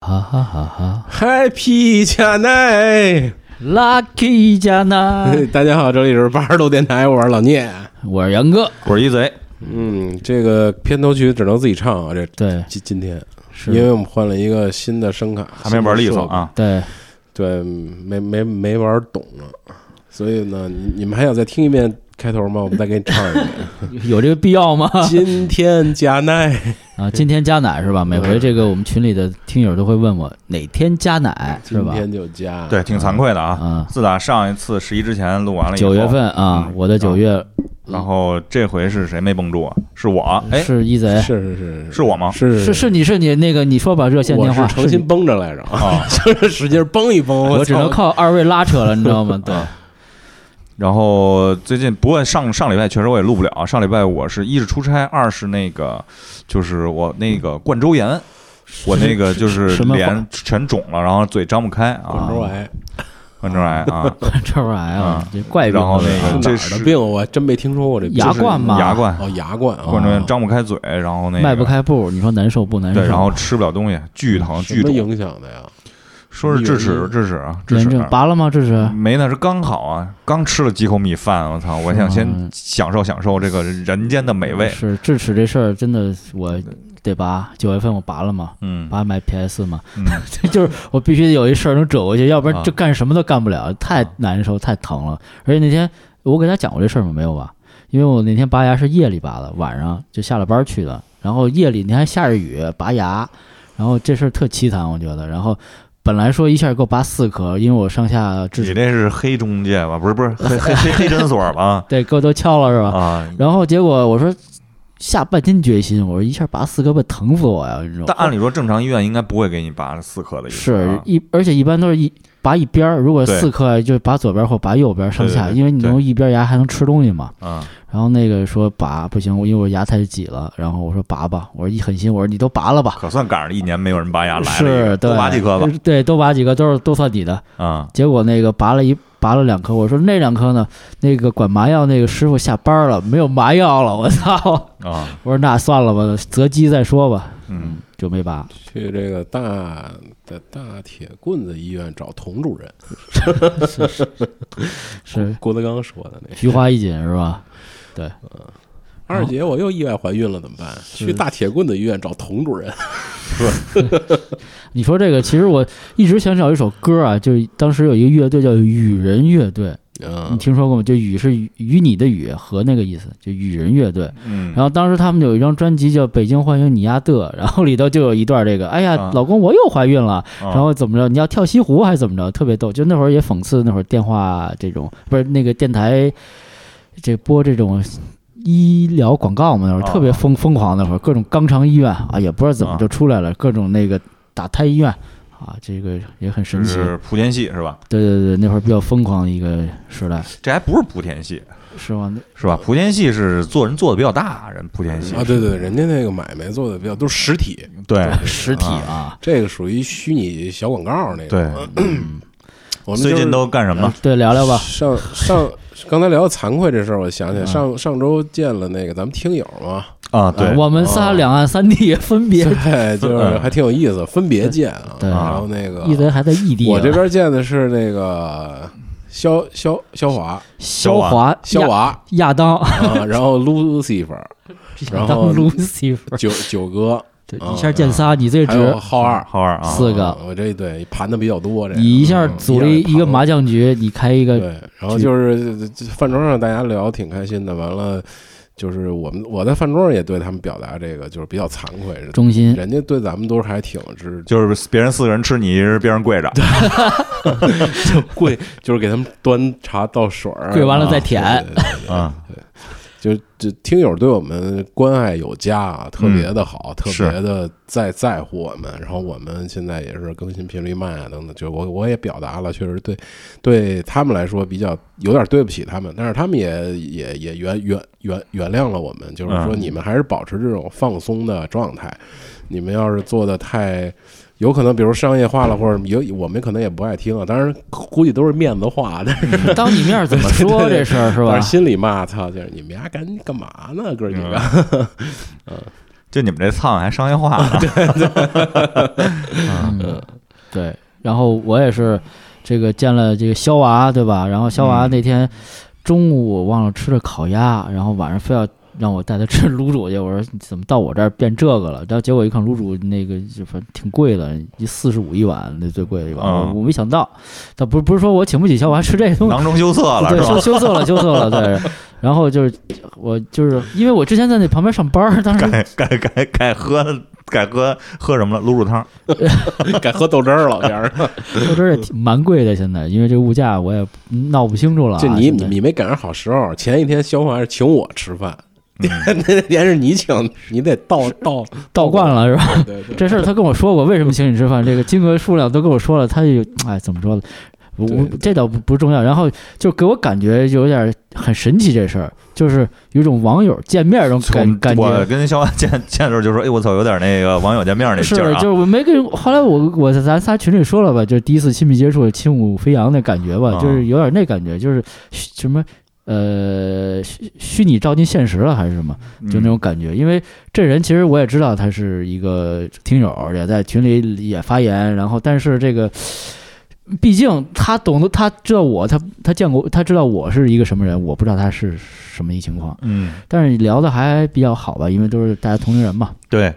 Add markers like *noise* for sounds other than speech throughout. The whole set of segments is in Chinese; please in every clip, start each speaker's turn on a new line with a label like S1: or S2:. S1: 哈哈哈哈
S2: Happy 加奈，
S1: ，Lucky 加
S3: *laughs*
S1: 纳，
S2: 大家好，这里是八十度电台，我是老聂。
S1: 我是杨哥，
S3: 我是一贼，
S2: 嗯，这个片头曲只能自己唱啊，这
S1: 对，
S2: 今今天，
S1: 是，
S2: 因为我们换了一个新的声卡，
S3: 还没玩利索啊，
S1: 对，
S2: 对，没没没玩懂啊，所以呢，你你们还想再听一遍开头吗？我们再给你唱一遍。
S1: 有这个必要吗？
S2: 今天加奈，
S1: 啊，今天加奶是吧？每回这个我们群里的听友都会问我哪天加奶是
S2: 今
S1: 吧？
S2: 天就加。
S3: 对，，挺惭愧的啊。
S1: 啊，
S3: 自打上一次十一之前录完了以后
S1: 九月，份啊，
S3: 嗯
S1: 我的九月
S3: 然后这回是谁没绷住啊？是我，哎，
S1: 嗯是一贼，
S2: 是是是
S3: 是我吗？
S2: 是
S1: 是是你是你那个你说吧，热线
S2: 我
S1: 电
S2: 是
S1: 话，
S2: 诚
S1: 是
S2: 心
S1: 你
S2: 绷着来着，
S3: 啊，
S2: 就是使劲绷一绷。
S1: 我只
S2: 操
S1: 能靠二位拉扯了，你知道
S3: *laughs*
S1: 吗？对，
S3: 然后最近不过上上礼拜确实我也录不了，啊上礼拜我是一是出差，二是那个就是我那个冠周炎，我那个就是
S1: 什么话
S3: 脸全肿了，然后嘴张不开
S2: 管
S3: 啊，
S2: 住癌
S3: 冠周癌
S1: *laughs*
S3: 啊，
S1: 这玩意儿啊
S3: 啊，
S1: 这怪病
S3: 然后
S1: 都是
S3: 那个
S2: 是
S3: 嗯
S2: 哪
S3: 这
S2: 儿的
S3: 是
S2: 病？我真没听说过这病
S1: 牙冠嘛，
S3: 牙冠，
S2: 哦，牙冠啊，
S3: 冠周炎张不开嘴，然后那个
S1: 迈不开步，你说难受不难受？
S3: 对，然后吃不了东西，巨疼
S2: 什
S3: 巨
S2: 么
S3: 肿，
S2: 影响的呀？
S3: 说是智齿，
S2: 你
S3: 智齿啊，智
S1: 炎
S3: 齿
S1: 症拔了吗？这是
S3: 没呢，是刚好啊，刚吃了几口米饭，我操！我想先享受享受这个人间的美味。
S1: 是智齿这事儿真的我得拔，九月份我拔了嘛，
S3: 嗯
S1: 拔买 PS 嘛，
S3: 嗯，
S1: *laughs* 就是我必须得有一事儿能折过去，要不然
S3: 啊
S1: 这干什么都干不了，太难受，太疼了。而且那天我给他讲过这事儿吗？没有吧？因为我那天拔牙是夜里拔的，晚上就下了班去的，然后夜里你还下着雨拔牙，然后这事儿特凄惨，我觉得。然后本来说一下给我拔四颗，因为我上下智
S3: 你
S1: 齿
S3: 这是黑中介吧？不是
S1: *laughs*
S3: 不是，黑黑黑黑诊所吧？
S1: 对给我都敲了是吧？
S3: 啊，
S1: 然后结果我说下半天决心，我说一下拔四颗，不疼死我呀！你知道吗
S3: 但按理说正常医院应该不会给你拔四颗的，
S1: 是一，而且一般都是一拔一边儿，如果
S3: 啊对
S1: 四颗就拔左边或拔右边上下，
S3: 对对对
S1: 因为你用一边牙还能吃东西嘛。
S3: 啊，
S1: 然后那个说拔不行，我因为我牙太挤了，然后我说拔吧，我说一狠心，我说你都拔了吧，
S3: 可算赶上一年没有人拔牙来了一
S1: 是
S3: 个，
S1: 对，
S3: 多拔几颗吧。
S1: 对，都拔几个都是都算你的。
S3: 啊，
S1: 结果那个拔了一拔了两颗，我说那两颗呢？那个管麻药那个师傅下班了，没有麻药了，我操！
S3: 啊，
S1: 我说那算了吧，择机再说吧，
S3: 嗯，
S1: 就没拔。
S2: 去这个大的大铁棍子医院找童主任，
S1: 是
S2: 郭德纲说的那
S1: 菊花一紧是吧？
S2: 二姐，我又意外怀孕了，怎么办？去大铁棍子医院找童主任。
S1: 你说这个，其实我一直想找一首歌啊，就当时有一个乐队叫雨人乐队，你
S2: 嗯，
S1: 听说过吗？就雨是与与你的雨和那个意思，就雨人乐队。
S3: 嗯，
S1: 然后当时他们有一张专辑叫《北京欢迎你丫的》，然后里头就有一段这个，哎呀
S3: 啊，
S1: 老公我又怀孕了，
S3: 然
S1: 然后怎么着，你要跳西湖还是怎么着，特别逗。就那会儿也讽刺那会儿电话这种，不是那个电台这播这种。医疗广告嘛，那会儿
S3: 啊
S1: 特别疯疯狂，那会儿各种肛肠医院啊，也不知道怎么
S3: 啊
S1: 就出来了，各种那个打胎医院啊，这个也很神奇。
S3: 是莆田系是吧？
S1: 对对对，那会儿比较疯狂的一个时代，
S3: 这还不是莆田系
S1: 是吗？
S3: 是吧？莆田系是做人做的比较大，人莆田系
S2: 啊，对对，人家那个买卖做的比较都是实体，
S3: 对
S1: 那实体
S3: 啊
S1: 啊，
S2: 这个属于虚拟小广告那个。
S3: 对，
S2: 我们
S3: 最
S2: 就是
S3: 近都干什么了？
S1: 啊对，聊聊吧。
S2: 上上刚才聊到惭愧这事儿，我想起来上上周见了那个咱们听友嘛，
S3: 啊，对，
S1: 我们仨
S2: 哦
S1: 两岸三地分别，
S2: *laughs* 对，就是还挺有意思，分别见啊。
S1: 对
S2: 然后那个
S1: 一贼还在异地啊。
S2: 我这边见的是那个肖肖肖华
S1: 肖
S3: 华
S1: 华、
S2: 肖
S1: 亚、
S2: 娃
S1: 亚当、
S2: 啊，然后
S1: *laughs*
S2: Lucifer 然
S1: 亚
S2: 后
S1: 当、Lucifer，
S2: 九九哥，
S1: 对，
S2: 啊
S1: 一下见仨，你最
S2: 还
S1: 值嗯
S2: 有浩二
S3: 好玩啊，
S1: 四个
S2: 啊，我这对盘的比较多，这个
S1: 你一下组了一
S2: 嗯
S1: 一个麻将局，你开一个
S2: 对，然后就是这这饭桌上大家聊得挺开心的，完了就是我们我在饭桌上也对他们表达这个就是比较惭愧，
S1: 中心，
S2: 人家对咱们都是还挺是
S3: 就是别人四个人吃，你一人边上跪着，
S2: 跪，就是给他们端茶倒水儿，
S1: 跪完了再舔
S2: 啊对对对
S3: 啊，
S2: 就是这听友对我们关爱有加啊，特别的好，特别的在在乎我们。然后我们现在也是更新频率慢啊，等等。就我我也表达了，确实对对他们来说比较有点对不起他们，但是他们也也也原原原原谅了我们，就是说
S3: 嗯
S2: 你们还是保持这种放松的状态。你们要是做的太有可能，比如商业化了，或者有我们可能也不爱听啊。当然，估计都是面子话，但
S1: *laughs*
S2: 是
S1: 当你面怎么说
S2: 对对对
S1: 这事儿是
S2: 但
S1: 吧
S2: 是？心里骂，操，就是你们丫干干嘛呢，哥几个？
S3: 就你们这苍蝇还商业
S1: *laughs*
S3: 化了，
S1: 嗯，对。然后我也是这个见了这个肖娃，对吧？然后肖娃
S3: 嗯
S1: 那天中午我忘了吃了烤鸭，然后晚上非要让我带他 *laughs* 吃卤煮去。我说你怎么到我这儿变这个了？然后结果一看卤煮那个就反正挺贵的，一四十五一碗，那最贵的一碗。
S3: 嗯
S1: 我我没想到，但不是不是说我请不起肖娃吃这个东西，
S3: 囊中羞涩了
S1: 对，
S3: 是
S1: 羞
S3: 吧？
S1: 羞涩了，羞涩了，对。然后就是我就是因为我之前在那旁边上班儿，当时
S3: *laughs* 改改改改喝改喝喝什么了？卤煮汤，
S2: *laughs* 改喝豆汁儿 *laughs* 了，赶上。
S1: 豆汁儿也挺蛮贵的，现在因为这个物价我也闹不清楚了啊。
S2: 就你
S1: 现
S2: 你
S1: 在
S2: 你没赶上好时候，前一天肖华是请我吃 *laughs* 饭，
S3: 嗯
S2: 那天是你请，你得倒倒
S1: 倒灌了是吧？
S2: *laughs* 对对对
S1: 这事儿他跟我说过，为什么请你吃饭，这个金额数量都跟我说了，他就哎怎么说呢？我
S2: 对
S1: 我
S2: 对
S1: 这倒不不重要，然后就给我感觉有点很神奇，这事儿就是有一种网友见面儿那种感感
S3: 我
S1: 觉，
S3: 跟肖万见 *laughs* 见的时候就说，哎，我操，有点那个网友见面那
S1: 是
S3: 劲儿啊
S1: 就是。我没跟，后来我我在咱仨群里说了吧，就是第一次亲密接触，轻舞飞扬那感觉吧，
S3: 啊
S1: 就是有点那感觉，就是虚什么呃虚虚拟照进现实了还是什么，
S3: 嗯
S1: 就那种感觉。因为这人其实我也知道他是一个听友，也在群里也发言，然后但是这个。毕竟他懂得，他知道我，他他见过，他知道我是一个什么人，我不知道他是什么一情况。
S3: 嗯，
S1: 但是聊的还比较好吧，因为都是大家同龄人嘛。
S3: 对，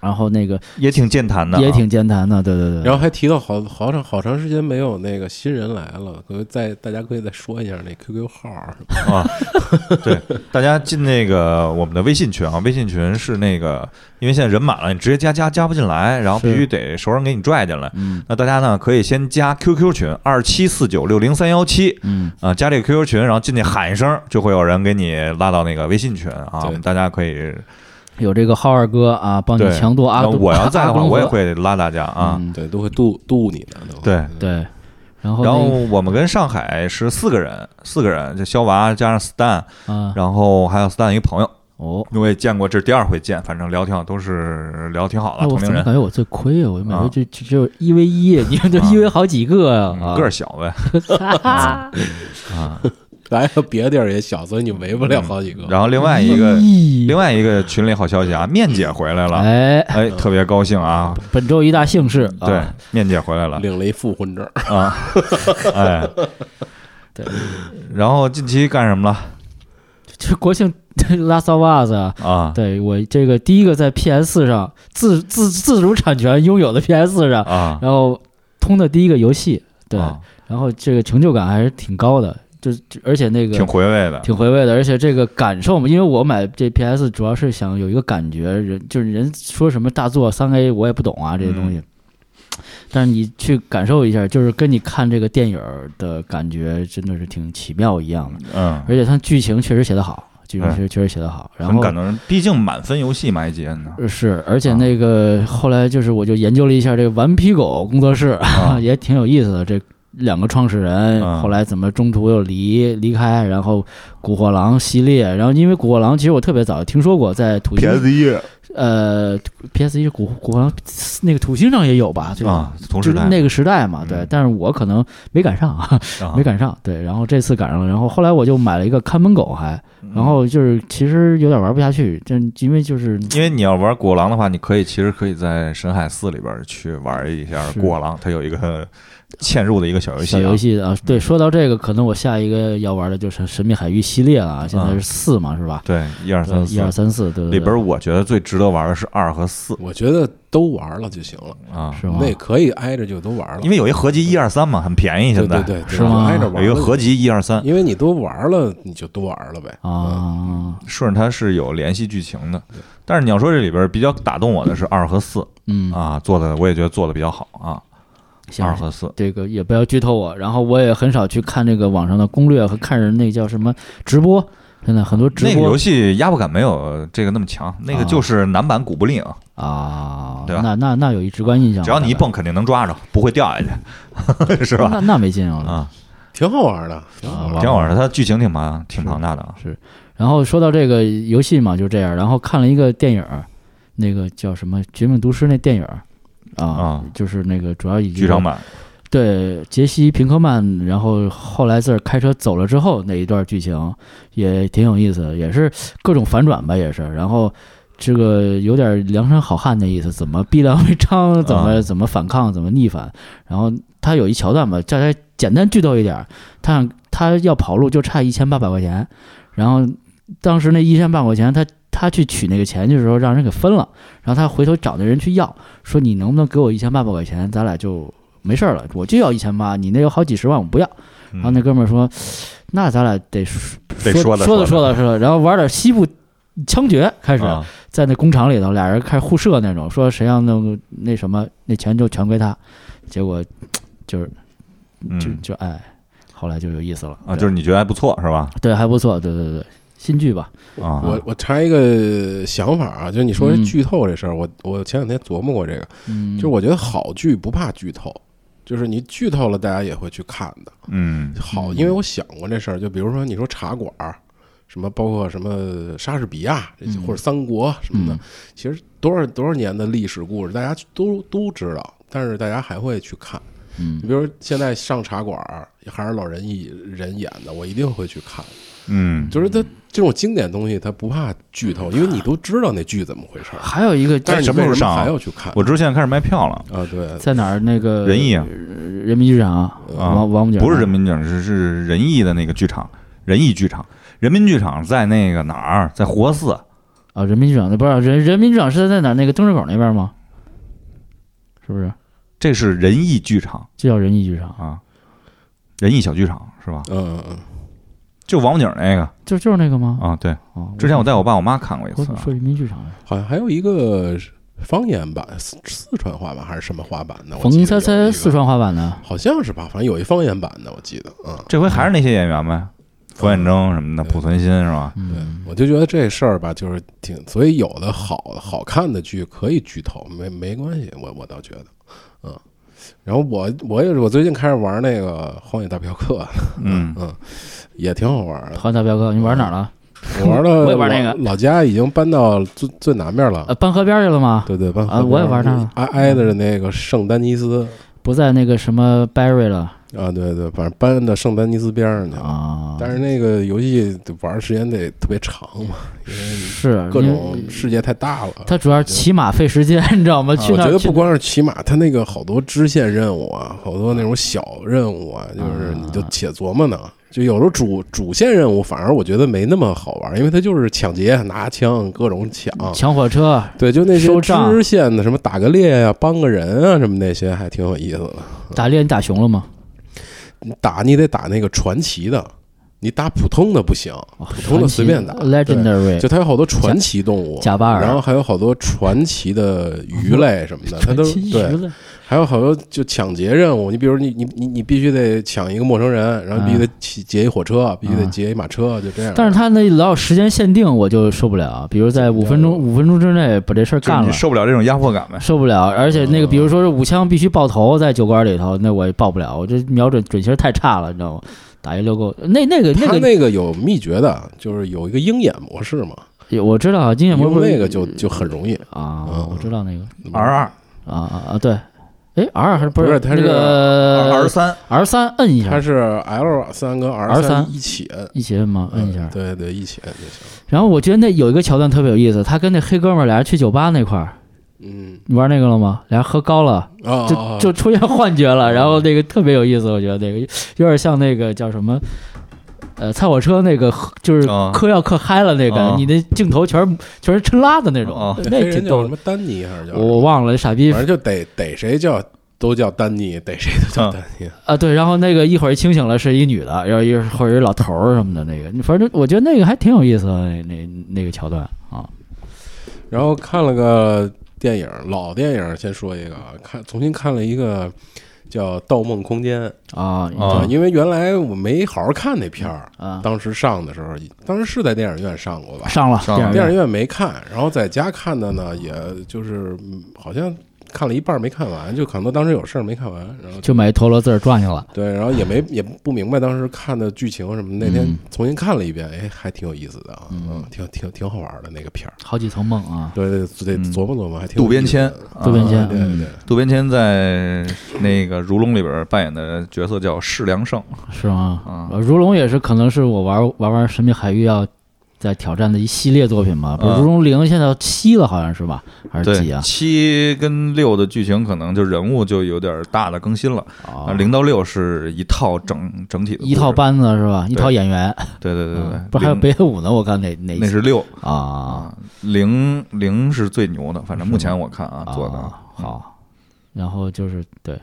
S1: 然后那个
S3: 也挺健谈的啊，
S1: 也挺艰难的，对对对。
S2: 然后还提到好好长好长时间没有那个新人来了，可以再大家可以再说一下那 QQ 号儿什么
S3: 啊，对，大家进那个我们的微信群啊，微信群是那个，因为现在人满了，你直接加加加不进来，然后必须
S1: 是
S3: 得熟人给你拽进来。
S1: 嗯
S3: 那大家呢，可以先加 QQ 群二七四九六零三幺七
S1: 嗯，
S3: 啊，加这个 QQ 群，然后进去喊一声，就会有人给你拉到那个微信群啊。
S2: 对
S3: 我们大家可以，
S1: 有这个浩二哥啊，帮你
S3: 对
S1: 强夺阿
S3: 那
S1: 东。
S3: 我要在的
S1: 阿
S3: 话，
S1: 东
S3: 我也
S1: 和
S3: 会拉大家啊。
S1: 嗯
S2: 对，都会度度你的，都会
S3: 对
S1: 对，然后
S3: 然后
S1: 那
S3: 我们跟上海是四个人，四个人，就肖娃加上 Stan，
S1: 个啊
S3: 然后还有 Stan 一个朋友，
S1: 哦，
S3: 我也见过，这是第二回见，反正聊挺好，都是 *laughs* 聊挺好的，
S1: 那哦我
S3: 同龄
S1: 怎么
S3: 人，
S1: 感觉我最亏啊？我每
S3: 啊
S1: 回就就只有一 v 一，你们就一 v 好几个呀
S3: 嗯
S1: 啊，
S3: 个儿小呗
S1: 儿
S3: 啊。
S2: 来个别的地儿也小，所以你围不了好几个。
S3: 然后另外一个，另外一个群里好消息啊，面姐回来了，
S1: 嗯哎，
S3: 哎，特别高兴啊。
S1: 本周一大幸事啊，
S3: 对，面姐回来了
S2: 领了一副婚证儿，
S3: 啊，哎，
S1: *laughs* 对。
S3: 然后近期干什么了
S1: 这国庆 *laughs* 拉萨袜子啊。
S3: 啊？
S1: 对我这个第一个在 PS 上自自自主产权拥有的 PS 上，
S3: 啊，
S1: 然后通的第一个游戏，对，
S3: 啊
S1: 然后这个成就感还是挺高的，就是而且那个
S3: 挺回味的。
S1: 挺回味的，而且这个感受嘛，因为我买这 PS 主要是想有一个感觉，人就是人说什么大作三 A 我也不懂啊这些东西。
S3: 嗯
S1: 但是你去感受一下，就是跟你看这个电影儿的感觉真的是挺奇妙一样的，
S3: 嗯，哎
S1: 而且它剧情确实写得好，剧情确实确实写得好，然
S3: 很
S1: 后
S3: 感动人，毕竟满分游戏嘛，IGN 呢。
S1: 呃是，而
S3: 啊
S1: 且那个、后来就是我就研究了一下这个顽皮狗工作室，
S3: 啊
S1: *laughs* 也挺有意思的。这两个创始人、
S3: 嗯
S1: 后来怎么中途又离离开，然后古惑狼系列，然后因为古惑狼其实我特别早听说过，在土星
S3: 一
S1: 呃 PS 一古古惑狼那个土星上也有吧，对吧？
S3: 啊，同
S1: 就
S3: 时
S1: 是
S3: 代
S1: 那个时代嘛，
S3: 嗯
S1: 对，但是我可能没赶上啊，*laughs*
S3: 啊
S1: 没赶上，对，然后这次赶上了，然后后来我就买了一个看门狗还，
S3: 嗯
S1: 然后就是其实有点玩不下去，这因为就是
S3: 因为你要玩果狼的话，你可以其实可以在深海寺里边去玩一下
S1: 是
S3: 果狼，它有一个嵌入的一个小游戏、
S1: 小
S3: 啊。
S1: 游戏啊，对，说到这个，可能我下一个要玩的就是《神秘海域》系列了啊，现在是四嘛，是吧？
S3: 对，一二三
S1: 对
S3: 四，
S1: 一二三四，对对对，
S3: 里边我觉得最值得玩的是二和四
S2: 我觉得都玩了就行了，
S3: 啊，
S1: 是吗？
S2: 那可以挨着就都玩了
S3: 因。为有一合集一二三嘛，很便宜，
S2: 对
S3: 现
S2: 对
S3: 在
S2: 对，对
S1: 是吗
S2: 挨着玩
S3: 有一个
S2: 了
S3: 合集一二三，
S2: 因为你都玩了，你就都玩了呗。嗯
S1: 啊，
S3: 顺着它是有联系剧情的。但是你要说这里边比较打动我的是二和四
S1: 嗯，
S3: 啊，做的我也觉得做的比较好啊，
S1: 行
S3: 二，和四。
S1: 这个也不要剧透我，然后我也很少去看这个网上的攻略和看人那叫什么直播，现在很多直
S3: 那个
S1: 播
S3: 游戏压迫感没有这个那么强，那个
S1: 啊
S3: 就是男版古不令，
S1: 啊，
S3: 对吧
S1: 那那那有一直观印象，
S3: 只要你一蹦肯定能抓着， *laughs* 不会掉下去，是
S1: 大概，
S3: 吧？
S1: 那那没劲啊。
S3: 啊，
S2: 挺好玩的，挺好玩
S1: 啊
S2: 的。
S3: 挺好玩的，它剧情挺庞挺庞大的啊。
S1: 然后说到这个游戏嘛，就这样，然后看了一个电影儿，那个叫什么《绝命毒师》那电影儿啊
S3: 啊，
S1: 就是那个主要以
S3: 剧场版
S1: 对杰西·平克曼，然后后来自个儿开车走了之后那一段剧情也挺有意思的，也是各种反转吧，也是。然后这个有点梁山好汉的意思，怎么逼良为娼，怎么怎么反抗，怎么逆反。然后他有一桥段吧，叫他简单剧透一点，他想他要跑路就差一千八百块钱，然后当时那一千八百块钱他。他去取那个钱的时候，让人给分了，然后他回头找那人去要，说你能不能给我一千八百块钱，咱俩就没事儿了，我就要一千八，你那有好几十万我不要。然后那哥们儿说，那咱俩得
S3: 嗯得
S1: 说
S3: 的
S1: 说
S3: 的
S1: 说的说的，然后玩点西部枪决，开始
S3: 啊
S1: 在那工厂里头，俩人开始互射那种，说谁要弄那什么，那钱就全归他。结果就是就
S3: 嗯
S1: 就哎，后来就有意思了
S3: 啊，就是你觉得还不错是吧？
S1: 对，还不错，对对对，新剧吧，
S3: 啊，
S2: 我我插一个想法啊，就是你说
S1: 嗯
S2: 剧透这事儿，我我前两天琢磨过这个，
S1: 嗯，
S2: 就是我觉得好剧不怕剧透，就是你剧透了，大家也会去看的。
S3: 嗯
S2: 好，
S1: 嗯
S2: 因为我想过这事儿，就比如说你说茶馆儿，什么包括什么莎士比亚这些
S1: 嗯
S2: 或者三国什么的
S1: 嗯，
S2: 其实多少多少年的历史故事，大家都都知道，但是大家还会去看。
S1: 嗯
S2: 你比如说现在上茶馆儿还是老人一人演的，我一定会去看。
S3: 嗯
S2: 就是它这种经典东西，它不怕剧透，因为你都知道那剧怎么回事儿。
S1: 还有一个
S2: 但是
S3: 啊
S2: 你
S3: 什么
S2: 为
S3: 时候
S2: 什
S3: 上
S2: 么
S3: 啊
S2: 还要去看？
S3: 我知道现在开始卖票了，
S2: 啊，对，
S1: 在哪儿？那个
S3: 仁义啊
S1: 人民剧场，
S3: 啊
S1: 王王府井
S3: 不是人民剧场，是是仁义的那个剧场，仁义剧场，人民剧场在那个哪儿？在活寺
S1: 啊，人民剧场那不是人人民剧场是在哪儿？那个灯市口那边吗？是不是？
S3: 这是仁义剧场
S1: 就叫仁义剧场，
S3: 啊，仁义小剧场是吧？
S2: 嗯嗯
S3: 就王府井那个
S1: 就就是那个吗？
S3: 啊，对，
S1: 啊，
S3: 之前我带我爸我妈看过一
S1: 我
S3: 次
S1: 怎
S3: 啊
S1: 么，说人民剧场来着？
S2: 好像还有一个方言版、四四川话版还是什么话版的？我
S1: 冯
S2: 记得
S1: 猜
S2: 有一
S1: 猜
S2: 个
S1: 四川话版的，
S2: 好像是吧，反正有一方言版的，我记得，嗯。
S3: 这回还是那些演员呗，冯远征什么的，濮存昕是吧？
S2: 对
S1: 嗯，，
S2: 我就觉得这事儿吧，就是挺，所以有的好好看的剧可以剧透，没没关系，我我倒觉得，嗯。然后我我也是，我最近开始玩那个《荒野大镖客》，
S3: 嗯
S2: 嗯，也挺好玩的。
S1: 好，大彪哥，
S2: 啊
S1: 你玩哪儿了？
S2: *laughs* 我玩了，
S1: 我也玩那个
S2: 老家已经搬到最最南面了
S1: 呃，，搬河边儿去了吗？
S2: 对对，搬
S1: 啊我也玩那
S2: 那
S1: 个
S2: 挨挨着那个圣丹尼斯
S1: 不在那个什么 Barry 了
S2: 啊，对对，反正搬到圣丹尼斯边上去了。
S1: 啊？
S2: 但是那个游戏玩儿时间得特别长嘛，因为
S1: 是
S2: 各
S1: 因为
S2: 种世界太大了。
S1: 他主要是骑马费时间， *laughs* 你知道吗？
S2: 啊
S1: 去
S2: 我
S1: 那
S2: 觉
S1: 儿
S2: 得
S1: 去
S2: 不光是骑马，它那个好多支线任务啊，好多那种小任务啊，就是你就且琢磨呢。就有时候主主线任务反而我觉得没那么好玩，因为它就是抢劫、拿枪、各种抢。
S1: 抢火车，
S2: 对，就那些
S1: 收账
S2: 支线的什么打个猎呀、帮个人啊，什么那些还挺有意思的。
S1: 打猎你打熊了吗？
S2: 你打你得打那个传奇的，你打普通的不行，
S1: 哦
S2: 普通的啊随便打。
S1: 传奇
S2: 对就
S1: Legendary
S2: 它有好多传奇动物，
S1: 贾巴尔，
S2: 然后还有好多传奇的鱼类什么
S1: *laughs*
S2: 的，它都
S1: 其
S2: 对
S1: 实，呢
S2: 还有好多就抢劫任务。你比如你你你你必须得抢一个陌生人，然后必须得起劫一火车，必须得劫一马车，就这样。
S1: 啊但是他那老有时间限定，我就受不了。比如在五分钟五分钟之内把这事儿
S3: 就是
S1: 干
S3: 你
S1: 了，
S3: 受不了这种压迫感呗。
S1: 受不了。而且
S2: 哦
S1: 那个，比如说是五枪必须爆头，在酒馆里头，那我也爆不了，我这瞄准准星太差了，你知道吗？打一溜够，那那个
S2: 它
S1: 那
S2: 那个有秘诀的，就是有一个鹰眼模式嘛，
S1: 个，我知道啊，经典模
S2: 用
S1: 式
S2: 那个就就很容易。
S1: 啊
S2: 嗯，
S1: 我知道那个
S3: R 二
S1: 啊啊啊，对，哎，R 还是不
S2: 不
S1: 是
S2: 是它是
S1: 那个
S3: R 三
S1: R 三摁一
S2: 它
S1: 下，
S2: 是 L 三跟 R
S1: 3
S2: 一起摁，
S1: 一起摁吗？摁一下
S2: 嗯。对对，一起摁就行。
S1: 然后我觉得那有一个桥段特别有意思，他跟那黑哥们儿俩人去酒吧那块儿，
S2: 嗯
S1: 你玩那个了吗？俩人喝高了。
S2: 啊，
S1: 就就出现幻觉
S3: 嗯
S1: 了，然后那个特别有意思，我觉得那个有点像那个叫什么，呃，菜火车那个喝就是
S3: 啊
S1: 嗑药嗑嗨了那个，
S3: 啊
S1: 你那镜头全是全是抻拉的那种，
S3: 啊
S2: 哎黑
S1: 那
S2: 人
S1: 挺
S2: 叫
S1: 逗
S2: 什
S1: 的。
S2: 么丹尼还是叫什么？
S1: 我忘了，傻逼
S2: 反正就逮逮谁叫都叫丹尼，逮谁都叫丹尼。
S1: 啊！对，然后那个一会儿清醒了是一女的，然后一会儿一老头儿什么的，那个反正我觉得那个还挺有意思的，那那那个桥段啊，
S2: 然后看了个电影，老电影先说一个，啊，看重新看了一个叫《盗梦空间》
S1: 啊
S3: 啊
S2: 因为原来我没好好看那片儿，
S1: 啊，
S2: 当时上的时候，当时是在电影院上过吧？
S1: 上了
S3: 上
S1: 电
S3: 了
S1: 影
S2: 电
S1: 院
S2: 影院没看，然后在家看的呢，也就是嗯好像看了一半儿没看完，就可能当时有事儿没看完，然后
S1: 就买一陀螺自个儿转去了，
S2: 嗯对，然后也没也不明白当时看的剧情什么。那天
S1: 嗯
S2: 重新看了一遍，哎，还挺有意思的啊，
S1: 嗯
S2: 嗯，挺挺挺好玩的那个片儿。
S1: 好几层梦啊，
S2: 对对，对
S3: 嗯
S2: 琢磨琢磨，还挺有
S3: 渡边
S2: 意思的
S3: 谦，
S1: 渡边
S2: 啊
S1: 谦，
S2: 对对对，
S3: 渡边谦在那个《如龙》里边扮演的角色叫释良胜，
S1: 是吗？
S3: 啊
S1: 呃如龙也是，可能是我玩玩玩《神秘海域》要在挑战的一系列作品嘛，比如
S3: 嗯
S1: 《如龙零》现在到七了，好像是吧？还是几
S3: 对
S1: 啊？
S3: 七跟六的剧情可能就人物就有点大的更新了，
S1: 哦
S3: 啊，零到六是一套整整体的故事
S1: 一套，班子是吧？一套演员，
S3: 对对对对
S1: 嗯
S3: 对，
S1: *laughs* 不是还有
S3: 零
S1: 北野武呢？我看哪哪
S3: 那是六
S1: 啊，
S3: 啊，零零是最牛的，反正
S1: 是吗
S3: 目前我看啊做的
S1: 啊
S3: 啊，
S1: 好，然后就是对，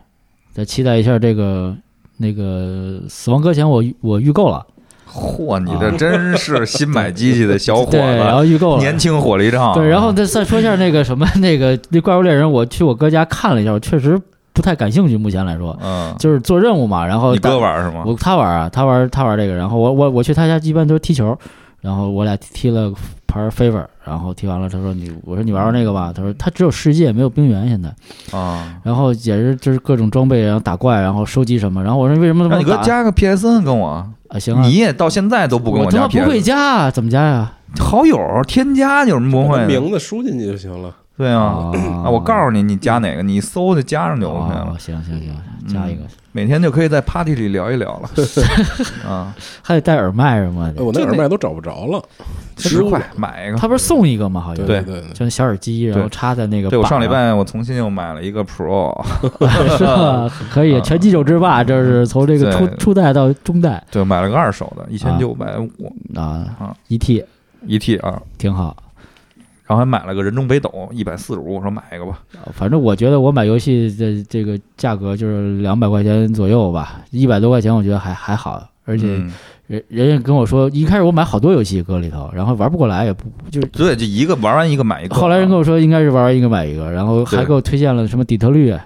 S1: 再期待一下这个那个《死亡搁浅》，我预我预购了，
S3: 嚯，你这真是新买机器的小伙
S1: 啊 *laughs* 对，然
S3: 子，
S1: 后预购了，
S3: 年轻火力壮，啊
S1: 对，然后再再说一下那个什么那个那怪物猎人，我去我哥家看了一下，我确实不太感兴趣，目前来说
S3: 嗯，
S1: 就是做任务嘛，然后
S3: 你
S1: 大
S3: 哥玩是吗？
S1: 我他玩啊，他玩他玩这个，然后我我我去他家一般都是踢球，然后我俩踢了盘 favor，然后踢完了他说你我说你玩玩那个吧，他说他只有世界没有冰原现在。
S3: 啊，
S1: 然后也是就是各种装备，然后打怪，然后收集什么。然后我说为什么
S3: 让
S1: 他
S3: 你
S1: 们
S3: 哥
S1: 打
S3: 加个 PSN 跟我，
S1: 啊？行啊，
S3: 你也到现在都不跟
S1: 我他
S3: 加
S1: 妈不
S3: PS，
S1: 会加啊，怎么加呀？
S3: 好友添加有什么不
S2: 把
S3: 会的？
S2: 名字输进去就行了。
S3: 对啊，啊，我告诉你，你加哪个，你搜就加上就 OK
S1: 哦
S3: 了，，
S1: 行行行，
S3: 嗯
S1: 加一个，
S3: 每天就可以在 party 里聊一
S1: *laughs*
S3: 聊了啊，
S1: 还得戴耳麦什么
S2: 哎，
S1: 的。
S2: 我那
S3: 就那
S2: 耳麦都找不着了，
S3: 十
S2: 15
S3: 块买一个。
S1: 他不是送一个吗？好像
S2: 对
S3: 对
S2: 哎对，对
S1: 就那小耳机，然后插在那个。
S3: 对我上礼
S1: 啊
S3: 拜我重新又买了一个 Pro， *laughs*
S1: 是吧？ *laughs* 可以
S3: 嗯
S1: 全机九制霸，这是从这个初
S3: 对
S1: 初代到中代
S3: 对，买了个二手的，一千九百五
S1: 啊
S3: 嗯
S1: 一 T
S3: 一 T 啊，
S1: 挺好。
S3: 然后还买了个人中北斗一百四十五，我说买一个吧，
S1: 反正我觉得我买游戏的这个价格就是两百块钱左右吧，一百多块钱我觉得还还好，而且
S3: 嗯
S1: 人人家跟我说，一开始我买好多游戏搁里头，然后玩不过来，也不就是。
S3: 对，就一个玩完一个买一个。
S1: 后来人跟
S3: 我
S1: 我说，应该是玩一个买一个，然后还
S3: 啊对
S1: 给我推荐了什么底特律，啊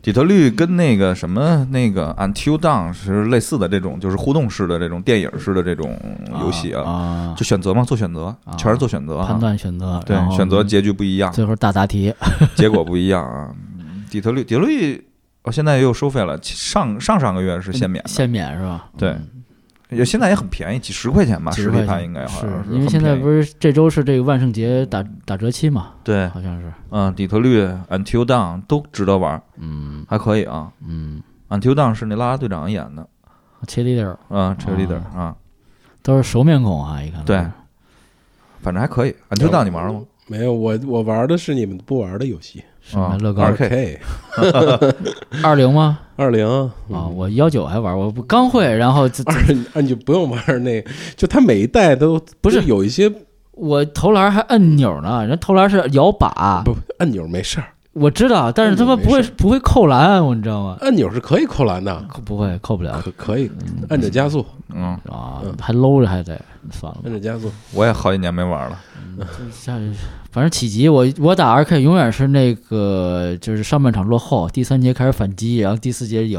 S3: 底特律跟那个什么那个 Until Dawn 是类似的这种，就是互动式的这种电影式的这种游戏啊，
S1: 啊，
S3: 就选择嘛，做选择
S1: 啊，
S3: 全是做选择啊，
S1: 判断选择，
S3: 对
S1: 然，后
S3: 选择结局不一样，
S1: 最后大答题，
S3: 结果不一样啊。底特律，底特律，哦，现在又收费了，上上上个月是 *laughs* 限免的，
S1: 限免是吧？
S3: 对
S1: 嗯，
S3: 也现在也很便宜，几十块钱吧，
S1: 几
S3: 啊
S1: 十
S3: 实体
S1: 块
S3: 盘
S1: 钱
S3: 应该好
S1: 是
S3: 像是，
S1: 因为现在不
S3: 是
S1: 是这周是这个万圣节打打折期嘛，
S3: 对，
S1: 好像是，
S3: 嗯，底特律、Until Dawn 都值得玩，
S1: 嗯
S3: 还可以啊。
S1: 嗯
S3: Until Dawn 是那拉拉队长演的，
S1: ，cheerleader
S3: 嗯 c h e e r leader 啊，
S1: 都是熟面孔啊，一看
S3: 对，反正还可以。Until Dawn 你玩了吗？
S2: 没有，我我玩的是你们不玩的游戏，
S1: 什么
S3: 啊
S1: 乐高
S3: 二 K
S2: K
S1: 二零吗？
S2: 二零
S1: 啊，我幺九还玩，我不刚会，然后自
S2: 嗯二啊， *laughs* 你就不用玩那个，就它每一代都
S1: 不是
S2: 就有一些
S1: 我投篮还按钮呢，人投篮是摇把，
S2: 不按钮没事儿，
S1: 我知道，但是他妈
S2: 没
S1: 不会
S2: 事
S1: 不会扣篮，我你知道吗？
S2: 按钮是可以扣篮的，
S1: 扣不会扣不了
S2: 可可以按着加速，
S3: 嗯，
S1: 啊
S2: 嗯，
S1: 还搂着还得算了吧
S2: 按。着加速，
S1: 嗯
S3: 我也好几年没玩了。
S1: 下反正起级我我打 R K 永远是那个就是上半场落后，第三节开始反击，然后第四节赢， *laughs*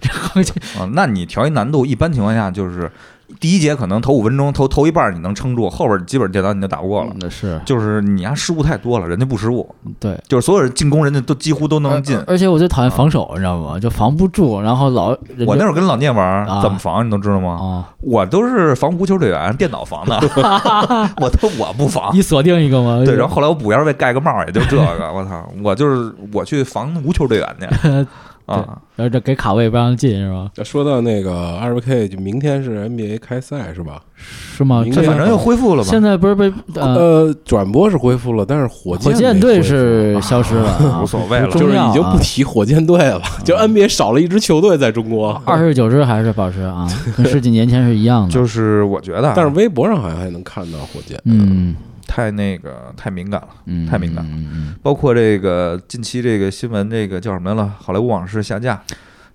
S1: 然后就
S3: 啊，那你调一难度，一般情况下就是第一节可能头五分钟头头一半你能撑住，后边基本电脑你就打不过了。
S1: 那嗯是
S3: 就是你呀、失误太多了，人家不失误，
S1: 对。呃
S3: 就是所有人进攻人家都几乎都能进
S1: 而。而且我最讨厌防守，你知道吗？就防不住，然后老人
S3: 啊我那
S1: 家
S3: 会儿跟老聂玩
S1: 呃啊，
S3: 怎么防你都知道吗？
S1: 啊，
S3: 我都是防无球队员，电
S1: *laughs*
S3: 脑防的，我都我不防。
S1: 一锁定一个嘛，
S3: 啊对，然后后来我补腰位盖个帽儿，也就这个， *laughs* 我操，我就是我去防无球队员
S1: *laughs*
S3: 去啊，
S1: 然后这给卡位不让进是吧？
S2: 说到那个二十 K，就明天是 NBA 开赛是吧？
S1: 是吗？
S2: 明
S3: 这
S1: 这
S2: 天
S3: 反正又恢复了吧
S1: 现？在不是被呃
S2: 呃，转播是恢复了，但是火
S1: 火
S2: 箭
S1: 箭
S2: 没恢
S1: 队
S2: 复
S1: 是消失了啊，
S3: *laughs* 无所谓了
S1: 不
S2: 就
S1: 重
S2: 是
S1: 要啊嗯
S2: 已经不提火箭队了，就 NBA 少了一支球队在中国。
S1: 二十九支还是保持啊，
S3: *laughs*
S1: 跟十几年前是一样的。
S3: 就是我觉得啊，
S2: 但是微博上好像还能看到火箭，
S1: 嗯
S3: 太那个太敏感了，
S1: 嗯，
S3: 太敏感了
S1: 嗯，
S3: 包括这个近期这个新闻，这个叫什么来了？好莱坞往事下架，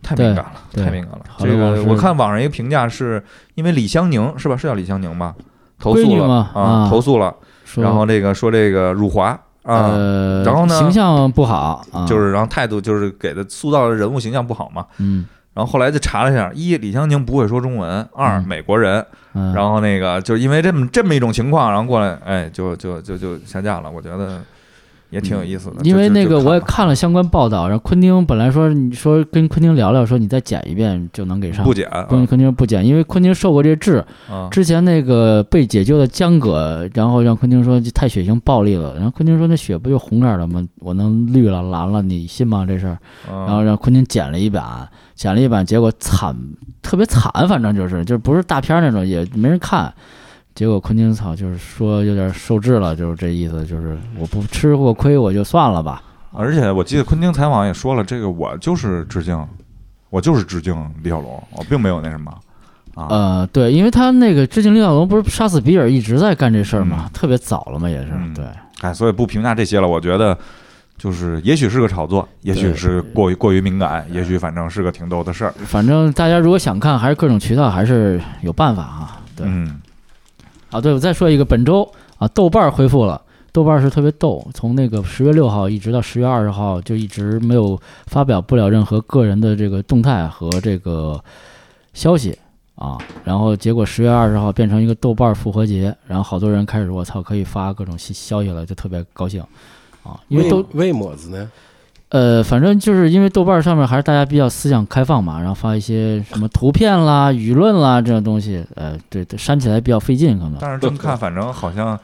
S3: 太敏感了，
S1: 对
S3: 太敏感了。
S1: 好
S3: 这
S1: 莱坞往事
S3: 个我看网上一个评价是，因为李香宁是吧？是叫李香宁吧？投
S1: 闺
S3: 诉
S1: 女
S3: 了
S1: 嘛啊
S3: 投诉了，
S1: 说
S3: 然后这个说这个辱华啊。
S1: 呃，
S3: 然后呢
S1: 形象不好，啊
S3: 就是，然后态度就是给的塑造的人物形象不好嘛。
S1: 嗯
S3: 然后后来就查了一下，一李香宁不会说中文，二
S1: 嗯
S3: 美国人，
S1: 嗯，
S3: 然后那个就是因为这么这么一种情况，然后过来，哎，就就就就下架了。我觉得也挺有意思的，
S1: 因为
S3: 就就
S1: 那个
S3: 就
S1: 我也
S3: 吧
S1: 看了相关报道，然后昆汀本来说你说跟昆汀聊聊，说你再剪一遍就能给上
S3: 不。剪啊
S1: 昆昆汀不剪，因为昆汀受过这治。
S3: 啊
S1: 之前那个被解救的江葛，然后让昆汀说这太血腥暴力了，然后昆汀说那血不就红色儿的吗？我能绿了蓝了，你信吗这事儿？
S3: 啊
S1: 然后让昆汀剪了一版，剪了一版，结果惨，特别惨，反正就是就是不是大片儿那种，也没人看。结果昆汀草就是说有点受制了，就是这意思，就是我不吃过亏我就算了吧。
S3: 而且我记得昆汀采访也说了，这个我就是致敬，我就是致敬李小龙，我并没有那什么。啊，
S1: 呃，对，因为他那个致敬李小龙，不是杀死比尔一直在干这事儿嘛，特别早了嘛，也是
S3: 嗯
S1: 对。
S3: 哎，所以不评价这些了。我觉得就是，也许是个炒作，也许是过于过于敏感，也许反正是个挺逗的事儿。
S1: 反正大家如果想看，还是各种渠道还是有办法啊。对
S3: 嗯，
S1: 啊，对，我再说一个，本周啊，豆瓣儿恢复了。豆瓣儿是特别逗，从那个十月六号一直到十月二十号，就一直没有发表不了任何个人的这个动态和这个消息啊。然后结果十月二十号变成一个豆瓣儿复活节，然后好多人开始我操可以发各种信消息了，就特别高兴啊，因为
S2: 为
S1: 都
S2: 为么子呢？
S1: 呃，反正就是因为豆瓣上面还是大家比较思想开放嘛，然后发一些什么图片啦、舆论啦这种东西，呃，对，对删起来比较费劲，可能。
S3: 但是这么看，反正好像。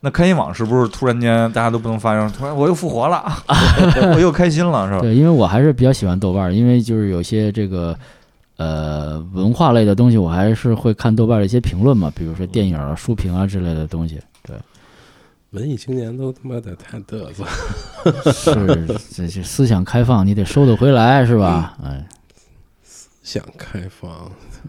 S3: 那开心网是不是突然间大家都不能发声？突然我又复活了， *laughs* 我又开心了，是吧？
S1: 对，因为我还是比较喜欢豆瓣儿，因为就是有些这个呃文化类的东西，我还是会看豆瓣儿的一些评论嘛，比如说电影啊、书评啊之类的东西。
S2: 文艺青年都他妈的太嘚瑟了，
S1: 是，这这思想开放，你得收得回来，是吧？哎，
S2: 想开放，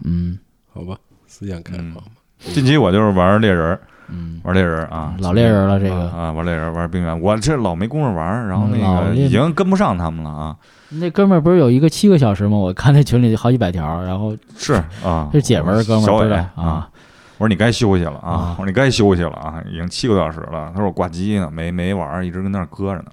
S1: 嗯
S2: 好吧，思想开放吧。
S3: 近期我就是玩猎人儿，
S1: 嗯，
S3: 玩猎人儿啊，
S1: 老猎人了，这个、嗯
S3: 啊，玩猎人儿，玩冰原，我这老没工夫玩儿，然后那
S1: 老
S3: 个
S1: 猎
S3: 已经跟不上他们了啊。
S1: 那哥们儿不是有一个七个小时吗？我看那群里好几百条儿，然后
S3: 是啊，
S1: 这姐们儿哥们
S3: 小
S1: 儿
S3: 伟
S1: 知道
S3: 啊
S1: 啊。，
S3: 我说你该休息了啊
S1: 啊！
S3: 我说你该休息了啊！已经七个多小时了。他说我挂机呢，没没玩儿，一直跟那儿搁着呢。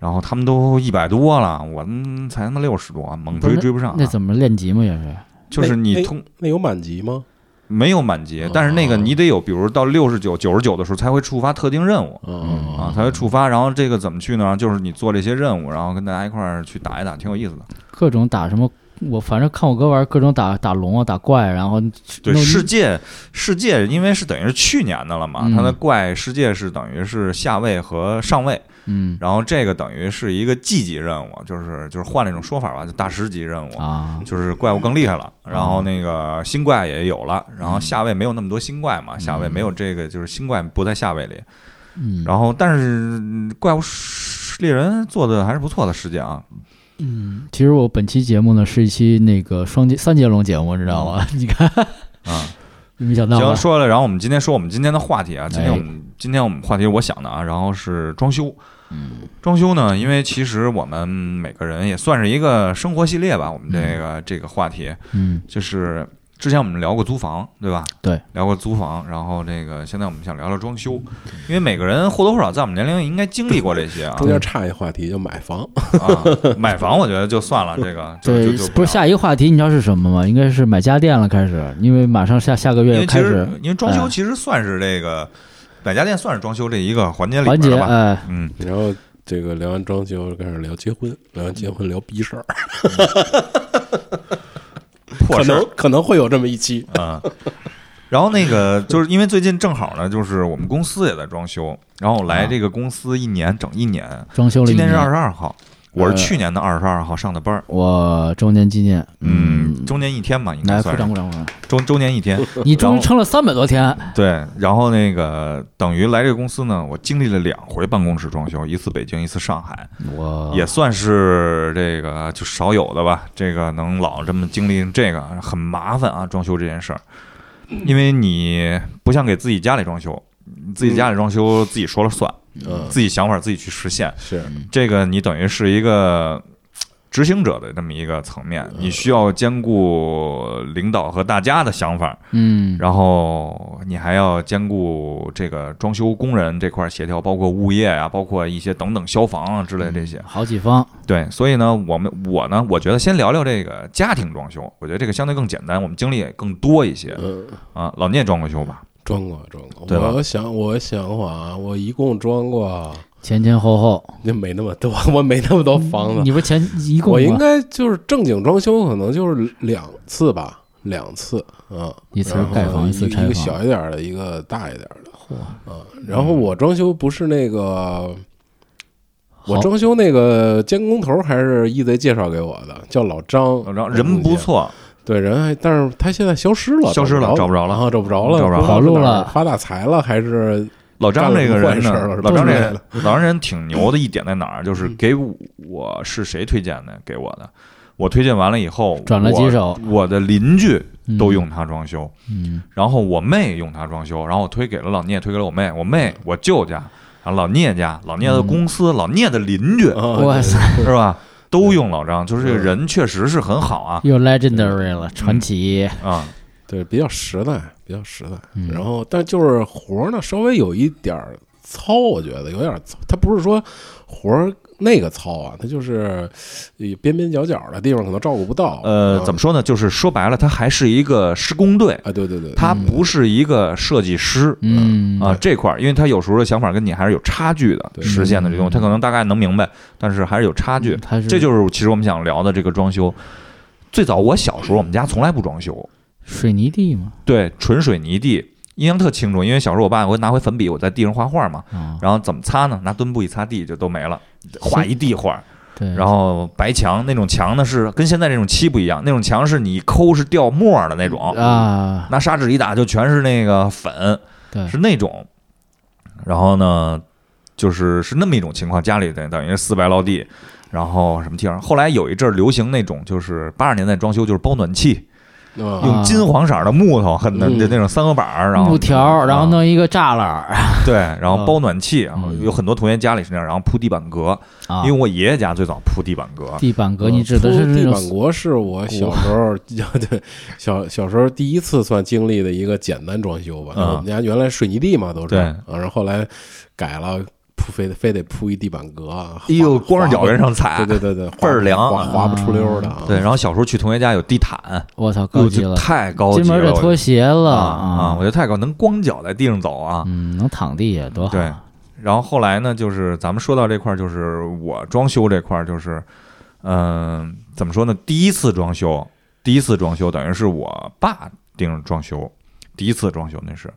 S3: 然后他们都一百多了，我们才他妈六十多，猛追
S1: 不是
S3: 追不上啊、啊
S1: 那怎么哎练级嘛？也是，
S3: 就是你通
S2: 那有满级吗？
S3: 没有满
S1: 哦
S3: 级，但是那个你得有，比如到六十九、九十九的时候才会触发特定任
S1: 嗯
S3: 务
S2: 哦，
S3: 啊，才会触发。然后这个怎么去呢？就是你做这些任务，然后跟大家一块儿去打一打，挺有意思的。
S1: 各种打什么？我反正看我哥玩各种打打龙啊，打怪，然后
S3: 对，
S1: 弄
S3: 世界世界因为是等于是去年的了嘛，
S1: 嗯
S3: 它的怪世界是等于是下位和上位。
S1: 嗯
S3: 然后这个等于是一个 G 级任务，就是就是换了一种说法吧，就大师级任务，
S1: 啊，
S3: 就是怪物更厉害了，然后那个新怪也有了，
S1: 嗯
S3: 然后下位没有那么多新怪嘛，下位没有这个就是新怪不在下位里，
S1: 嗯，
S3: 然后但是嗯怪物是猎人做的还是不错的，世界啊，
S1: 其实我本期节目呢是一期那个双节三节龙节目，知道吗？ *laughs* 你看，
S3: 啊、
S1: 你没想到
S3: 嗯
S1: 啊
S3: 行
S1: 吧？
S3: 说了，然后我们今天说我们今天的话题啊，今天
S1: 哎
S3: 我们今天我们话题我想的啊，然后是装修，
S1: 嗯
S3: 装修呢，因为其实我们每个人也算是一个生活系列吧，我们这个这个话题，
S1: 嗯，
S3: 就是之前我们聊过租房，对吧？
S1: 对，
S3: 聊过租房，然后这个现在我们想聊聊装修，因为每个人或多或少在我们年龄应该经历过这些
S1: *laughs*
S3: 啊
S2: 中间差一话题就买房，
S3: 啊。买房我觉得就算了，这
S1: *laughs*
S3: 个就
S1: 对
S3: 就就，
S1: 不是
S3: 聊了
S1: 下一个话题，你知道是什么吗？应该是买家电了，开始，因为马上下下个
S3: 因
S1: 月
S3: 为
S1: 就
S3: 其
S1: 开
S3: 实
S1: 始
S3: 因为装修
S1: 哎
S3: 其实算是这个买家电算是装修这一个环节里
S1: 环
S3: 边
S1: 节，
S3: 的吧。
S1: 哎，
S3: 嗯，
S2: 然后这个聊完装修开始聊结婚，聊完结婚聊
S1: *laughs*
S2: 逼事儿，
S3: 破
S2: 可
S3: 事儿
S2: 能可能会有这么一期。
S3: 啊。然后那个就是因为最近正好呢，就是我们公司也在装修，然后我来这个公司一年整一年，
S1: 装啊修了一
S3: 今天
S1: 年
S3: 是，二十二号，我是去年的二十二号上的班儿。
S1: 我周年纪念，
S3: 嗯，，周年一天嘛，应该
S1: 呃来鼓
S3: 算是
S1: 掌鼓掌鼓掌，
S3: 周周年
S1: *laughs*
S3: 一天。
S1: 你终于撑了三百多天，
S3: 对，然后那个等于来这个公司呢，我经历了两回办公室装修，一次北京，一次上海，
S1: 我
S3: 也算是这个就少有的吧。这个能老这么经历这个很麻烦啊，装修这件事儿，因为你不像给自己家里装修，自己家里装修自己说了算，
S2: 嗯，
S3: 自己想法自己去实现。
S2: 是
S3: 这个你等于是一个呃执行者的这么一个层面，你需要兼顾领导和大家的想法，
S1: 嗯，
S3: 然后你还要兼顾这个装修工人这块儿协调，包括物业啊，包括一些等等消防啊之类这些。
S1: 好几方，
S3: 对，所以呢，我们我呢，我觉得先聊聊这个家庭装修，我觉得这个相对更简单，我们经历也更多一些
S2: 嗯。
S3: 啊。老聂装过修吧？
S2: 装过，装过。
S3: 对吧
S2: 我想，我想会儿啊，我一共装过，
S1: 前前后后，
S2: 那没那么多， *laughs* 我没那么多房子。
S1: 你不是前一共
S2: 我应
S1: 吗
S2: 该就是正经装修，可能就是两次吧，两次啊，
S1: 一次
S2: 然后
S1: 盖房一
S2: 一
S1: 次拆
S2: 一个
S1: 房
S2: 小一点的，一个大一点的。啊，然后我装修不是那个，
S1: 好
S2: 我装修 E 那个监工头还是一贼介绍给我的，叫老张，
S3: 然后人不错，
S2: 对人还，但是他现在消失了，
S3: 消失了
S2: 找
S3: 找不着了
S2: 啊，找不着了，
S3: 找不着了
S1: 跑路了
S2: 发大财了，还是
S3: 老张这个人
S2: 干了什么坏事
S3: 呢
S2: 了嗯是，吧
S3: 老张这个
S2: 对
S3: 人老张人挺牛的一点在哪儿？就是给我是谁推荐的？给我的，我推荐完了以后，
S1: 转了几手
S3: 我，我的邻居
S1: 嗯
S3: 都用它装修，
S1: 嗯，
S3: 然后我妹用它装修，然后我推给了老聂，推给了我妹，我妹
S2: 嗯
S3: 我舅家，然后老聂家，老聂的公司，老聂的邻居
S2: 啊
S1: 哇塞，
S3: 是吧？都用老张，就是这
S1: 嗯
S3: 个人确实是很好啊
S1: 又 legendary 了，传奇，
S3: 啊！
S2: 对，比较实在，比较实在。
S1: 嗯
S2: 然后，但就是活儿呢，稍微有一点儿糙，我觉得有点儿糙。它不是说活儿那个糙啊，它就是呃边边角角的地方可能照顾不到。
S3: 呃，怎
S2: 么
S3: 么说呢？就是说白了，他还是一个施工队，
S2: 啊？对对对，
S3: 他不是一个设计师。
S1: 嗯
S3: 啊，这块儿，因为他有时候的想法跟你还是有差距的，
S2: 对
S3: 实现的这东西，
S1: 嗯
S3: 他可能大概能明白，但是还是有差距。
S1: 他嗯是
S3: 这就是其实我们想聊的这个装修。最早我小时候，我们家从来不装修，
S1: 水泥地嘛，
S3: 对，纯水泥地，印象特清楚。因为小时候我爸会拿回粉笔，我在地上画画嘛，
S1: 啊，
S3: 然后怎么擦呢？拿墩布一擦地就都没了，画一地画。
S1: 对，
S3: 然后白墙那种墙呢是跟现在这种漆不一样，那种墙是你一抠是掉沫儿的那种，
S1: 啊，
S3: 拿砂纸一打就全是那个粉，
S1: 对，
S3: 是那种。然后呢，就是是那么一种情况，家里等等于是四白落地，然后什么地方。后来有一阵儿流行那种，就是八十年代装修，就是包暖气，
S2: 啊
S1: 嗯
S3: 用金黄色的木头，很的
S2: 嗯
S3: 那那种三合板儿，然后
S1: 木条，然后
S3: 啊
S1: 弄一个栅栏，
S3: 对，然后包暖气，然后
S1: 嗯
S3: 有很多同学家里是那样，然后铺地板革，
S1: 啊
S3: 因为，我爷爷家最早铺地板革，
S1: 地板革，你指的是
S2: 铺地
S1: 那
S2: 板
S1: 种
S2: 国是我小时候， *laughs* 对，小小时候第一次算经历的一个简单装修吧。
S3: 嗯
S2: 我们家原来水泥地嘛，都是
S3: 对
S2: 啊，然后后来改了铺，非得非得铺一地板革啊。
S3: 哎呦，
S2: 滑
S3: 光着脚
S2: 滑
S3: 跟上
S2: 对
S3: 踩，
S2: 对对对，
S3: 倍儿凉嗯
S2: 滑滑不出溜儿的啊。
S3: 对。然后小时候去同学家有地毯，
S1: 我操，
S3: 我
S1: 高级
S3: 就
S1: 了，
S3: 太高级
S1: 进
S3: 了，
S1: 门就脱鞋了
S3: 啊！我觉得太高，能光脚在地上走啊。
S1: 嗯，能躺地下多好，
S3: 对，然后后来呢，就是咱们说到这块儿，就是我装修这块儿，就是嗯、呃怎么说呢？第一次装修，第一次装修等于是我爸盯着装修，第一次装修那是，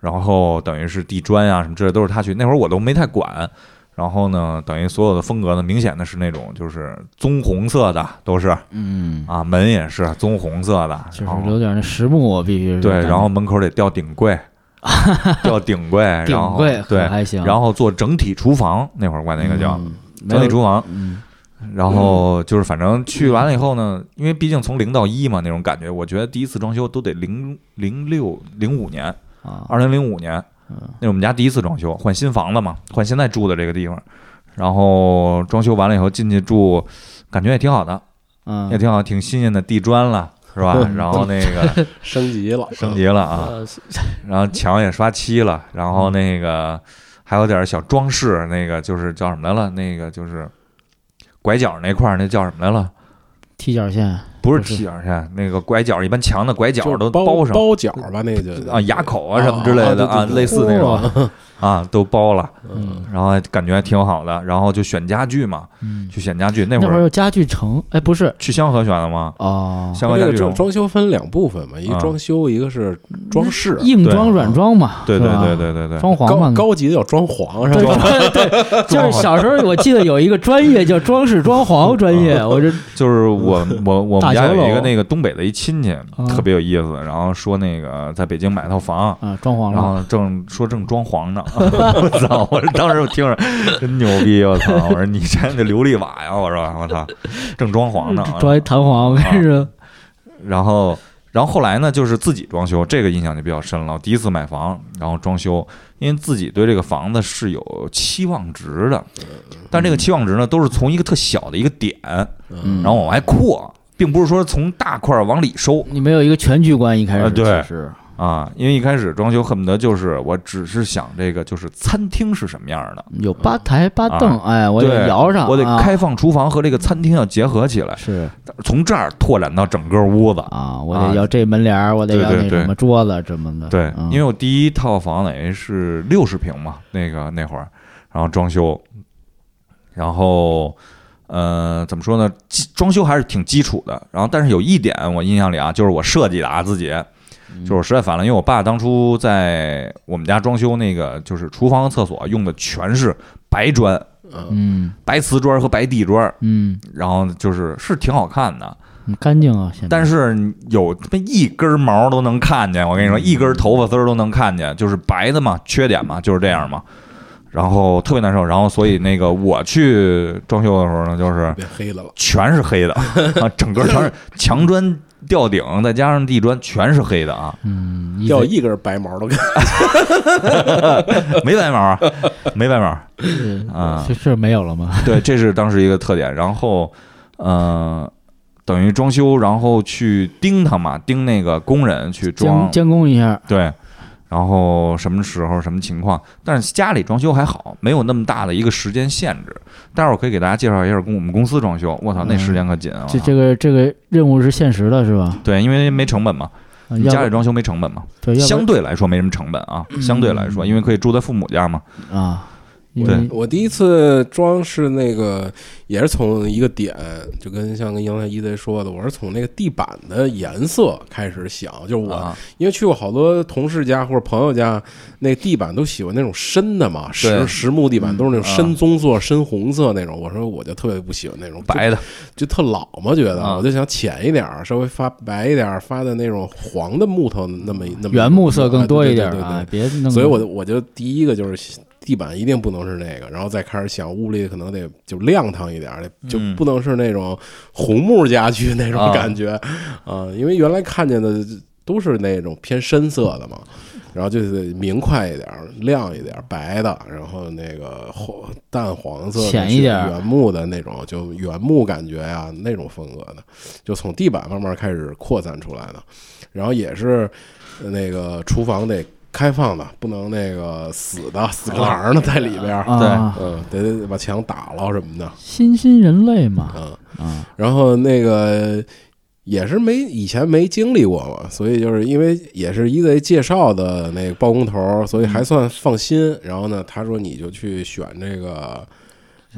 S3: 然后等于是地砖啊什么之类都是他去，那会儿我都没太管。然后呢，等于所有的风格呢，明显的是那种就是棕红色的，都是
S1: 嗯，
S3: 啊，门也是棕红色的，
S1: 就是
S3: 然后
S1: 有点那实木，必须是
S3: 对，然后门口得吊顶柜，吊
S1: *laughs*
S3: 顶柜，
S1: 顶
S3: 然后
S1: 柜可
S3: 对，
S1: 还行，
S3: 然后做整体厨房，那会儿管那个叫
S1: 啊嗯没
S3: 整体
S1: 有，
S3: 厨房。
S1: 嗯
S3: 然后就是反正去完了以后呢，因为毕竟从零到一嘛那种感觉，我觉得第一次装修都得零零六零五年，
S1: 啊，
S3: 二零零五年，
S1: 嗯
S3: 那是我们家第一次装修，换新房子嘛，换现在住的这个地方。然后装修完了以后进去住，感觉也挺好的，也
S1: 嗯，
S3: 挺好，挺新鲜的地砖了，是
S1: *laughs*
S3: 吧？然后那个
S2: *laughs* 升级了，
S3: 升级了啊，
S1: 呃
S3: 然后墙也刷漆了，然后那个还有点小装饰，那个就是叫什么来了？那个就是拐角那块儿，那叫什么来了？
S1: 踢脚线，
S3: 不是
S1: 不是
S3: 踢脚线，那个拐角，一般墙的拐
S2: 就
S3: 角
S2: 是
S3: 都
S2: 包
S3: 上
S2: 包角吧，那个就
S3: 啊，牙口啊什么之类的啊，类似那种 *laughs* 啊，都包了，
S1: 嗯
S3: 然后感觉还挺好的。然后就选家具嘛，
S1: 嗯，
S3: 去选家具那
S1: 那
S3: 会
S1: 会儿
S3: 儿
S1: 有家具城，哎，不是
S3: 去香河选的吗？
S1: 哦，
S3: 香河
S2: 它
S3: 家
S2: 这个
S3: 具
S2: 装
S3: 城，
S2: 装修分两部分嘛，一
S3: 啊
S2: 装修，一个是装饰，
S1: 硬
S3: 对
S1: 装软装嘛，
S3: 对
S1: 是
S3: 对
S1: 吧
S3: 对对对对，
S1: 装潢
S2: 高
S1: 嘛。
S2: 高级的叫装潢是
S1: 对
S2: 吧？
S1: 对
S2: *laughs*
S1: 对，就是小时候我记得有一个专业叫装饰装
S3: 嗯
S1: 潢专业，我这
S3: 就是我
S1: *laughs*
S3: 我我
S1: 嗯大
S3: 们家
S1: 小
S3: 有一个
S1: 楼啊
S3: 那个东北的一亲戚，特别有意思，然后说那个在北京买套房。
S1: 啊装潢
S3: 然
S1: 了，
S3: 后正说正装潢呢， *laughs* 我操！我当时我听着真牛逼，我操！我说你这那琉璃瓦呀，我说我操，正装潢呢。
S1: 嗯装一弹
S3: 嗯
S1: 簧，跟着
S3: 然后然后后来呢，就是自己装修，这个印象就比较深了。我第一次买房，然后装修，因为自己对这个房子是有期望值的，但这个期望值呢，都是从一个特小的一个点，
S1: 嗯
S3: 然后往外扩，并不是说从大块儿往里收。
S1: 你没有一个全局观，一开始、
S3: 啊对
S1: 其实
S3: 啊，因为一开始装修恨不得就是，我只是想这个就是餐厅是什么样的，
S1: 有吧台吧凳，哎，我
S3: 嗯啊对
S1: 得摇上，
S3: 我得
S1: 啊
S3: 开放厨房和这个餐厅要结合起来，
S1: 是
S3: 从这儿拓展到整个屋子。
S1: 啊，我
S3: 啊
S1: 得摇这门帘儿，我得
S3: 对
S1: 摇
S3: 对
S1: 那
S3: 对
S1: 什么桌子什么的，
S3: 对，
S1: 嗯
S3: 因为我第一套房等于是六十平嘛，那个那会儿，然后装修，然后呃，怎么说呢？基装修还是挺基础的。然后，但是有一点我印象里啊，就是我设计的啊自己，就是我实在烦了，因为我爸当初在我们家装修那个就是厨房和厕所用的全是白砖，
S2: 嗯，
S1: 嗯
S3: 白瓷砖和白地砖，
S1: 嗯，
S3: 然后就是是挺好看的，
S1: 很干净啊，现在。
S3: 但是有他妈一根毛都能看见，我跟你说，一根头发丝儿都能看见，就是白的嘛，缺点嘛，就是这样嘛。然后特别难受，然后所以那个我去装修的时候呢，就是
S2: 变黑了了。
S3: 全是黑的啊，整个全是墙砖吊顶，再加上地砖全是黑的啊，
S1: 嗯，一
S2: 掉
S1: 直
S2: 一根白毛都给
S3: 没白毛啊，没白毛。
S1: 是
S3: 啊
S1: 是是没有了吗？
S3: 对，这是当时一个特点。然后，呃，等于装修，然后去盯他嘛，盯那个工人去装
S1: 监，监工一下，
S3: 对。然后什么时候什么情况？但是家里装修还好，没有那么大的一个时间限制。待会儿我可以给大家介绍一下公我们公司装修。我操，那时间可紧
S1: 嗯
S3: 啊！
S1: 这这个这个任务是现实的，是吧？
S3: 对，因为没成本嘛，
S1: 啊
S3: 你
S1: 要
S3: 家里
S1: 不
S3: 装修没成本嘛，
S1: 对，要不
S3: 相对来说没什么成本啊。
S2: 嗯
S3: 相对来说，因为可以住在父母家嘛。
S1: 啊，因
S3: 对
S1: 为
S2: 我第一次装是那个，也是从一个点，就跟像跟刚才一贼说的，我是从那个地板的颜色开始想，就是我、
S3: 啊，
S2: 因为去过好多同事家或者朋友家，那地板都喜欢那种深的嘛，
S3: 对
S2: 实实木地板都是那种
S1: 啊
S3: 嗯
S2: 深棕色、深红色那种。我说我就特别不喜欢那种
S3: 白的，
S2: 就，就特老嘛，觉得、
S3: 啊
S2: 我就想浅一点儿，稍微发白一点儿，发的那种黄的木头那么一那么一
S1: 原木色更多一点
S2: 啊对对对对对
S1: 啊，别弄。
S2: 所以我就我就第一个就是地板一定不能是那个，然后再开始想屋里可能得就亮堂一点儿，就
S3: 嗯
S2: 不能是那种红木家具那种
S3: 啊
S2: 感觉啊、因为原来看见的都是那种偏深色的嘛。然后就是明快一点儿，亮一点儿，白的，然后那个黄淡黄色的、
S1: 浅一点儿
S2: 原木的那种，就原木感觉呀、那种风格的，就从地板慢慢开始扩散出来的。然后也是呃那个厨房得开放的，不能那个死的死个栏儿呢在里边儿，
S1: 啊，
S2: 嗯，得得把墙打了什么的，
S1: 新新人类嘛，
S2: 嗯，
S1: 啊，
S2: 然后那个也是没以前没经历过嘛，所以就是因为也是一贼介绍的那个包工头儿，所以还算放心。然后呢，他说你就去选这个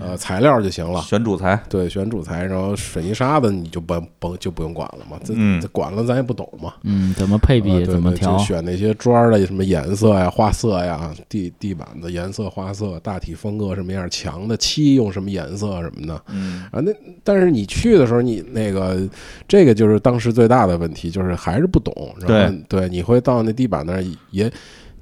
S2: 呃材料就行了。
S3: 选主材，
S2: 对，选主材，然后水泥沙子你就不不就不用管了嘛，这
S3: 嗯
S2: 这管了咱也不懂嘛，
S1: 嗯，怎么配
S2: 啊
S1: 比，
S2: 对
S1: 怎么
S2: 对就
S1: 调，
S2: 选那些砖儿的什么颜色呀、花色呀，地地板的颜色、花色，大体风格什么样，墙的漆用什么颜色什么的
S3: 嗯，
S2: 啊。那但是你去的时候，你那个这个就是当时最大的问题，就是还是不懂。然后对，你会到那地板那儿也。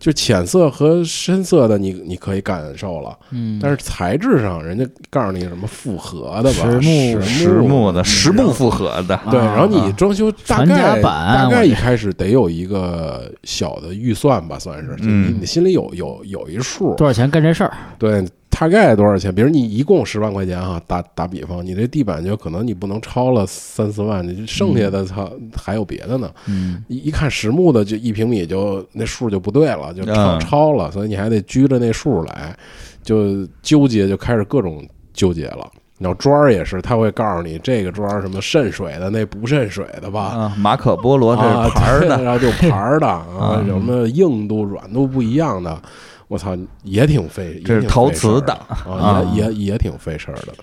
S2: 就浅色和深色的你，你可以感受了，
S1: 嗯，
S2: 但是材质上，人家告诉你什么复合的吧，
S1: 实木
S2: 实
S3: 实木的，实
S2: 然
S3: 木
S2: 后
S3: 复合的，
S2: 对，
S1: 啊
S2: 然后你装修大概、
S1: 传家版
S2: 大概
S1: 我
S2: 一开始得有一个小的预算吧，算是，就
S3: 嗯
S2: 你你心里有有有一数，
S1: 多少钱干这事儿？
S2: 对，大概多少钱？比如你一共十万块钱啊，打打比方，你这地板就可能你不能超了三四万，你剩下的操、还有别的呢。
S1: 嗯，
S2: 一一看实木的就一平米就那数就不对了，就超、
S3: 嗯
S2: 超了，所以你还得拘着那数来，就纠结，就开始各种纠结了。然后砖儿也是，他会告诉你这个砖儿什么渗水的，那不渗水的吧？
S3: 啊，马可波罗这
S2: 啊
S3: 是牌儿
S2: 对
S3: 的，
S2: 然后就牌儿
S3: *laughs*
S2: 的啊，有什么硬度、软度不一样的，我操，也挺费，
S3: 这是
S2: 也挺费
S3: 陶瓷
S2: 事儿的啊，也也也挺费事儿的。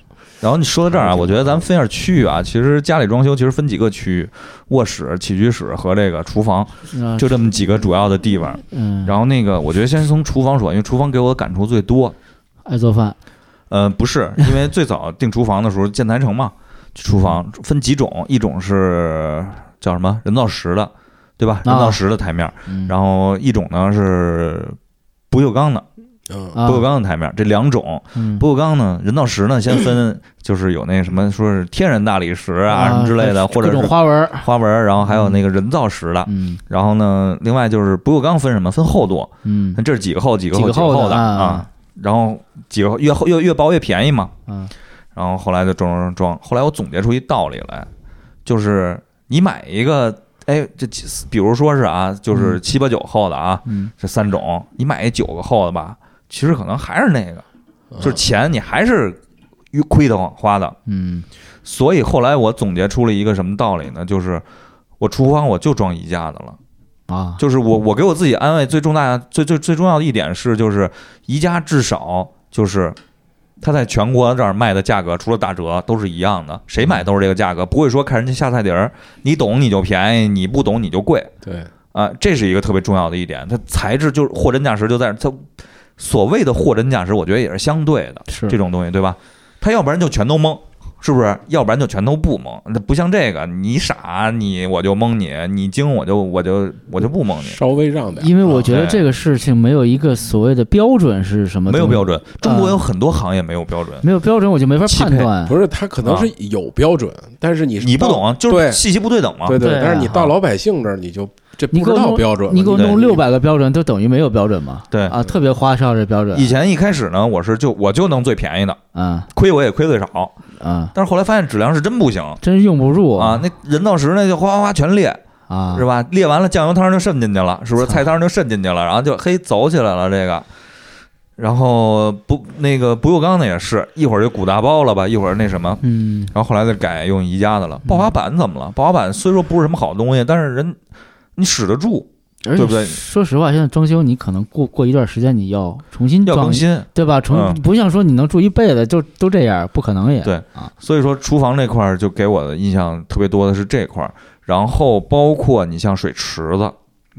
S3: 然后你说到这儿啊，
S1: 嗯
S3: 我觉得咱们分一下区域啊。其实家里装修其实分几个区域：卧室、起居室和这个厨房，
S1: 啊
S3: 就这么几个主要的地方。
S1: 嗯，
S3: 然后那个，我觉得先从厨房说，因为厨房给我的感触最多。
S1: 爱做饭，
S3: 呃，
S1: *laughs*
S3: 不是，因为最早订厨房的时候，建材城嘛，厨房
S1: 嗯
S3: 分几种，一种是叫什么人造石的，对吧？人造石的台面儿，
S1: 啊嗯，
S3: 然后一种呢是不锈钢的，
S2: 嗯，
S1: 啊
S3: 不锈钢的台面儿，这两种。
S1: 嗯
S3: 不锈钢呢，人造石
S1: *clears throat*
S3: 呢，先分就是有那什么，说是天然大理石啊什么之类的，或者
S1: 各种
S3: 是
S1: 花纹儿，
S3: 花纹儿，然后还有那个人造石的。
S1: 嗯
S3: 然后呢，另外就是不锈钢分什么？分厚度，
S1: 嗯
S3: 那这是几个厚，几个厚，
S1: 几个
S3: 几个
S1: 厚
S3: 厚
S1: 的
S3: 的啊
S1: 啊。
S3: 然后几个厚越厚越越薄越便宜嘛。
S1: 啊，
S3: 然后后来就装装装，后来我总结出一道理来，就是你买一个，哎，这几比如说是啊，就是七八九厚的啊，
S1: 嗯
S3: 这三种，你买一九个厚的吧，其实可能还是那个。
S2: 嗯
S3: 就是钱你还是亏的花的。
S1: 嗯
S3: 所以后来我总结出了一个什么道理呢？就是我厨房我就装宜家的了。
S1: 啊，
S3: 就是我我给我自己安慰最重大最最最重要的一点是，就是宜家至少就是。它在全国这儿卖的价格，除了打折，都是一样的，谁买都是这个价格，不会说看人家下菜碟儿，你懂你就便宜，你不懂你就贵。
S2: 对，
S3: 啊，这是一个特别重要的一点，它材质就是货真价实就在这儿它所谓的货真价实，我觉得也是相对的
S1: 是
S3: 这种东西，对吧？他要不然就全都蒙，是不是？要不然就全都不蒙。那不像这个，你傻你我就蒙你，你精我就我就我就不蒙你，
S2: 稍微让点儿，啊
S1: 因为我觉得
S3: 对
S1: 这个事情没有一个所谓的标准是什么，
S3: 没有标
S1: 准，
S3: 准。中国有很多行业没有标准，
S1: 没有标准我就没法
S3: 匹
S1: 判
S3: 配
S1: 断。
S2: 不是他可能
S3: 啊
S2: 是有标准，但是你
S3: 你不
S2: 到，
S3: 懂，啊就
S2: 对
S3: 是信息不对等嘛。
S2: 对
S1: 对啊
S2: 但是你到
S3: 啊
S2: 老百姓这儿你就这
S1: 你
S2: 不
S1: 给我
S2: 知道
S1: 弄
S2: 标准了，
S1: 你给我
S3: 对
S1: 弄
S3: 你
S1: 六百个标准，就等于没有标准嘛？
S3: 对
S1: 啊，特别花哨这标准。
S3: 以前一开始呢，我是就我就弄最便宜的，
S1: 啊
S3: 亏我也亏最少，
S1: 啊，
S3: 但是后来发现质量是真不行
S1: 真用不住
S3: 啊！那人造石那就哗哗哗全裂，
S1: 啊，
S3: 是吧？裂完了，酱油汤就渗进去了，是不是？
S1: 操
S3: 菜汤就渗进去了，然后就嘿走起来了这个。然后不那个不锈钢的也是一会儿就鼓大包了吧，一会儿那什么，
S1: 嗯，
S3: 然后后来再改用宜家的了。爆滑板怎么了？爆滑板虽说不是什么好东西，但是人你使得住，
S1: 而
S3: 对不对
S1: 且说实话，现在装修你可能过过一段时间你要重新
S3: 要
S1: 装
S3: 更，新。
S1: 对吧？重、
S3: 嗯
S1: 不像说你能住一辈子就都这样，不可能也
S3: 对
S1: 啊，
S3: 所以说厨房这块儿就给我的印象特别多的是这块儿，然后包括你像水池子，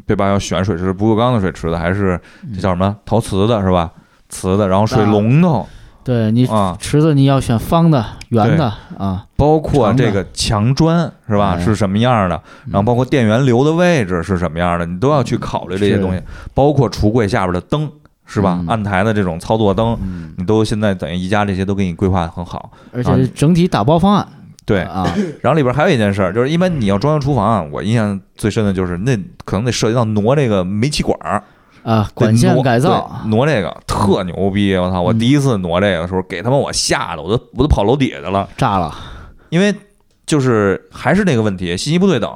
S3: 对吧？要选水池，不锈钢的水池子还是这叫什么陶瓷的是吧？瓷的，然后水
S1: 嗯啊
S3: 龙头
S1: 对你
S3: 啊，
S1: 池子你要选方的、圆的啊，
S3: 包括
S1: 长的
S3: 这个墙砖是吧，
S1: 哎
S3: 是什么样的，
S1: 嗯
S3: 然后包括电源流的位置是什么样的，你都要去考虑这些
S1: 是
S3: 东西，包括橱柜下边的灯是吧
S1: 嗯，
S3: 案台的这种操作灯，
S1: 嗯，
S3: 你都现在等于宜家这些都给你规划得很好。
S1: 而且是整体打包方案
S3: 啊对， *laughs*
S1: 啊，
S3: 然后里边还有一件事儿，就是一般你要装修厨房啊，我印象最深的就是那可能得涉及到挪这个煤气管儿，
S1: 啊，
S3: 得
S1: 管线
S3: 挪
S1: 改造
S3: 对挪这个特牛逼，我操！我
S1: 嗯
S3: 第一次挪这个的时候，给他们我吓得我都我都跑楼底下去了。
S1: 炸了，
S3: 因为就是还是那个问题，信息不对等，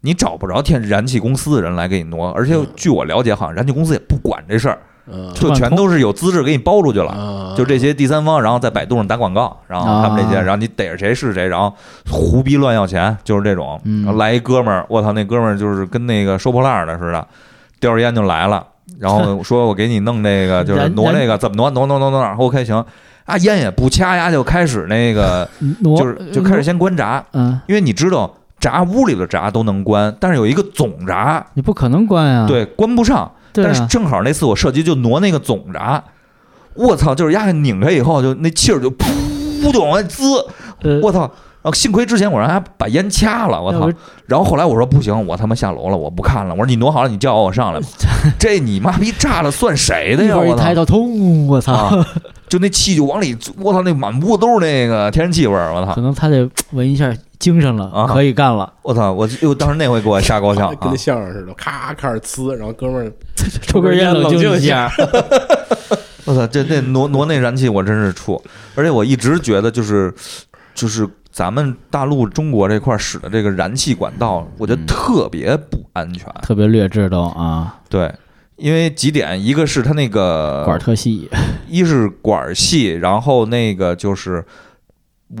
S3: 你找不着天燃气公司的人来给你挪，而且
S1: 嗯
S3: 据我了解，好像燃气公司也不管这事儿，
S2: 嗯
S3: 就全都是有资质给你包出去了。
S2: 啊，
S3: 就这些第三方，然后在百度上打广告，然后他们这些，
S1: 嗯啊
S3: 然后你逮着谁是谁，然后胡逼乱要钱，就是这种。
S1: 嗯
S3: 然后来一哥们儿，我操，那哥们儿就是跟那个收破烂儿的似的，叼着烟就来了，然后说我给你弄那个，就
S1: *laughs*
S3: 是
S1: 燃
S3: 挪
S1: 燃
S3: 那个，怎么挪挪挪挪挪，OK 行，啊烟也不掐呀，就开始那个，
S1: 挪
S3: 就是就开始先观察，
S1: 嗯，
S3: 因为你知道炸屋里的闸都能关，但是有一个总闸，
S1: 你不可能关呀，
S3: 对，关不上。
S1: 啊对
S3: 但是
S1: 啊，
S3: 正好那次我射击就挪那个总闸，我操，就是压拧开以后就那气儿就噗就往外滋，
S1: 呃
S3: 我操！然后幸亏之前我让他把烟掐了，我
S1: 要
S3: 操
S1: 不！
S3: 然后后来我说不行，我他妈下楼了，我不看了。我说你挪好了，你叫我我上
S1: *laughs*
S3: 来吧。这你妈逼炸了算谁的
S1: 一
S3: 呀？
S1: 会儿一
S3: 我
S1: 抬
S3: 操！
S1: 头，通，我操，
S3: 啊，就那气就往里，我操！那满屋都是那个天然气味儿，我操
S1: 可！能他得闻一下精神了，
S3: 啊
S1: 可以干
S3: *laughs*
S1: 了，
S3: 我操！我就当时那回给我吓够呛
S2: 跟
S3: 啊
S2: 那！相声似的，咔开始呲，然后哥们儿
S1: 抽根烟冷静一下，
S3: 我操，这这挪挪那燃气，我真是怵。而且我一直觉得，就是就是咱们大陆中国这块儿使的这个燃气管道，我觉得
S1: 嗯
S3: 特别不安全。
S1: 特别劣质都啊，
S3: 对，因为几点，一个是它那个
S1: 管儿特细，
S3: 一是管儿细，然后那个就是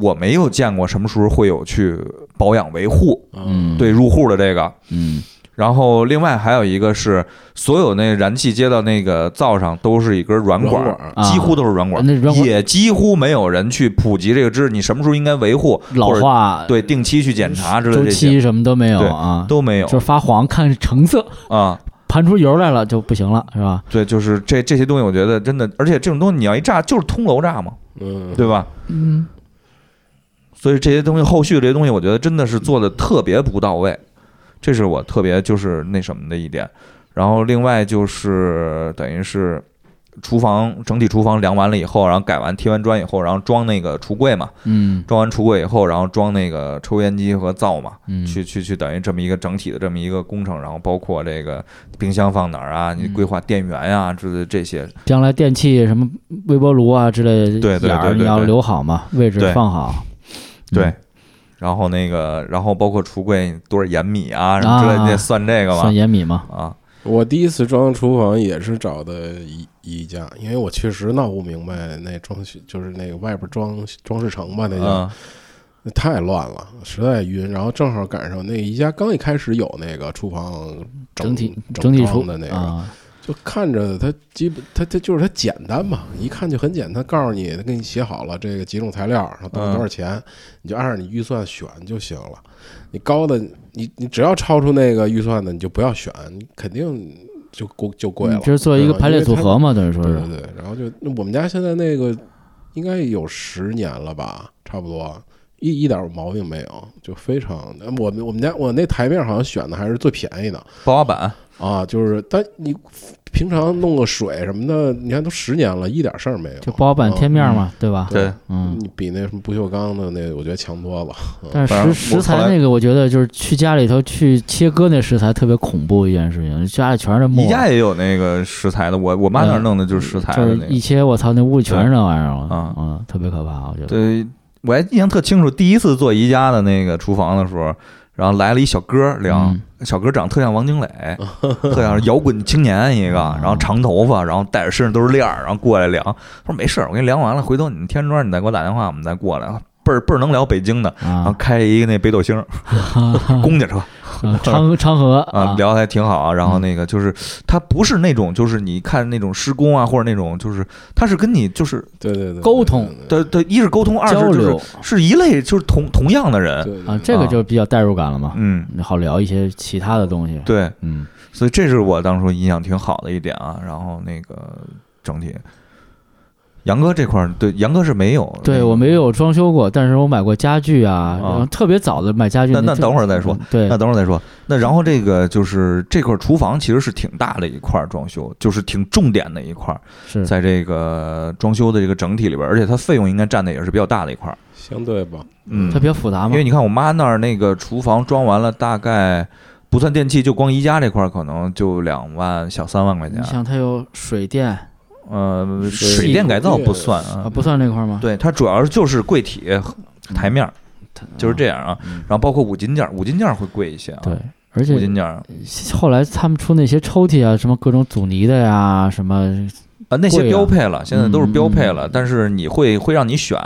S3: 我没有见过什么时候会有去保养维护
S2: 啊
S1: 嗯，，
S3: 对入户的这个。
S1: 嗯，
S3: 然后另外还有一个是，所有那燃气接到那个灶上都是一根软
S2: 软
S3: 管儿，
S2: 管
S1: 啊
S3: 几乎都是软管
S1: 那软
S3: 儿，
S1: 管
S3: 也几乎没有人去普及这个知识。你什么时候应该维护？
S1: 老
S3: 或者
S1: 化，
S3: 对，定期去检查之类的
S1: 呃周
S3: 这些
S1: 期什么都没有
S3: 对
S1: 啊，
S3: 都没有
S1: 就是发黄，看橙色，
S3: 啊。
S1: 盘出油来了就不行了，是吧？
S3: 对，就是这这些东西，我觉得真的，而且这种东西你要一炸就是通楼炸嘛，
S2: 嗯，
S3: 对吧？
S1: 嗯，
S3: 所以这些东西后续这些东西，我觉得真的是做的特别不到位，这是我特别就是那什么的一点。然后另外就是等于是厨房整体厨房量完了以后，然后改完贴完砖以后，然后装那个橱柜嘛，
S1: 嗯
S3: 装完橱柜以后，然后装那个抽烟机和灶嘛，
S1: 嗯，
S3: 去去去等于这么一个整体的这么一个工程，然后包括这个冰箱放哪儿啊，你
S1: 嗯
S3: 规划电源呀、之类的这些，
S1: 将来电器什么微波炉啊之类的
S3: 对对
S1: 眼儿
S3: 对对
S1: 你要
S3: 对
S1: 留好嘛，位置
S3: 对
S1: 放好。
S3: 对
S1: 嗯，。
S3: 然后那个，然后包括橱柜多少盐米啊什么之类的，
S1: 啊
S3: 你得算这个嘛
S1: 算烟米嘛，
S3: 啊，
S2: 我第一次装厨房也是找的宜宜家，因为我确实闹不明白那装修就是那个外边装装饰城吧，那叫、
S3: 嗯
S2: 那太乱了，实在晕。然后正好赶上那个宜家刚一开始有那个厨房整
S1: 整体
S2: 整
S1: 体
S2: 装
S1: 出
S2: 的那个，
S1: 啊，
S2: 就看着它基本它它就是它简单嘛，一看就很简单，告诉你它给你写好了这个几种材料，然后多少多少钱，你就按照你预算选就行了。你高的你你只要超出那个预算的，你就不要选，你肯定就贵就贵了。
S1: 嗯就是做一个排列组合嘛，等于说
S2: 对
S1: 是
S2: 对对，然后就那我们家现在那个应该有十年了吧，差不多一一点毛病没有，就非常。我们我们家我那台面好像选的还是最便宜的
S3: 豪华版，
S2: 啊，就是但你平常弄个水什么的，你看都十年了，一点事儿没有。
S1: 就包板贴面嘛，对吧？
S3: 对，
S1: 嗯，
S2: 你比那什么不锈钢的那，我觉得强多了。
S1: 但
S3: 反
S1: 是
S3: 正
S1: 食
S3: 我
S1: 食材
S3: 后来
S1: 那个，我觉得就是去家里头去切割那食材特别恐怖一件事情，家里全是那沫
S3: 宜家
S1: 儿，
S3: 也有那个食材的，我我妈那儿弄的就是食材
S1: 就
S3: 的
S1: 嗯是
S3: 那
S1: 一
S3: 个。
S1: 切我操，那屋里全是那玩意儿，
S3: 啊
S1: 嗯，特别可怕，我觉得。
S3: 对，我还印象特清楚，第一次做宜家的那个厨房的时候，然后来了一小哥儿
S1: 嗯
S3: 聊， *laughs* 小哥长得特像王经磊，特像摇滚青年一个，然后长头发，然后带着身上都是链儿，然后过来量。他说没事儿，我给你量完了，回头你们天庄你再给我打电话，我们再过来。倍儿倍儿能聊北京的，然后
S1: 啊，
S3: 开一个那北
S1: *laughs*
S3: 斗星儿公家车
S1: 啊
S3: *laughs*
S1: 昌昌河
S3: 啊，聊得还挺好啊。然
S1: 嗯
S3: 后那个就是他不是那种就是你看那种施工啊，或者那种就是他是跟你就是
S2: 对对对，
S1: 沟通
S2: 对
S3: 对对，一是沟通，二是
S1: 交
S3: 就是
S1: 流
S3: 是一类就是同同样的人，
S2: 对
S1: 啊，这个
S3: 啊
S1: 就比较代入感了嘛，
S3: 嗯，
S1: 好聊一些其他的东西。
S3: 对，
S1: 嗯，
S3: 所以这是我当初印象挺好的一点啊。然后那个整体，杨哥这块儿对杨哥是没有，
S1: 对我没，有装修过，但是我买过家具啊，然后特别早的买家具。
S3: 那那
S1: 就嗯
S3: 等会儿再说。
S1: 对
S3: 那，等会儿再说。那然后这个就是这块厨房其实是挺大的一块装修，就是挺重点的一块，
S1: 是
S3: 在这个装修的这个整体里边，而且它费用应该占的也是比较大的一块。
S2: 相对吧，
S3: 嗯
S1: 它，比较复杂
S3: 因
S1: 嘛
S3: 为。你看我妈那儿那个厨房装完了，大概不算电器，就光宜家这块儿可能就两万小三万块
S1: 你
S3: 钱。
S1: 想，它有水电
S3: 呃，
S1: 水
S3: 水电改造不算
S1: 啊，
S3: 啊，
S1: 不算那块儿吗？
S3: 对，它主要就是柜体、台面儿，就是这样啊。
S1: 嗯
S3: 然后包括五金件儿，五金件儿会贵一些啊。
S1: 对，而
S3: 五
S1: 且
S3: 金件儿啊，
S1: 后来他们出那些抽屉啊，什么各种阻尼的呀，什么
S3: 呃那些
S1: 贵啊
S3: 标配了，现在都是标配
S1: 嗯嗯
S3: 了
S1: 嗯。
S3: 但是你会会让你选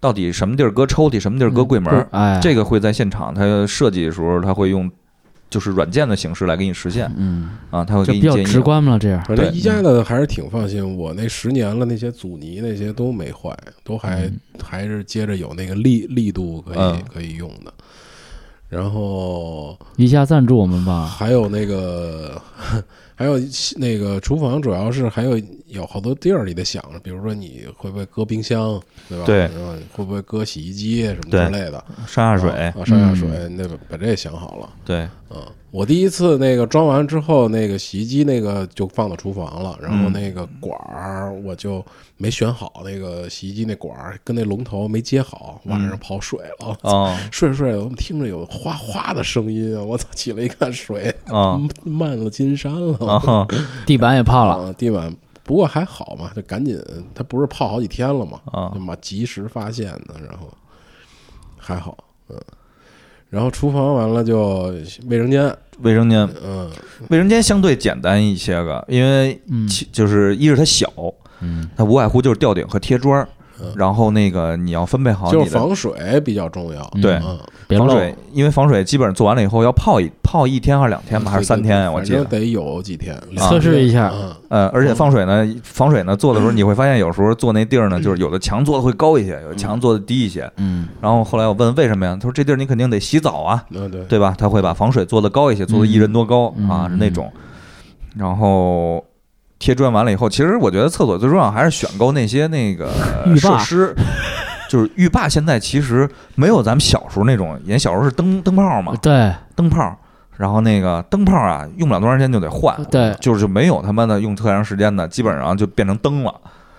S3: 到底什么地儿搁抽屉，什么地儿搁柜门
S1: 嗯
S3: 儿，
S1: 哎，
S3: 这个会在现场它设计的时候，它会用就是软件的形式来给你实现
S1: 嗯，
S3: 啊，它会
S1: 就
S3: 给
S1: 比
S3: 你
S1: 较
S3: 建
S1: 直
S3: 议。
S1: 观嘛，这样。嗯
S2: 反正
S3: 对
S2: 宜家的还是挺放心，我那十年了，那些阻尼那些都没坏，都还、
S1: 嗯
S2: 还是接着有那个力力度可以、
S3: 嗯
S2: 可以用的。然后
S1: 宜家赞助我们吧，
S2: 啊还有那个， *laughs* 还有那个厨房，主要是还有有好多地儿你得想着，比如说你会不会搁冰箱，对吧？
S3: 对
S2: 然后你会不会搁洗衣机什么
S3: 对
S2: 之类的？
S3: 山下水
S2: 啊，，上下水，
S1: 嗯
S2: 你得把这也想好了。
S3: 对，
S2: 嗯，我第一次那个装完之后，那个洗衣机那个就放到厨房了，然后
S3: 嗯
S2: 那个管儿我就没选好，那个洗衣机那管儿跟那龙头没接好，晚
S3: 嗯
S2: 上跑水了。 *laughs*
S3: 哦
S2: 睡着睡着，我们听着有哗哗的声音啊！我操，起来一看水，
S3: 哦
S2: 漫了金山了，
S3: 哦，
S1: 地板也泡了，
S2: 啊，地板。不过还好嘛，就赶紧，它不是泡好几天了嘛，
S3: 啊
S1: 嗯
S2: 就嘛及时发现的，然后还好，嗯。然后厨房完了就卫生间，
S3: 卫生间，
S2: 嗯，
S3: 卫生间相对简单一些个，因为
S1: 呃嗯
S3: 其就是一是它小，
S1: 嗯，
S3: 它无外乎就是吊顶和贴砖儿
S2: 嗯，
S3: 然后那个你要分配好
S2: 就
S3: 你
S2: 是
S3: 的
S2: 防水比较重要。
S1: 嗯
S3: 对
S2: 嗯，
S1: 别
S3: 防
S1: 漏，
S3: 水，因为防水基本上做完了以后要泡一泡一天还是两天吧，还是三天啊？我
S2: 反
S3: 记
S2: 正
S3: 得。
S2: 得有几天
S1: 测试一下
S2: 嗯，
S3: 呃，而且防水呢，防水呢做的时候你会发现有时候做那地儿呢，就是有的墙做的会高一些，有的墙做的低一些。
S1: 嗯，
S3: 然后后来我问为什么呀？他说这地儿你肯定得洗澡啊，
S2: 嗯，对，
S3: 对吧？他会把防水做的高一些，做的一人多高
S1: 嗯
S3: 啊
S1: 嗯
S3: 那种。然后贴砖完了以后，其实我觉得厕所最重要还是选购那些那个
S1: 浴
S3: 设
S1: 霸 *laughs*
S3: 施。就是浴霸现在其实没有咱们小时候那种，人小时候是灯灯泡嘛，
S1: 对，
S3: 灯泡，然后那个灯泡啊，用不了多长时间就得换，
S1: 对
S3: 就是没有他妈的用特长时间的，基本上就变成灯了。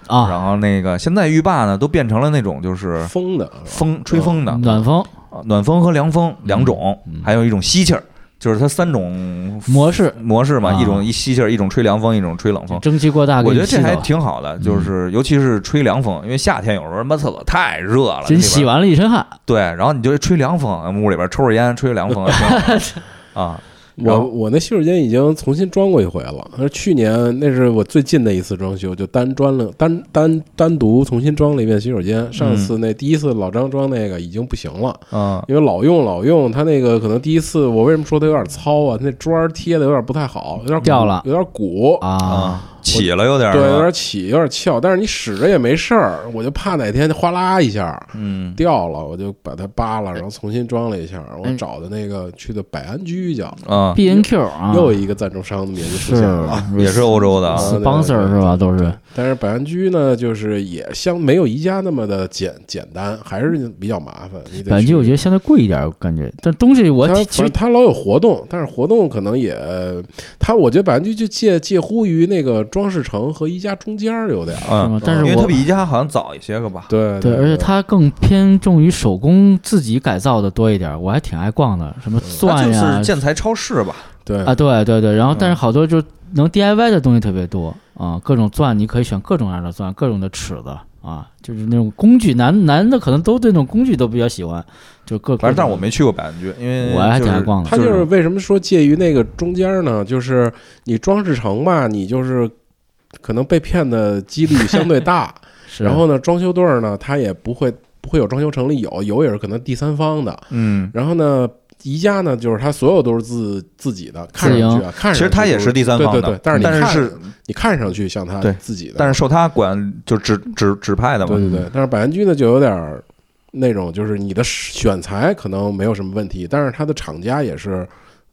S1: 啊，
S3: 然后那个现在浴霸呢，都变成了那种就是
S2: 风的是吧
S3: 风吹风的，
S1: 暖风
S3: 啊暖风和凉风两种
S1: 嗯嗯，
S3: 还有一种吸气儿，就是它三种
S1: 模式，
S3: 模式嘛，
S1: 啊
S3: 一种一吸气儿，一种吹凉风，一种吹冷风。
S1: 蒸汽过大，给
S3: 我
S1: 你
S3: 觉得这
S1: 吸
S3: 还
S1: 走
S3: 挺好
S1: 嗯
S3: 的，就是尤其是吹凉风，因为夏天有时候他妈厕所太热了，
S1: 真
S3: 那边
S1: 洗完了一身汗，
S3: 对，然后你就吹凉风，屋里边抽着烟吹着凉风，挺好
S1: *laughs*
S3: 的啊，然
S2: 我
S3: 后
S2: 我那洗手间已经重新装过一回了，而去年那是我最近的一次装修，就单装了单单单独重新装了一遍洗手间。上次那第一次老张装那个已经不行了，
S3: 嗯，
S2: 因为老用老用，它那个可能第一次我为什么说它有点糙啊？它那砖儿贴的有点不太好，有点鼓
S3: 哦
S1: 掉了
S2: 有点鼓
S1: 啊，
S3: 起了有点儿，
S2: 对，
S3: 是吧
S2: 有点起，有点翘，但是你使着也没事儿，我就怕哪天哗啦一下
S3: 嗯
S2: 掉了，我就把它扒了，然后重新装了一下。我
S1: 嗯
S2: 找的那个去的百安居叫，
S3: 啊，
S1: B N Q 啊，
S2: 又一个赞助商的名字出现了。
S1: 是
S3: 也是欧洲的啊，
S2: 嗯
S1: sponsor 是吧？都是
S2: 但是百安居呢，就是也相没有宜家那么的简简单，还是比较麻烦。你得
S1: 感觉我觉
S2: 得
S1: 得相对贵一点，我感觉，但东西我
S2: 他
S1: 挺
S2: 反
S1: 其
S2: 正
S1: 实
S2: 他老有活动，但是活动可能也他，我觉得百安居就介介乎于那个装饰城和宜家中间儿有点儿。
S1: 是吗
S3: 嗯，
S1: 但是
S3: 因为
S1: 我
S3: 它比宜家好像早一些个吧，
S2: 对
S1: 啊对，而且它更偏重于手工自己改造的多一点，我还挺爱逛的，什么
S3: 它
S1: 钻
S3: 就
S1: 呀
S3: 是建材超市吧，
S2: 对
S1: 啊，对对对，然后但是好多就能 DIY 的东西特别多啊，各种钻你可以选各种样的钻，各种的尺子啊，就是那种工具，男男的可能都对那种工具都比较喜欢，就各
S3: 反正但是我没去过百安居，因为
S1: 我还
S3: 就
S1: 挺
S3: 是
S1: 爱逛的
S2: 它就是为什么说介于那个中间呢？就是你装饰城吧，你就是可能被骗的几率相对大，
S1: 是
S2: 然后呢，装修队儿呢，它也不会不会有装修城里有，有也是可能第三方的。
S3: 嗯，
S2: 然后呢，宜家呢，就是它所有都是自自己的，看上去啊，看上去
S3: 其实它也
S2: 就是
S3: 第三方的，
S2: 对对对，但是你
S3: 但是
S2: 看
S3: 是
S2: 你看上去像它
S3: 对
S2: 自己的，
S3: 但是受他管就指指指派的嘛，
S2: 嗯对对对，但是百安居呢就有点儿那种，就是你的选材可能没有什么问题，但是它的厂家也是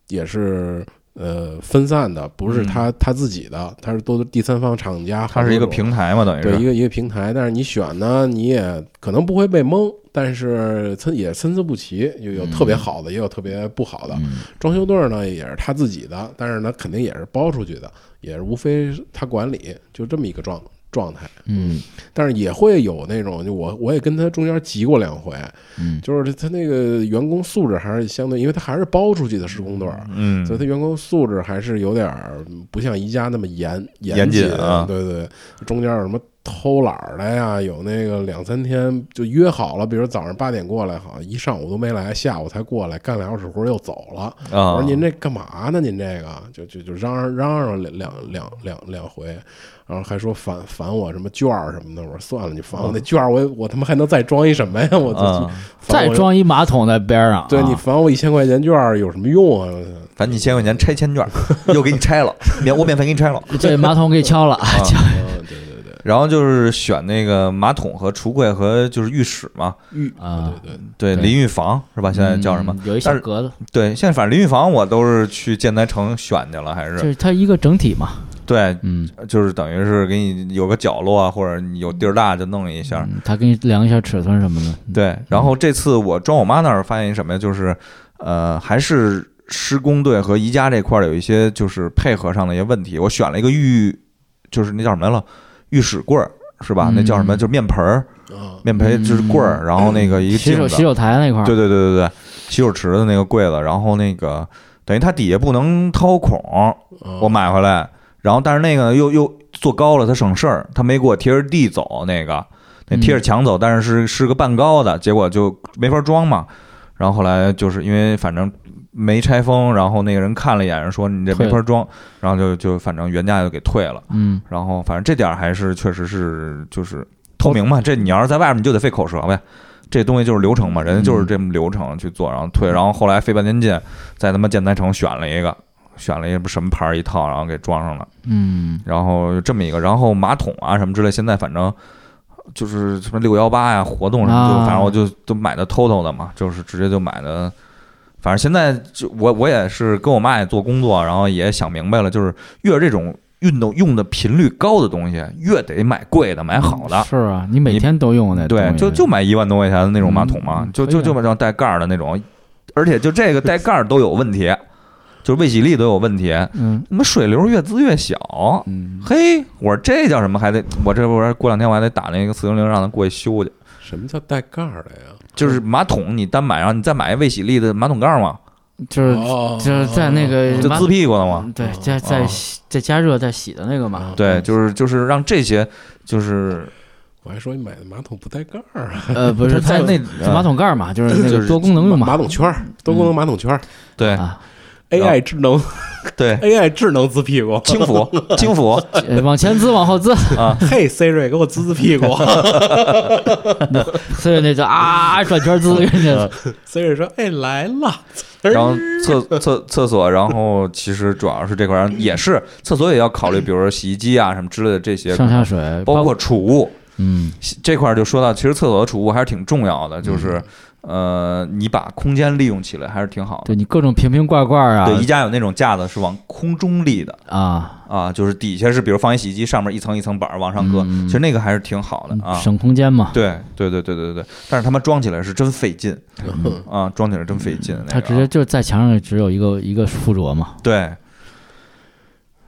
S2: 也是呃分散的，不是
S3: 嗯
S2: 他、他自己的，他是都是第三方厂家，
S3: 它是一个平台嘛，等于
S2: 对一
S3: 是，
S2: 个一个平台，但是你选呢，你也可能不会被蒙，但是参也参差不齐，有有特别好的，也有特别不好的。
S1: 嗯
S2: 装修队儿呢也是他自己的，但是呢肯定也是包出去的，也是无非是他管理，就这么一个状状态。
S1: 嗯
S2: 但是也会有那种，就我我也跟他中间急过两回，
S1: 嗯
S2: 就是他那个员工素质还是相对，因为他还是包出去的施工队儿，
S3: 嗯，
S2: 所以他员工素质还是有点儿不像宜家那么严
S3: 严
S2: 谨
S3: 谨啊
S2: 对对，中间有什么偷懒儿的呀，有那个两三天就约好了，比如早上八点过来，好像一上午都没来，下午才过来，干俩小时活儿又走了。我
S3: 啊
S2: 说，您这干嘛呢？您这个就就就嚷嚷嚷嚷两两两两两回，然后还说返返我什么券儿什么的。我说算了，你
S3: 嗯
S2: 返我那券儿，我我他妈还能再装一什么呀？我自己
S3: 啊，
S1: 再。
S2: 返我
S1: 装一马桶在边上啊，
S2: 对你返我一千块钱券儿有什么用
S3: *laughs*
S2: 啊？
S3: 反正你千块钱拆迁券，又给你
S2: *laughs*
S3: 拆了，免我免费给你拆了。
S1: 这马桶给敲了，敲
S2: 嗯对对对，
S3: 然后就是选那个马桶和橱柜和就是浴室嘛，
S2: 浴 *laughs*
S1: 啊
S2: 对对对
S3: 对，
S1: 对
S3: 淋浴房是吧？现在叫什么？
S1: 嗯？有一
S3: 但
S1: 小
S3: 是
S1: 格子，
S3: 对，现在反正淋浴房我都是去建材城选去了，还
S1: 就是是它一个整体嘛，
S3: 对，
S1: 嗯，
S3: 就是等于是给你有个角落啊，或者你有地儿大就弄一下。
S1: 嗯他给你量一下尺寸什么的，
S3: 对，然后这次我装我妈那儿发现一什么呀？就是呃，还是施工队和宜家这块儿有一些就是配合上的一些问题。我选了一个浴，就是那叫什么来了？浴室柜儿是吧？那叫什么？
S1: 嗯
S3: 就是面盆儿，
S2: 啊，
S3: 面盆就是
S1: 嗯
S3: 柜儿，然后那个一个
S1: 洗
S3: 镜
S1: 手
S3: 子，
S1: 洗手台那块儿，
S3: 对对对对对，洗手池的那个柜子，然后那个等于它底下不能掏孔，
S2: 啊
S3: 我买回来，然后但是那个又又做高了，它省事儿，它没给我贴着地走那个，那
S1: 嗯
S3: 贴着墙走，但是是是个半高的，结果就没法装嘛。然后后来就是因为反正没拆封，然后那个人看了一眼，人说你这没
S1: 退
S3: 法装，然后就就反正原价就给退了。
S1: 嗯，
S3: 然后反正这点儿还是确实是就是透明嘛，这你要是在外面你就得费口舌呗。这东西就是流程嘛，人家就是这么流程去做，然后退，然后后来费半天劲，在他妈建材城选了一个，选了一个什么牌儿一套，然后给装上了，
S1: 嗯
S3: 然后这么一个，然后马桶啊什么之类，现在反正就是什么六幺八呀活动什么，就
S1: 啊
S3: 反正我就都买的偷偷的嘛，就是直接就买的，反正现在就我我也是跟我妈也做工作，然后也想明白了，就是越这种运动用的频率高的东西，越得买贵的，买好的。
S1: 是啊，你每
S3: 你
S1: 天都用那东
S3: 对，
S1: 西
S3: 就就买一万多块钱的那种马桶嘛，
S1: 嗯
S3: 就
S1: 可以
S3: 就
S1: 啊
S3: 就买这种带盖儿的那种，而且就这个带盖儿都有问题，就是卫洗力都有问题，
S1: 嗯
S3: 他妈水流越滋越小。
S1: 嗯，
S3: 嘿，我说这叫什么？还得我这不是过两天我还得打那个四零零让他过去修去，
S2: 什么叫带盖儿的呀？
S3: 就是马桶你单买，然后你再买一卫洗力的马桶盖儿嘛，
S1: 就是
S2: 哦
S1: 就是在那个
S3: 就
S1: 马
S3: 滋屁股的嘛。
S1: 嗯对，在在
S3: 啊
S1: 洗在加热在洗的那个嘛
S2: 啊，
S3: 对，就是就是让这些就是
S2: 我还说你买的马桶不带盖儿啊，
S1: 呃，不是
S3: *laughs* 在那
S1: 在马桶盖嘛，就是那
S3: 就
S1: 个
S3: 是
S1: 多功能用嗯
S2: 马
S1: 嘛
S2: 桶圈儿，多功能马桶圈儿
S3: 对
S1: 啊，
S2: ，AI 嗯智能
S3: 对，
S2: AI 智能滋屁股，
S3: 轻
S1: *laughs*
S3: 抚轻抚
S1: 呃往前滋，往后滋，
S3: 啊，
S2: 嘿 Siri 给我滋滋屁股
S1: 所以那就啊转圈滋人
S3: 啊
S1: 家。
S2: ，Siri 说哎来了，
S1: 哎
S2: 哎
S3: 然后厕厕厕所，然后其实主要是这块儿，然后也是厕所也要考虑，比如说洗衣机啊什么之类
S1: *laughs*
S3: 的这些，
S1: 上下水，
S3: 包括储物
S1: 嗯
S3: 这块儿就说到，其实厕所的储物还是挺重要的，就是呃，你把空间利用起来还是挺好的。
S1: 对你各种瓶瓶罐罐啊
S3: 对，宜家有那种架子是往空中立的
S1: 啊，
S3: 啊，就是底下是比如放一洗衣机，上面一层一层板儿往上搁，
S1: 嗯
S3: 其实那个还是挺好的啊。
S1: 省空间嘛。
S3: 对对对对对对，但是他们装起来是真费劲
S2: 嗯
S3: 啊，装起来真费劲。那
S1: 它
S3: 个啊
S1: 直接就在墙上只有一个一个附着嘛。
S3: 对，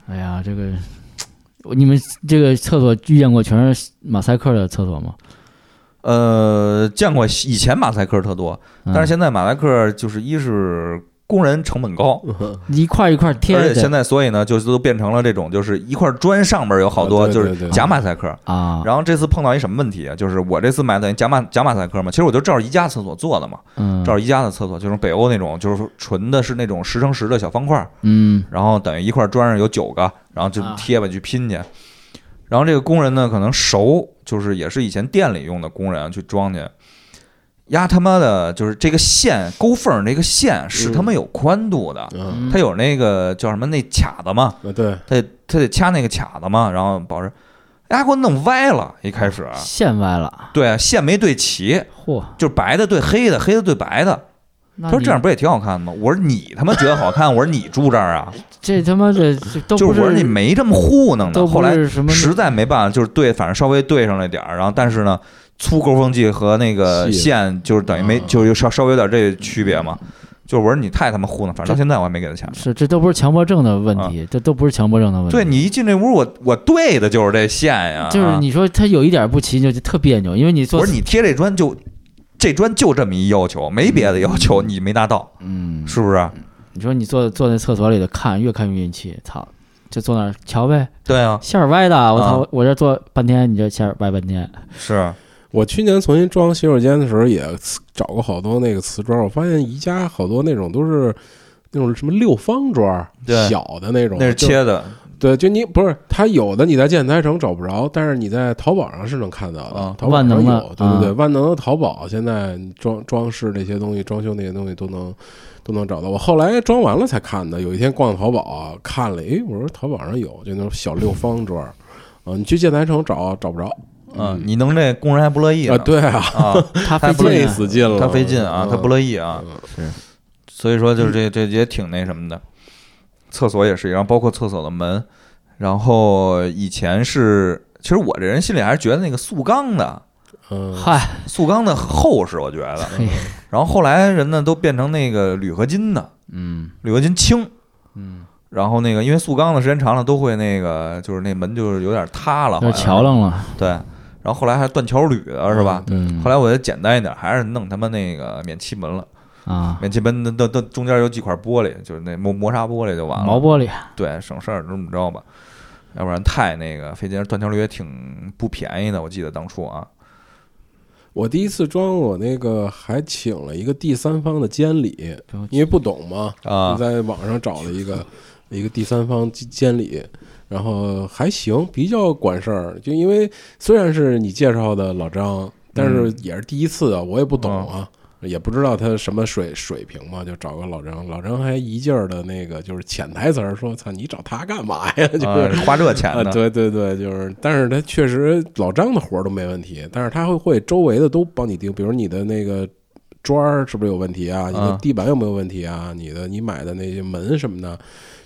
S1: 哎呀，这个你们这个厕所遇见过全是马赛克的厕所吗？
S3: 呃，见过以前马赛克特多，
S1: 嗯
S3: 但是现在马赛克就是一是工人成本高，
S2: 嗯
S1: 一块一块贴
S3: 而
S1: 着
S3: 且现在所以呢，就是都变成了这种，就是一块砖上面有好
S2: 啊
S3: 多
S2: 对
S3: 就
S2: 对
S3: 是
S2: 对
S3: 假马赛克。
S1: 啊，
S3: 然后这次碰到一什么问题啊？就是我这次买的假马假马赛克嘛，其实我就照着宜家厕所做的嘛，
S1: 嗯
S3: 照着宜家的厕所就是北欧那种，就是说纯的是那种十乘十的小方块儿，
S1: 嗯
S3: 然后等于一块砖上有九个，然后就
S1: 啊
S3: 贴吧去拼去。然后这个工人呢，可能熟，就是也是以前店里用的工人啊去装去。呀他妈的，就是这个线沟缝儿那个线是
S1: 嗯
S3: 他妈有宽度的，
S2: 嗯，
S3: 它有那个叫什么那卡子嘛，
S2: 啊对，
S3: 它得它得掐那个卡子嘛，然后保持。哎呀，给我弄歪了，一开始
S1: 线歪了，
S3: 对啊线没对齐，
S1: 嚯，
S3: 就是白的对黑的，黑的对白的。
S1: 那
S3: 他说
S1: 你
S3: 这样不也挺好看的吗？我说你他妈觉得
S1: *laughs*
S3: 好看，我说你住这儿啊，
S1: 这他妈的这都
S3: 就
S1: 不
S3: 是我说你没这么糊弄的。
S1: 都
S3: 后
S1: 不
S3: 来
S1: 是什么
S3: 实在没办法，就是对，反正稍微对上了点儿，然后但是呢，粗沟缝剂和那个
S2: 细
S3: 线就是等于
S1: 嗯
S3: 没
S2: 啊，
S3: 就是稍稍微有点这区别嘛。就是我说你太他妈糊弄，反正到现在我还没给他钱。
S1: 是这都不是强迫症的问题，这都不是强迫症的问题。
S3: 啊对你一进这屋，我我对的就是这线呀，
S1: 嗯就是
S3: 啊
S1: 你说他有一点不齐，你就特别扭，因为你
S3: 我
S1: 做
S3: 说你贴这砖就这砖就这么一要求，没别的要求，你没达到，
S1: 嗯，
S3: 是不是？
S1: 你说你坐坐在厕所里头看，越看越运气，操，就坐那儿瞧呗，
S3: 对啊，
S1: 线儿歪的，我操，
S3: 啊
S1: 我这坐半天，你这线儿歪半天，
S3: 是
S2: 我去年重新装洗手间的时候，也找过好多那个瓷砖，我发现宜家好多那种都是那种什么六方砖，
S3: 对
S2: 小的那种，
S3: 那是
S2: 就
S3: 切的
S2: 对，就你不是它有的你在建材城找不着，但是你在淘宝上是能看到的
S3: 啊，
S2: 淘宝上
S1: 万能的
S2: 有，对对对，
S1: 啊
S2: 万能的淘宝现在你装装饰这些东西、装修那些东西都能都能找到。我后来装完了才看的，有一天逛淘宝啊看了，诶，我说淘宝上有，就那种小六方砖，啊，你去建材城找找不着
S3: 嗯，你弄这工人还不乐意
S2: 啊，
S3: 呢
S2: 对嗯啊，
S3: 啊，
S1: 他费
S3: 他不
S1: 劲
S2: 累
S1: 啊，
S2: 死劲了，
S3: 他费劲啊，他不
S2: 乐
S3: 乐意啊，
S2: 嗯
S1: 是，
S3: 所以说就是这这也挺那什么的。厕所也是一样，包括厕所的门，然后以前是，其实我这人心里还是觉得那个塑钢的，
S2: 嗯，
S1: 嗨，
S3: 塑钢的厚实，我觉得。
S1: 嘿，
S3: 然后后来人呢都变成那个铝合金的，
S1: 嗯
S3: 铝合金轻，
S1: 嗯，
S3: 然后那个因为塑钢的时间长了都会那个就是那门就是有点塌了，
S1: 有点
S3: 桥
S1: 瞧楞了，
S3: 对，然后后来还断桥铝的是吧？
S1: 嗯，
S3: 后来我就简单一点，还是弄他妈那个免漆门了。
S1: 啊，
S3: 免漆门的的的中间有几块玻璃，就是那磨磨砂玻璃就完了。
S1: 毛玻璃，
S3: 对，省事儿，这么着吧，要不然太那个费劲。断桥铝也挺不便宜的，我记得当初啊，
S2: 我第一次装，我那个还请了一个第三方的监理
S1: 不用，
S2: 因为不懂嘛，
S3: 啊
S2: 我在网上找了一个一个第三方监监理，然后还行，比较管事儿。就因为虽然是你介绍的老张，但
S3: 嗯
S2: 是也是第一次啊，我也不懂啊。也不知道他什么水水平嘛，就找个老张，老张还一劲儿的那个就是潜台词儿说：“操，你找他干嘛呀？” *laughs* 就是、
S3: 啊花这钱
S2: 啊，
S3: 呢。
S2: 对对对，就是，但是他确实老张的活儿都没问题，但是他会会周围的都帮你盯，比如你的那个砖儿是不是有问题啊？你的
S3: 嗯
S2: 地板有没有问题啊？你的你买的那些门什么的，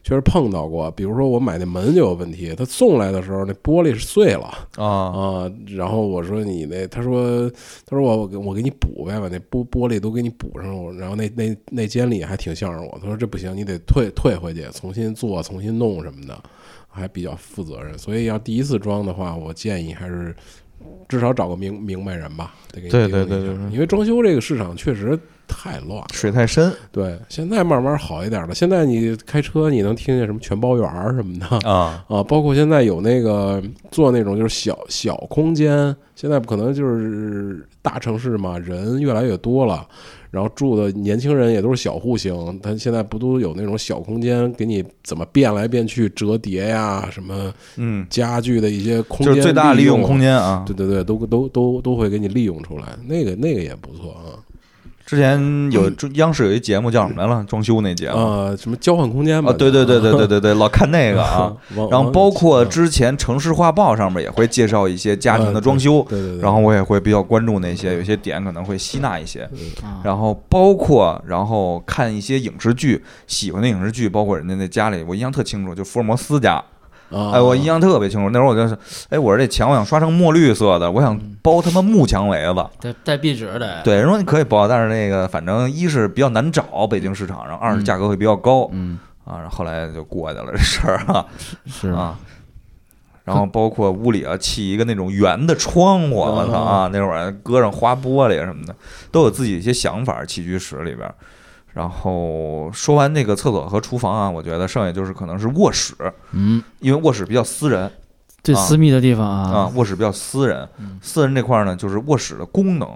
S2: 确实碰到过。比如说我买那门就有问题，他送来的时候那玻璃是碎了
S3: 啊，
S2: 啊，然后我说你那，他说他说我我给我给你补呗，把那玻玻璃都给你补上。我然后那那那监理还挺向着我，他说这不行，你得退退回去，重新做，重新弄什么的，还比较负责任。所以要第一次装的话，我建议还是至少找个明明白人吧，得给你
S3: 对
S2: 盯
S3: 对
S2: 一
S3: 对
S2: 下
S3: 对对
S2: 因为装修这个市场确实太乱了，
S3: 水太深
S2: 对，现在慢慢好一点了。现在你开车，你能听见什么全包圆儿什么的
S3: 啊，
S2: 啊，包括现在有那个做那种就是小小空间，现在可能就是大城市嘛，人越来越多了，然后住的年轻人也都是小户型，但现在不都有那种小空间给你怎么变来变去折叠呀，什么
S3: 嗯，
S2: 家具的一些空
S3: 就
S2: 间
S3: 是最大的利
S2: 利
S3: 用
S2: 用
S3: 空间啊。
S2: 对对对，都都都都会给你利用出来，那个那个也不错啊。
S3: 之前有央视有一节目叫什么来了？装修那节目
S2: 嗯啊，什么交换空间嘛？
S3: 啊，对对
S2: *laughs*
S3: 对对对对对，老看那个啊
S2: 啊。，王
S3: *laughs* 然后包括
S2: 王
S3: 之前城市画报上面也会介绍一些家庭的装修，
S2: 对对对，
S3: 然后我也会比较关注那些，有些点可能会吸纳一些。
S1: 啊
S3: 然后包括然后看一些影视剧，喜欢的影视剧，包括人家那家里，我印象特清楚，就福尔摩斯家，
S2: 啊，
S3: 哎，
S1: 哦
S3: 我印象特别清楚。那会儿我就是，哎，我说这墙我想刷成墨绿色的，我想
S1: 嗯
S3: 包他妈木墙围子。
S1: 带带壁纸的，
S3: 对，人说你可以包，但是那个反正一是比较难找，北京市场上；二是价格会比较高
S1: 嗯，
S3: 啊。然后后来就过去了这事儿啊
S1: 是
S3: 啊。然后包括屋里啊，砌一个那种圆的窗户，我
S1: 哦
S3: 操啊！那会儿搁上花玻璃什么的，都有自己一些想法。起居室里边儿，然后说完那个厕所和厨房啊，我觉得剩下就是可能是卧室，
S1: 嗯，
S3: 因为卧室比较私人
S1: 最
S3: 啊
S1: 私密的地方
S3: 啊
S1: 啊，，
S3: 卧室比较私人
S1: 嗯。
S3: 私人这块儿呢，就是卧室的功能，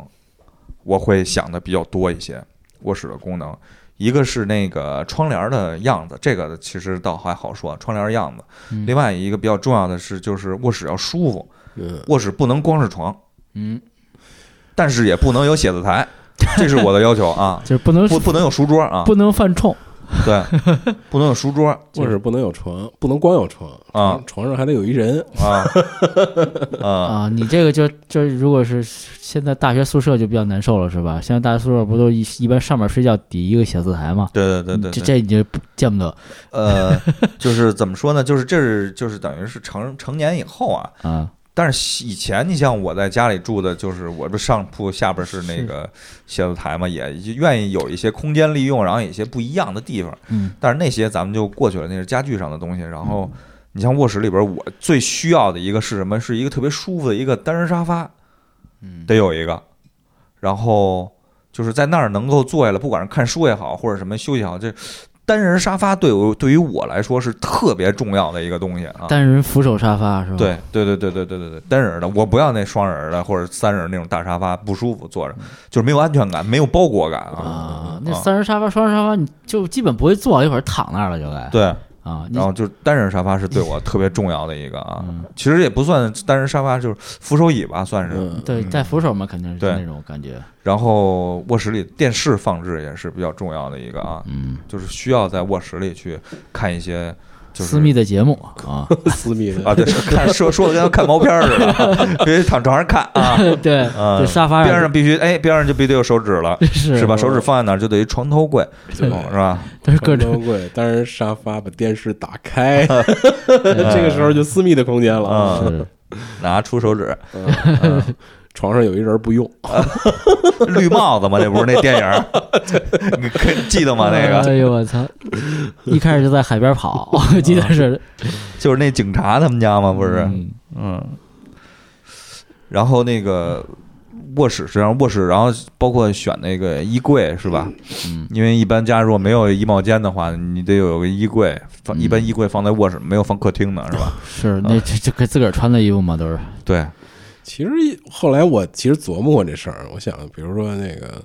S3: 我会想的比较多一些。卧室的功能，一个是那个窗帘儿的样子，这个其实倒还好说，啊窗帘儿样子。
S1: 嗯
S3: 另外一个比较重要的是，就是卧室要舒服，
S2: 嗯
S3: 卧室不能光是床，
S1: 嗯，。
S3: 但是也不能有写字台，这是我的要求啊
S1: *laughs* 就是不能
S3: 不不能有书桌啊，
S1: 不能犯冲，
S3: 对，不能有
S1: *laughs*
S3: 书桌
S2: 卧室不能有床，不能光有床
S3: 啊，
S2: 床上还得有一人。
S3: 啊啊，
S1: 啊，你这个就就是，如果是现在大学宿舍就比较难受了，是吧？现在大学宿舍不都一一般上面睡觉底一个写字台嘛？
S3: 对对对
S1: 这
S3: 对对，
S1: 这你就不见不得
S3: 呃，就是怎么说呢？就是这是就是等于是成成年以后啊，
S1: 啊，
S3: 但是以前你像我在家里住的，就是我这上铺下边是那个写字台嘛，也愿意有一些空间利用，然后有一些不一样的地方。
S1: 嗯，
S3: 但是那些咱们就过去了，那是家具上的东西。然后你像卧室里边，我最需要的一个是什么？是一个特别舒服的一个单人沙发，
S1: 嗯
S3: 得有一个。然后就是在那儿能够坐下来，不管是看书也好，或者什么休息也好，这单人沙发对我对于我来说是特别重要的一个东西啊。
S1: 单人扶手沙发是吧？，
S3: 对对对对对对对对，单人儿的，我不要那双人儿的或者三人儿那种大沙发，不舒服，坐着就是没有安全感，没有包裹感啊。
S1: 嗯啊，那三人沙发、双人沙发，你就基本不会坐，一会儿躺那儿了就该
S3: 对，
S1: 啊，你嗯
S3: 然后就是单人沙发是对我特别重要的一个啊，其实也不算单人沙发，就是扶手椅吧，算是。
S2: 嗯，
S1: 对带扶手嘛，肯定是
S3: 对
S1: 那种感觉，
S3: 然后卧室里电视放置也是比较重要的一个啊，
S1: 嗯，
S3: 就是需要在卧室里去看一些就是
S1: 私密的节目啊，
S2: *laughs* 私密的
S3: *laughs* 啊，对，看说说的跟看毛片儿似的
S1: *laughs*
S3: 啊，别躺床上看啊，
S1: 对对，
S3: 啊
S1: 这沙发
S3: 边上必须哎，边上就必须得有手指了。
S1: 是
S3: 是吧？手指放在哪儿就等于床头柜，
S2: 对
S3: 哦是吧？
S1: 都是各种
S2: 双柜，单人沙发，把电视打
S3: *laughs*
S2: 开， *laughs* 这
S1: 嗯
S2: 个时候就私密的空间了。
S3: 啊
S1: 是
S3: 拿出手指，
S1: 嗯
S2: 床上有一人不用，
S3: 绿帽子嘛，这不是那电
S1: *laughs*
S3: 影儿，你可以记得吗？那
S1: 哎
S3: 个
S1: 呦我操！一开始就在海边跑，我记得是，
S3: 就是那警察他们家嘛，不是？
S1: 嗯
S3: 嗯。然后那个卧室，实际上卧室，然后包括选那个衣柜是吧？
S1: 嗯，
S3: 因为一般家如果没有衣帽间的话，你得有个衣柜，放
S1: 嗯
S3: 一般衣柜放在卧室，没有放客厅的是吧？
S1: 是那这这这自个儿穿的衣服嘛，都是
S3: 对，
S2: 其实后来我其实琢磨过这事儿，我想，比如说那个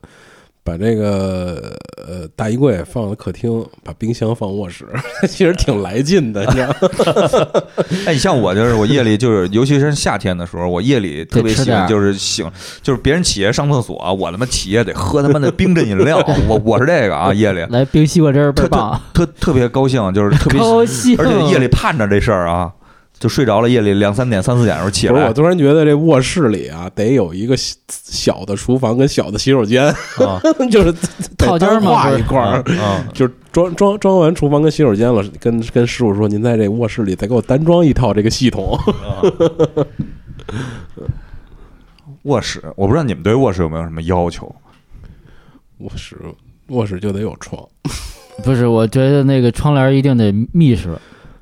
S2: 把这个呃大衣柜放在客厅，把冰箱放卧室， *laughs* 其实挺来劲的，你知道吗？
S3: *laughs* 哎，你像我就是我夜里就是，尤其是夏天的时候，我夜里特别
S1: 得吃
S3: 喜
S1: 点
S3: 欢
S1: 儿
S3: 就是醒，就是别人起夜上厕所，我他妈起夜得喝他妈
S1: *laughs*
S3: 的冰镇饮料，我我是这个啊，夜里
S1: 来冰西瓜汁儿倍
S3: 特
S1: 儿
S3: 特
S1: 棒，
S3: 特特别高兴，就是特别，
S1: 高兴。
S3: 而且夜里盼着这事儿啊，就睡着了，夜里两三点、三四点的时候起
S2: 不是，我
S3: 来
S2: 突然觉得这卧室里啊，得有一个小小的厨房跟小的洗手间，
S3: 啊
S2: *laughs* 就是
S1: 套间儿嘛
S2: 画
S1: 不
S2: 一
S1: 是
S2: 块儿， *laughs*
S3: 啊，
S2: 就是装装装完厨房跟洗手间了，跟跟师傅说，您在这卧室里再给我单装一套这个系统。
S3: 卧室，我不知道你们对卧室有没有什么要求？
S2: 卧室卧室就得有床
S1: 不是，我觉得那个窗帘一定得密实，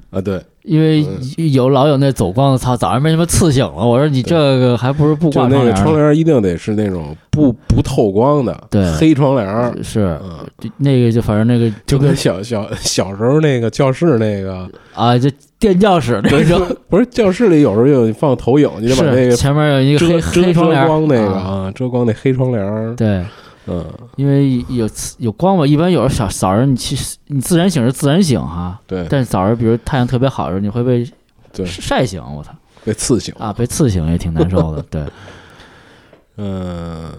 S2: 啊，对，
S1: 因为有老有那走光的，操，早上被他妈刺醒了。我说你这个还不如不
S2: 就
S1: 挂
S2: 那个
S1: 帘
S2: 窗
S1: 儿。
S2: 帘一定得是那种不不透光的，
S1: 对
S2: 嗯黑窗帘儿，
S1: 是，
S2: 嗯，
S1: 就那个就反正那个就
S2: 就跟
S1: 跟
S2: 小小小时候那个教室那个，
S1: 啊，就电教室那种，
S2: *laughs* 不是教室里有时候有放投影，你得把那
S1: 是
S2: 个
S1: 前面有一个黑
S2: 遮遮
S1: 黑窗帘
S2: 遮
S1: 儿
S2: 光那个
S1: 啊
S2: 啊，遮光那黑窗帘儿，
S1: 对，
S2: 嗯，
S1: 因为有刺有光嘛，一般有时候小早上你去你自然醒是自然醒哈，
S2: 对，
S1: 但是早上比如太阳特别好的时候，你会被
S2: 对
S1: 晒醒，我操
S2: 被刺醒
S1: 啊，被刺醒也挺难受的。对，
S2: 嗯，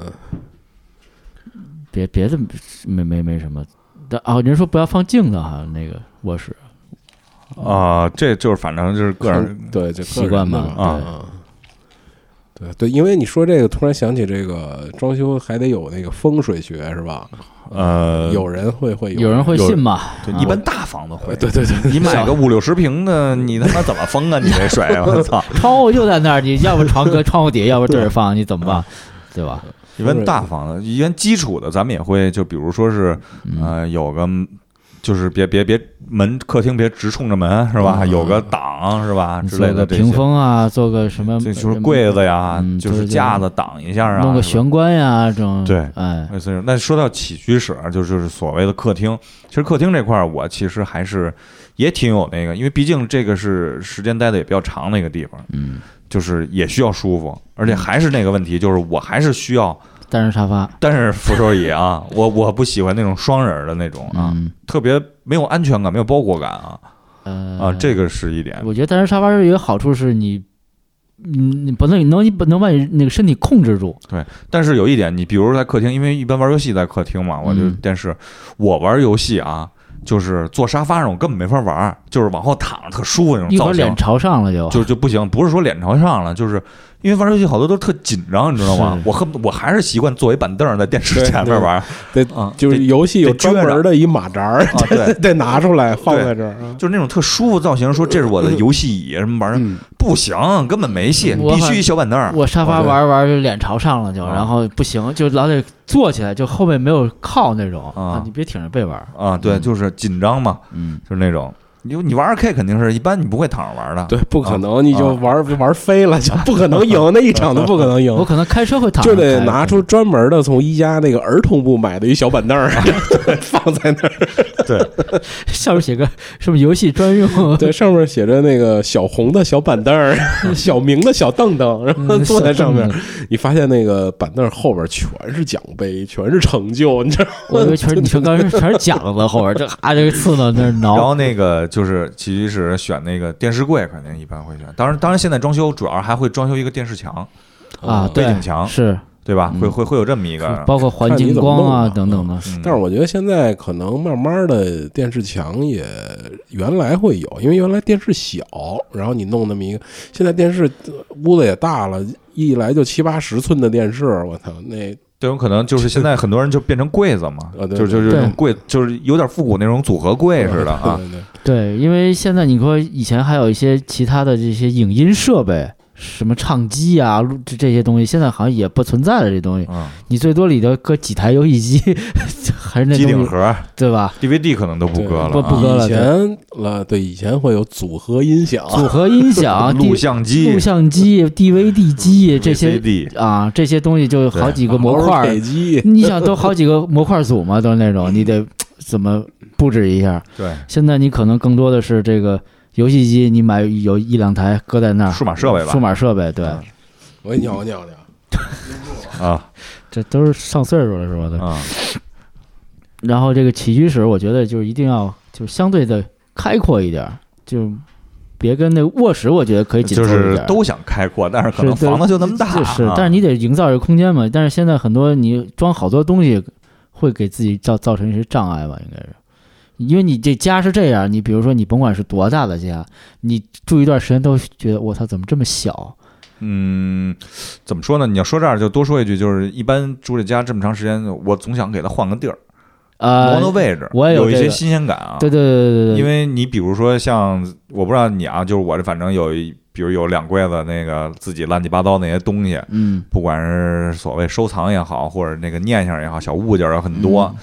S1: 别别的没没没什么。但哦，您说不要放镜子哈，那个卧室哦
S3: 啊、这就是反正就是个人
S2: 看对就
S1: 习惯吧
S2: 嘛啊。对对，因为你说这个，突然想起这个装修还得有那个风水学是吧？
S3: 呃
S2: 有人会会
S1: 有人会信吗？
S3: 对
S1: 啊
S3: 一般大房子会，
S2: 对对
S1: *laughs*
S2: 对，
S3: 你买个五六十平的，你他妈怎么封啊？你这水，我操！
S1: 窗户就在那儿，你要不床搁窗户底下，要不这儿放，你怎么
S2: 啊
S1: 办？对吧？
S3: 一般大房子，一般基础的，咱们也会就比如说是
S1: 嗯，
S3: 呃，有个就是别别别门客厅别直冲着门是吧？有个挡是吧
S1: 啊你
S3: 啊之
S1: 做
S3: 类的
S1: 个
S3: 这
S1: 屏
S3: 些，
S1: 风啊，做个什么？
S3: 这就是柜子呀
S1: 嗯，
S3: 就是架子挡一下啊，
S1: 弄个
S3: 是吧
S1: 玄关呀，这种
S3: 对
S1: 哎，
S3: 类似于那说到起居室，啊就是所谓的客厅。其实客厅这块儿，我其实还是也挺有那个，因为毕竟这个是时间待的也比较长的一个地方，
S1: 嗯，
S3: 就是也需要舒服，而且还是那个问题，就是我还是需要
S1: 单人沙发
S3: 单人扶手椅
S1: *laughs*
S3: 啊，我我不喜欢那种双人儿的那种啊，
S1: 嗯
S3: 特别没有安全感，没有包裹感啊
S1: 呃
S3: 啊，这个是一点。
S1: 我觉得单人沙发是有一个好处是你，嗯，你不能能你不能把你那个身体控制住，
S3: 但是有一点，你比如说在客厅，因为一般玩游戏在客厅嘛，我就
S1: 嗯
S3: 但是我玩游戏啊。就是坐沙发上，我根本没法玩儿，就是往后躺着特舒服那种
S1: 一会
S3: 造
S1: 儿
S3: 型
S1: 脸。朝上了就
S3: 就就不行，不是说脸朝上了，就是因为玩游戏好多都特紧张，你知道吗
S1: 是？
S3: 我恨不我还是习惯坐一板凳儿在电视前面玩儿
S2: 对
S3: 啊，
S2: 就是
S3: 这
S2: 游戏有
S3: 得撅
S2: 专
S3: 着
S2: 门的一马
S1: *laughs*
S2: 扎儿，，
S3: 啊，对
S2: *laughs* 得拿出来放在这儿啊。
S3: 就是那种特舒服造型，说这是我的游戏椅什么玩意儿，
S2: 嗯，
S3: 不行，根本没戏，
S1: 我
S3: 必须一小板凳儿。
S1: 我沙发
S2: 我觉得
S1: 玩儿玩儿就脸朝上了就，
S3: 啊
S1: 然后不行就老得坐起来，就后面没有靠那种
S3: 啊
S1: 你别挺着背玩儿，
S3: 啊，对，就是紧张嘛，
S1: 嗯，
S3: 就是那种。你你玩 K 肯定是一般，你不会躺着玩的。
S2: 对，不
S1: 啊
S2: 可能，你就玩玩飞了，就不可能赢，那一场都不可能赢
S1: 我，可能开车会躺着
S2: 就
S1: 开，
S2: 得
S1: *laughs*
S2: 拿出专门的从宜家那个儿童部买的一小板凳儿放在那儿，
S1: 下面写个什么游戏专
S3: *laughs*
S1: 用
S2: 对，上面写着那个小红的小板凳
S1: *laughs*
S2: 儿、小明的小凳凳，然后
S1: 嗯
S2: 坐在上面
S1: 小凳。
S2: 你发现那个板凳后边全是奖杯，全是成就，你知道吗？
S1: 我以
S3: *laughs*
S1: 为全是你说刚才全是讲子后边这啊这个刺呢那儿
S3: 然
S1: 挠，
S3: 后那个就是起居室选那个电视柜，肯定一般会选。当然，当然现在装修主要还会装修一个电视墙，
S1: 啊
S3: 背
S1: 对
S3: 景墙，
S1: 是
S3: 对吧？
S1: 嗯
S3: 会会会有这么一个。
S1: 包括环境光啊
S2: 看
S1: 等
S2: 你怎么
S1: 等
S2: 弄
S1: 的，
S3: 嗯
S2: 但是我觉得现在可能慢慢的电视墙也原来会有，因为原来电视小，然后你弄那么一个，现在电视呃屋子也大了，一来就七八十寸的电视，我操，那
S3: 这种可能就是现在很多人就变成柜子嘛，
S2: 啊对
S3: 就
S1: *laughs*
S3: 就
S1: 对
S3: 是那种柜，就是有点复古那种组合柜似的
S2: *laughs*
S3: 啊。
S2: 对对对
S1: 对，因为现在你说以前还有一些其他的这些影音设备，什么唱机啊、录这这些东西，现在好像也不存在了。这东西，
S3: 嗯，
S1: 你最多里头搁几台游戏机， *laughs* 还是那
S3: 嗯机顶
S1: 东西，
S3: 盒、
S1: 对吧？
S3: DVD 可能都不搁了啊，
S1: 不不搁了
S2: 以前了，对，以前会有组合音响，
S1: 组合音响、
S3: 啊 *laughs* 录
S1: D-
S3: 像嗯机
S1: 啊录、像机、DVD 机这些
S3: VCD
S1: 啊，这些东西就好几个模块儿嗯
S2: RK，机，
S1: *laughs* 你想都好几个模块组嘛，都是那种你
S3: *laughs*
S1: 得怎么布置一下。
S3: 对
S1: 现在你可能更多的是这个游戏机，你买有一两台搁在那儿，
S3: 数码设备吧
S1: 啊数码设备对。
S3: 嗯
S2: 我给你尿尿尿。
S3: 啊
S1: 这都是上岁数了是吧？对。
S3: 啊，
S1: 然后这个起居室，我觉得就是一定要就是相对的开阔一点儿，就别跟那卧室，我觉得可以紧凑
S3: 就
S1: 一
S3: 是
S1: 点儿。
S3: 都想开阔，但是可能
S1: 是对
S3: 房子就那么大
S1: 是
S3: 啊，
S1: 是，但是你得营造这个空间嘛。但是现在很多你装好多东西，会给自己造造成一些障碍吧，应该是。因为你这家是这样，你比如说你甭管是多大的家，你住一段时间都觉得我操怎么这么小？
S3: 嗯，怎么说呢？你要说这儿就多说一句，就是一般住这家这么长时间，我总想给它换个地儿，
S1: 呃
S3: 挪，挪位置，
S1: 我也有
S3: 有一
S1: 这
S3: 些
S1: 个
S3: 新鲜感啊。
S1: 对对对对对对，
S3: 因为你比如说像我不知道你啊，就是我这反正有一，比如有两柜子那个自己乱七八糟那些东西，
S1: 嗯，嗯
S3: 不管是所谓收藏也好，或者那个念想也好，小物件儿有很多。啊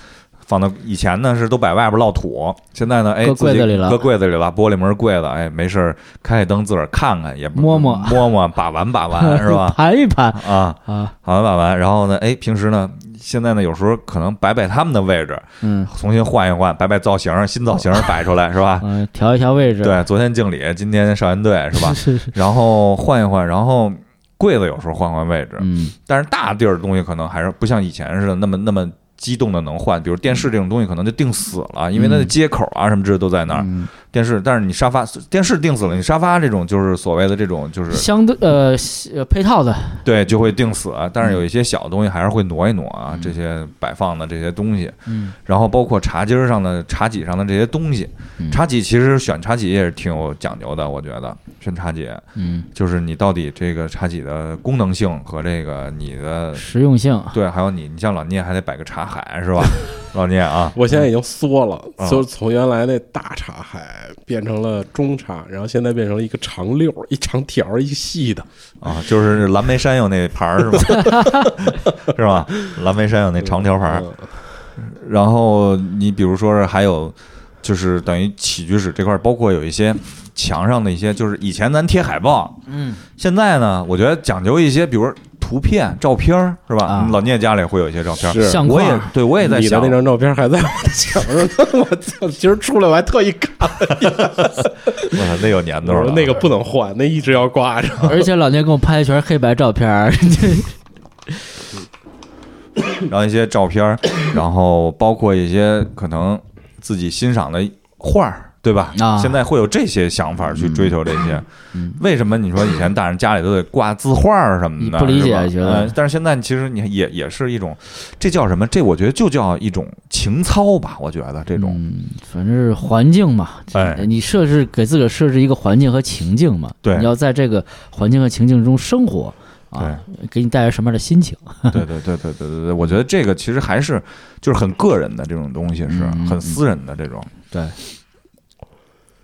S3: 放到以前呢是都摆外边落土，现在呢哎
S1: 搁柜子
S3: 自己
S1: 里了
S3: 搁柜子里了，玻璃门柜子，哎没事儿开开灯自个儿看看，也不
S1: 摸摸
S3: 摸摸把玩把玩是吧？
S1: 嗯 *laughs*
S3: *laughs*
S1: 盘一盘
S3: 啊，
S1: 啊，
S3: 把玩把玩，然后呢哎平时呢现在呢有时候可能摆摆他们的位置，
S1: 嗯
S3: 重新换一换，摆摆造型，新造型摆出来是吧？
S1: 嗯、调一调位置， *laughs*
S3: 对，昨天敬礼，今天少先队是吧？
S1: 是是，
S3: 然后换一换，然后柜子有时候换换位置，
S1: 嗯
S3: 但是大地儿的东西可能还是不像以前似的那么那么激动的能换，比如电视这种东西可能就定死了，因为它的
S1: 嗯
S3: 接口啊什么之类都在那儿。
S1: 嗯
S3: 电视，但是你沙发电视定死了，你沙发这种就是所谓的这种就是
S1: 相对呃西呃配套的，
S3: 对就会定死，啊但是有一些小的东西还是会挪一挪啊，这些摆放的这些东西，
S1: 嗯
S3: 然后包括茶几儿上的茶几上的这些东西
S1: 嗯，
S3: 茶几其实选茶几也是挺有讲究的，我觉得选茶几
S1: 嗯，
S3: 就是你到底这个茶几的功能性和这个你的
S1: 实用
S3: *laughs*
S1: 性，
S3: 对，还有你，你像老聂还得摆个茶海是吧？老聂啊，
S2: 我现在已经缩了，
S1: 嗯
S3: 啊
S2: 就从原来那大茶海变成了中茶，然后现在变成了一个长溜儿，一长条儿，一细的。
S3: 啊，就是蓝莓山有那牌儿是吧？ *laughs* 是吧？蓝莓山有那长条牌儿。
S2: 嗯
S3: 然后你比如说是还有，就是等于起居室这块儿，包括有一些墙上的一些，就是以前咱贴海报，
S1: 嗯
S3: 现在呢，我觉得讲究一些，比如说图片、照片儿是吧？
S1: 啊
S3: 老聂家里会有一些照片儿，
S2: 是
S1: 相
S3: 我
S1: 框
S3: 也对我也在
S2: 你的
S3: 想
S2: 那，张照片还在我的墙上， *laughs* 我操！今儿出来我还特意看，
S3: 我操那有年头
S2: 我说
S3: 了。
S2: 那个不能换，那一直要
S1: *laughs*
S2: 挂着。
S1: 而且老聂给我拍一圈黑白照片儿， *laughs*
S3: 然后一些照片儿，然后包括一些可能自己欣赏的画儿，对吧？
S1: 啊
S3: 现在会有这些想法去追求这些。
S1: 嗯
S3: 为什么你说以前大人家里都得挂字画儿什么的？
S1: 嗯不理解
S3: 是吧
S1: 觉得
S3: 呃但是现在其实你也也是一种，这叫什么？这我觉得就叫一种情操吧。我觉得这种，
S1: 嗯，反正是环境嘛，
S3: 哎
S1: 你设置给自个儿设置一个环境和情境嘛，
S3: 对
S1: 你要在这个环境和情境中生活 *laughs* 啊，给你带来什么样的心情？
S3: 哎对对对对对对对，我觉得这个其实还是就是很个人的这种东西，是
S1: 嗯嗯
S3: 很
S1: 嗯
S3: 私人的这种。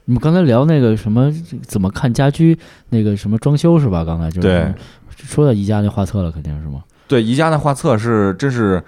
S1: 你们刚才聊那个什么怎么看家居那个什么装修是吧？刚才就是
S3: 对
S1: 说到宜家那画册了，肯定是吗？
S3: 对，宜家的画册是真是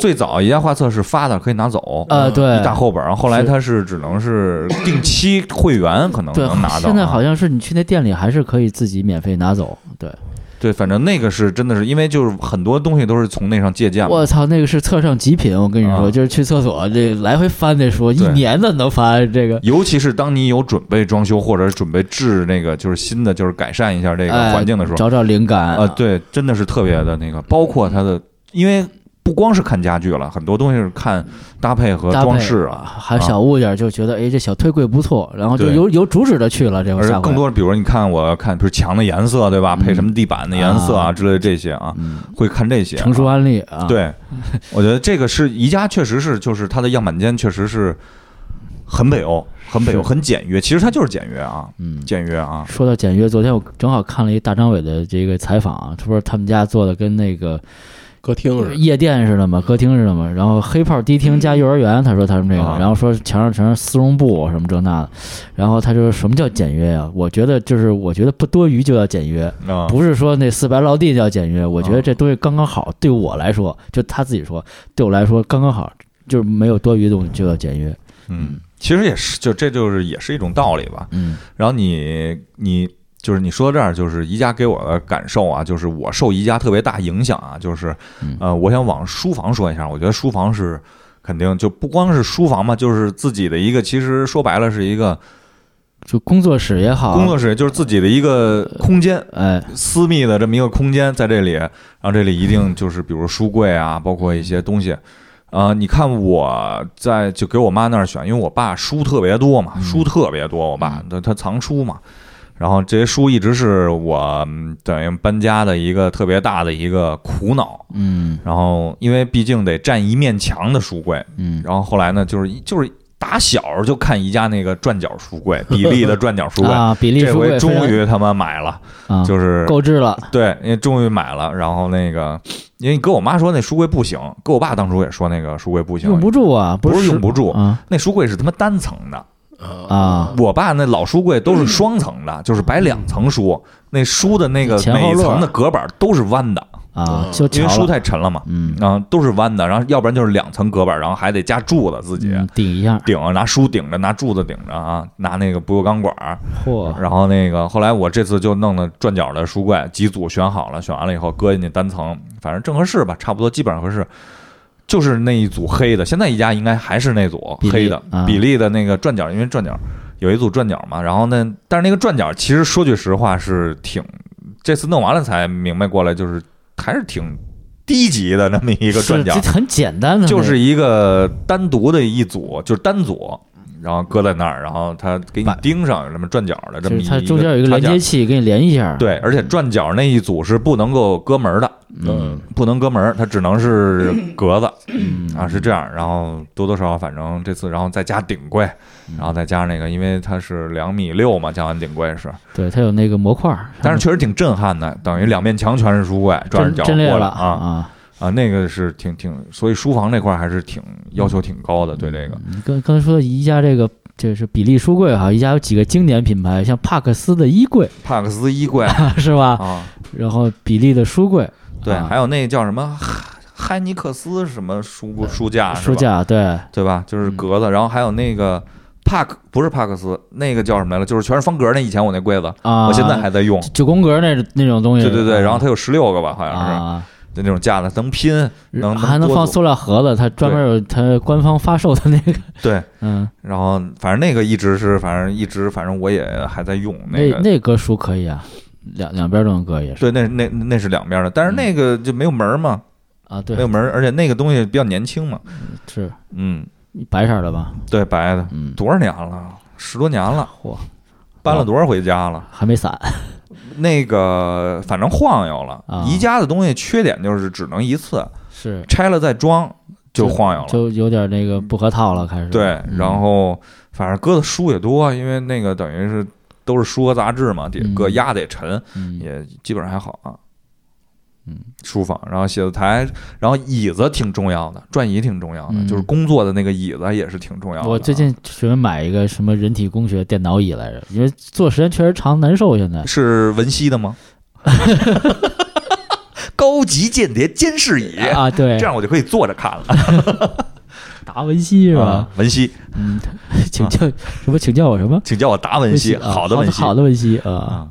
S3: 最早，宜家画册是发的，可以拿走。
S1: 呃，对
S3: 一，大厚本儿，后来
S1: 是
S3: 它是只能是定期会员可能
S1: 对
S3: 能拿到啊。，
S1: 现在好像是你去那店里还是可以自己免费拿走。对，
S3: 对，反正那个是真的是因为就是很多东西都是从那上借鉴嘛。
S1: 我操，那个是册上极品，我跟你说，
S3: 嗯啊
S1: 就是去厕所这来回翻那书，一
S3: 对
S1: 年的能翻这个。
S3: 尤其是当你有准备装修或者准备置那个就是新的就是改善一下这个
S1: 哎啊
S3: 环境的时候，
S1: 找找灵感
S3: 呃，，对，真的是特别的那个，包括它的，因为不光是看家具了，很多东西是看搭配和
S1: 搭配
S3: 装饰啊，
S1: 还有小物件，就觉得哎，这小推柜不错，然后就
S3: 对
S1: 有有主旨的去了，这回
S3: 而
S1: 下
S3: 且
S1: 回嗯
S3: 更，多的，比如你看我看，比如墙的颜色，对吧？配什么地板的颜色啊
S1: 啊
S3: 之类的这些啊，
S1: 嗯，
S3: 会看这些啊。
S1: 成熟案例啊，，
S3: 对，我觉得这个是宜家，确实是就是它的样板间确实是很北欧，很北欧，
S1: 是
S3: 很简约。其实它就是简约啊，
S1: 嗯。
S3: 简约啊。
S1: 说到简约，昨天我正好看了一大张伟的这个采访啊，他不是他们家做的跟那个
S2: 歌厅似的，
S1: 夜店似的嘛，歌厅似的嘛，然后黑炮迪厅加幼儿园，他说他们这个，
S3: 啊
S1: 然后说墙上全是丝绒布什么这那的，然后他就说什么叫简约呀、我觉得就是我觉得不多余就要简约，
S3: 啊，
S1: 不是说那四白落地叫简约，我觉
S3: 啊
S1: 得这东西刚刚好，对我来说，就他自己说，对我来说刚刚好，就是没有多余的东西就要简约。
S3: 嗯，其实也是，就这就是也是一种道理吧。
S1: 嗯
S3: 然后你你就是你说到这儿，就是宜家给我的感受啊，就是我受宜家特别大影响啊，就是
S1: 嗯
S3: 呃，我想往书房说一下，我觉得书房是肯定就不光是书房嘛，就是自己的一个，其实说白了是一个
S1: 就工作室也好，啊
S3: 工作室，就是自己的一个空间。
S1: 哎，
S3: 私密的这么一个空间在这里，然后这里一定就是比如书柜
S1: 嗯
S3: 啊，包括一些东西，啊，你看我在就给我妈那儿选，因为我爸书特别多
S1: 嗯
S3: 嘛，书特别多，我爸他他藏书嘛，然后这些书一直是我嗯等于搬家的一个特别大的一个苦恼，
S1: 嗯
S3: 然后因为毕竟得占一面墙的书柜，
S1: 嗯，
S3: 然后后来呢就是一就是打小就看宜家那个转角书柜，比利的转角书柜，
S1: *laughs* 啊，比例
S3: 这
S1: 书
S3: 回
S1: 柜非
S3: 终
S1: 常
S3: 于他妈买了，
S1: 啊，
S3: 就是
S1: 购置了，
S3: 对，因为终于买了，然后那个，因为你跟我妈说那书柜不行，跟我爸当初也说那个书柜不行，
S1: 用不住啊，
S3: 不
S1: 是
S3: 是用不住，
S1: 啊
S3: 那书柜是他妈单层的，
S1: 啊，
S3: 我爸那老书柜都是双层的，就是摆两层书，那书的那个
S1: 嗯前后
S3: 每一
S1: 摞
S3: 层的隔板都是弯的，
S1: 啊
S2: 嗯，
S1: 就
S3: 因
S1: 巧
S3: 为书
S1: 了，
S3: 太沉了嘛，
S1: 嗯，
S3: 啊，都是弯的，然后要不然就是两层隔板，然后还得加柱子自己。啊
S1: 嗯顶一下，
S3: 顶拿书顶着，拿柱子顶着啊，拿那个不锈钢管儿，
S1: 嚯，
S3: 然后那个后来我这次就弄了转角的书柜，几组选好了，选完了以后搁进去单层，反正正合适吧，差不多基本上合适。就是那一组黑的，现在宜家应该还是那组
S1: 比例
S3: 黑的
S1: 啊
S3: 比例的那个转角，因为转角有一组转角嘛，然后呢，但是那个转角其实说句实话是挺，这次弄完了才明白过来，就是还是挺低级的那么一个
S1: 是
S3: 转角
S1: 这，很简单的，
S3: 就是一个单独的一组，就是单组，然后搁在那儿，然后它给你
S1: 把
S3: 钉上什么转角的
S1: 那
S3: 这
S1: 个，就
S3: 么一
S1: 是它中间有一个
S3: 插
S1: 连
S3: 件
S1: 接器给你连一下，，
S3: 对，而且转角那一组是不能够搁门的，
S1: 嗯，
S3: 不能搁门，它只
S1: *coughs*
S3: 能是格子
S1: 嗯
S3: 啊，是这样。然后多多少少，反正这次，然后再加顶柜，
S1: 嗯
S3: 然后再加那个，因为它是两米六嘛，加完顶柜是，
S1: 对，它有那个模块儿，嗯
S3: 但是确实挺震撼的，等于两面墙全是书柜，转着
S1: 真
S3: 角
S1: 真裂
S3: 过来
S1: 了
S3: 啊
S1: 啊，
S3: 啊，那个是挺挺，所以书房这块儿还是挺要求挺高的，对这个。
S1: 你跟嗯刚才说的宜家这个就是比利书柜哈，宜家有几个经典品牌，像帕克斯的衣柜 *laughs*
S3: 帕克斯衣柜
S1: 是吧？
S3: 啊，
S1: 然后比利的书柜，
S3: 对，
S1: 啊
S3: 还有那叫什么哈哈尼克斯什么书书架啊是
S1: 书
S3: 吧？
S1: 架，嗯对，
S3: 对吧？就是格子，然后还有那个帕克不是帕克斯，那个叫什么来着？就是全是方格那以前我那柜子，
S1: 啊，
S3: 我现在还在用。
S1: 九宫格那那种东西，
S3: 对对对，然后它有十六个吧，好像是，
S1: 啊，
S3: 就那种架子能
S1: *laughs*
S3: 拼，能
S1: 还能
S3: 多
S1: 放
S3: 组
S1: 塑料盒子，它专门有它官方发售的那
S3: *laughs*
S1: 个，
S3: 对，
S1: 嗯，
S3: 然后反正那个一直是，反正一直，反正我也还在用
S1: 那
S3: 个。
S1: 那搁书可以啊，两两边都能搁也是
S3: 对，那那那是两边的，但是那个就没有门儿嘛，
S1: 啊，对
S3: 没，有门儿，而且那个东西比较年轻嘛，
S1: 是
S3: 嗯，
S1: 白色儿的吧？
S3: 对，白的，
S1: 嗯，
S3: 多少年了？十多年了，
S1: 哎嚯，
S3: 搬了多少回家了？
S1: 还没
S3: *laughs*
S1: 散，
S3: 那个反正晃悠了
S1: 啊。
S3: 宜家的东西缺点就是只能一次，
S1: 是
S3: 拆了再装就晃悠了。嗯
S1: 就有点那个不合套了，开始
S3: 对，
S1: 嗯
S3: 然后反正搁的书也多，因为那个等于是都是书和杂志嘛，得
S1: 嗯
S3: 搁压得也沉，
S1: 嗯
S3: 也基本上还好啊。
S1: 嗯，
S3: 书房，然后写字台，然后椅子挺重要的，转椅挺重要的，
S1: 嗯
S3: 就是工作的那个椅子也是挺重要的啊。
S1: 我最近准备买一个什么人体工学电脑椅来着，因为坐时间确实长，难受。现在
S3: 是文熙的
S1: *laughs*
S3: 吗？高级间谍监视椅，
S1: 啊，对
S3: 这，样我就可以坐着看了，
S1: 达文西 *laughs* 是吧
S3: 啊？？文熙，
S1: 嗯，请教什么？请叫我什么？
S3: 请叫我达文熙，
S1: 啊
S3: 好的文熙，
S1: 好的文西啊，
S3: 啊。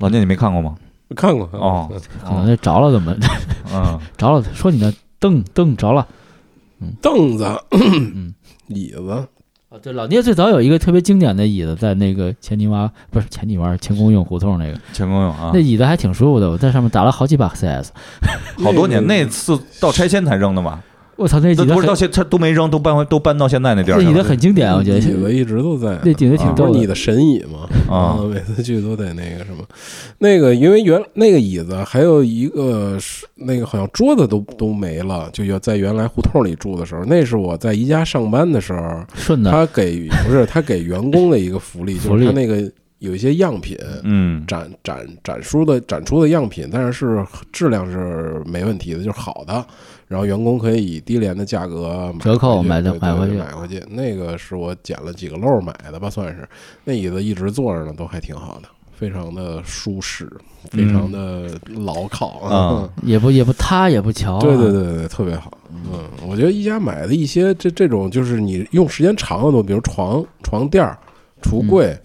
S3: 老聂，你没看
S1: *laughs*
S3: 过吗？
S2: 看过
S3: 哦，
S1: 可能就着了，怎么
S3: 嗯，
S1: *laughs* 着了？说你的凳凳着了
S2: 凳子、
S1: 嗯
S2: *clears throat* 椅子，
S1: 啊？对，老聂最早有一个特别经典的椅子，在那个前泥洼不是前泥洼前公用胡同那个，
S3: 前公用啊
S1: 那，椅子还挺舒服的，我在上面打了好几把 CS。
S3: 好多年，
S2: 那
S3: 那次到拆迁才扔的嘛，
S1: 我操，那椅
S3: 那
S1: 子
S3: 不是到
S1: 很
S3: 现他都没扔，都搬回都搬到现在那地
S1: 那
S3: 儿去
S1: 椅子
S3: 了
S1: 很经啊典，我觉
S2: 椅
S1: 得
S2: 子一直都在呢，
S1: 那椅子挺
S2: 不
S1: 逗
S2: 是
S1: 的
S2: 你的神椅吗？
S3: 啊，
S2: 每次去都得那个什么，那个因为原那个椅子还有一个是那个好像桌子都都没了，就原在原来胡同里住的时候，那是我在宜家上班的时候，
S1: 顺的。
S2: 他给不是他给员工的一个福利，
S1: 福
S2: 就
S1: 利
S2: 是他那个有一些样品。
S3: 嗯，
S2: 展展展出的展出的样品，但是是质量是没问题的，就是好的。然后员工可以以低廉的价格买
S1: 折扣买的
S2: 回去
S1: 买回
S2: 对
S1: 去
S2: 对买回去。那个是我捡了几个漏儿买的吧，算是。那椅子一直坐着呢，都还挺好的，非常的舒适，非
S1: 嗯
S2: 常的牢靠
S3: 啊。
S1: 也不也不塌也不翘、啊
S2: 对对，对对，特别好。嗯，我觉得宜家买的一些这这种，就是你用时间长的东西，比如床、床垫儿、橱柜，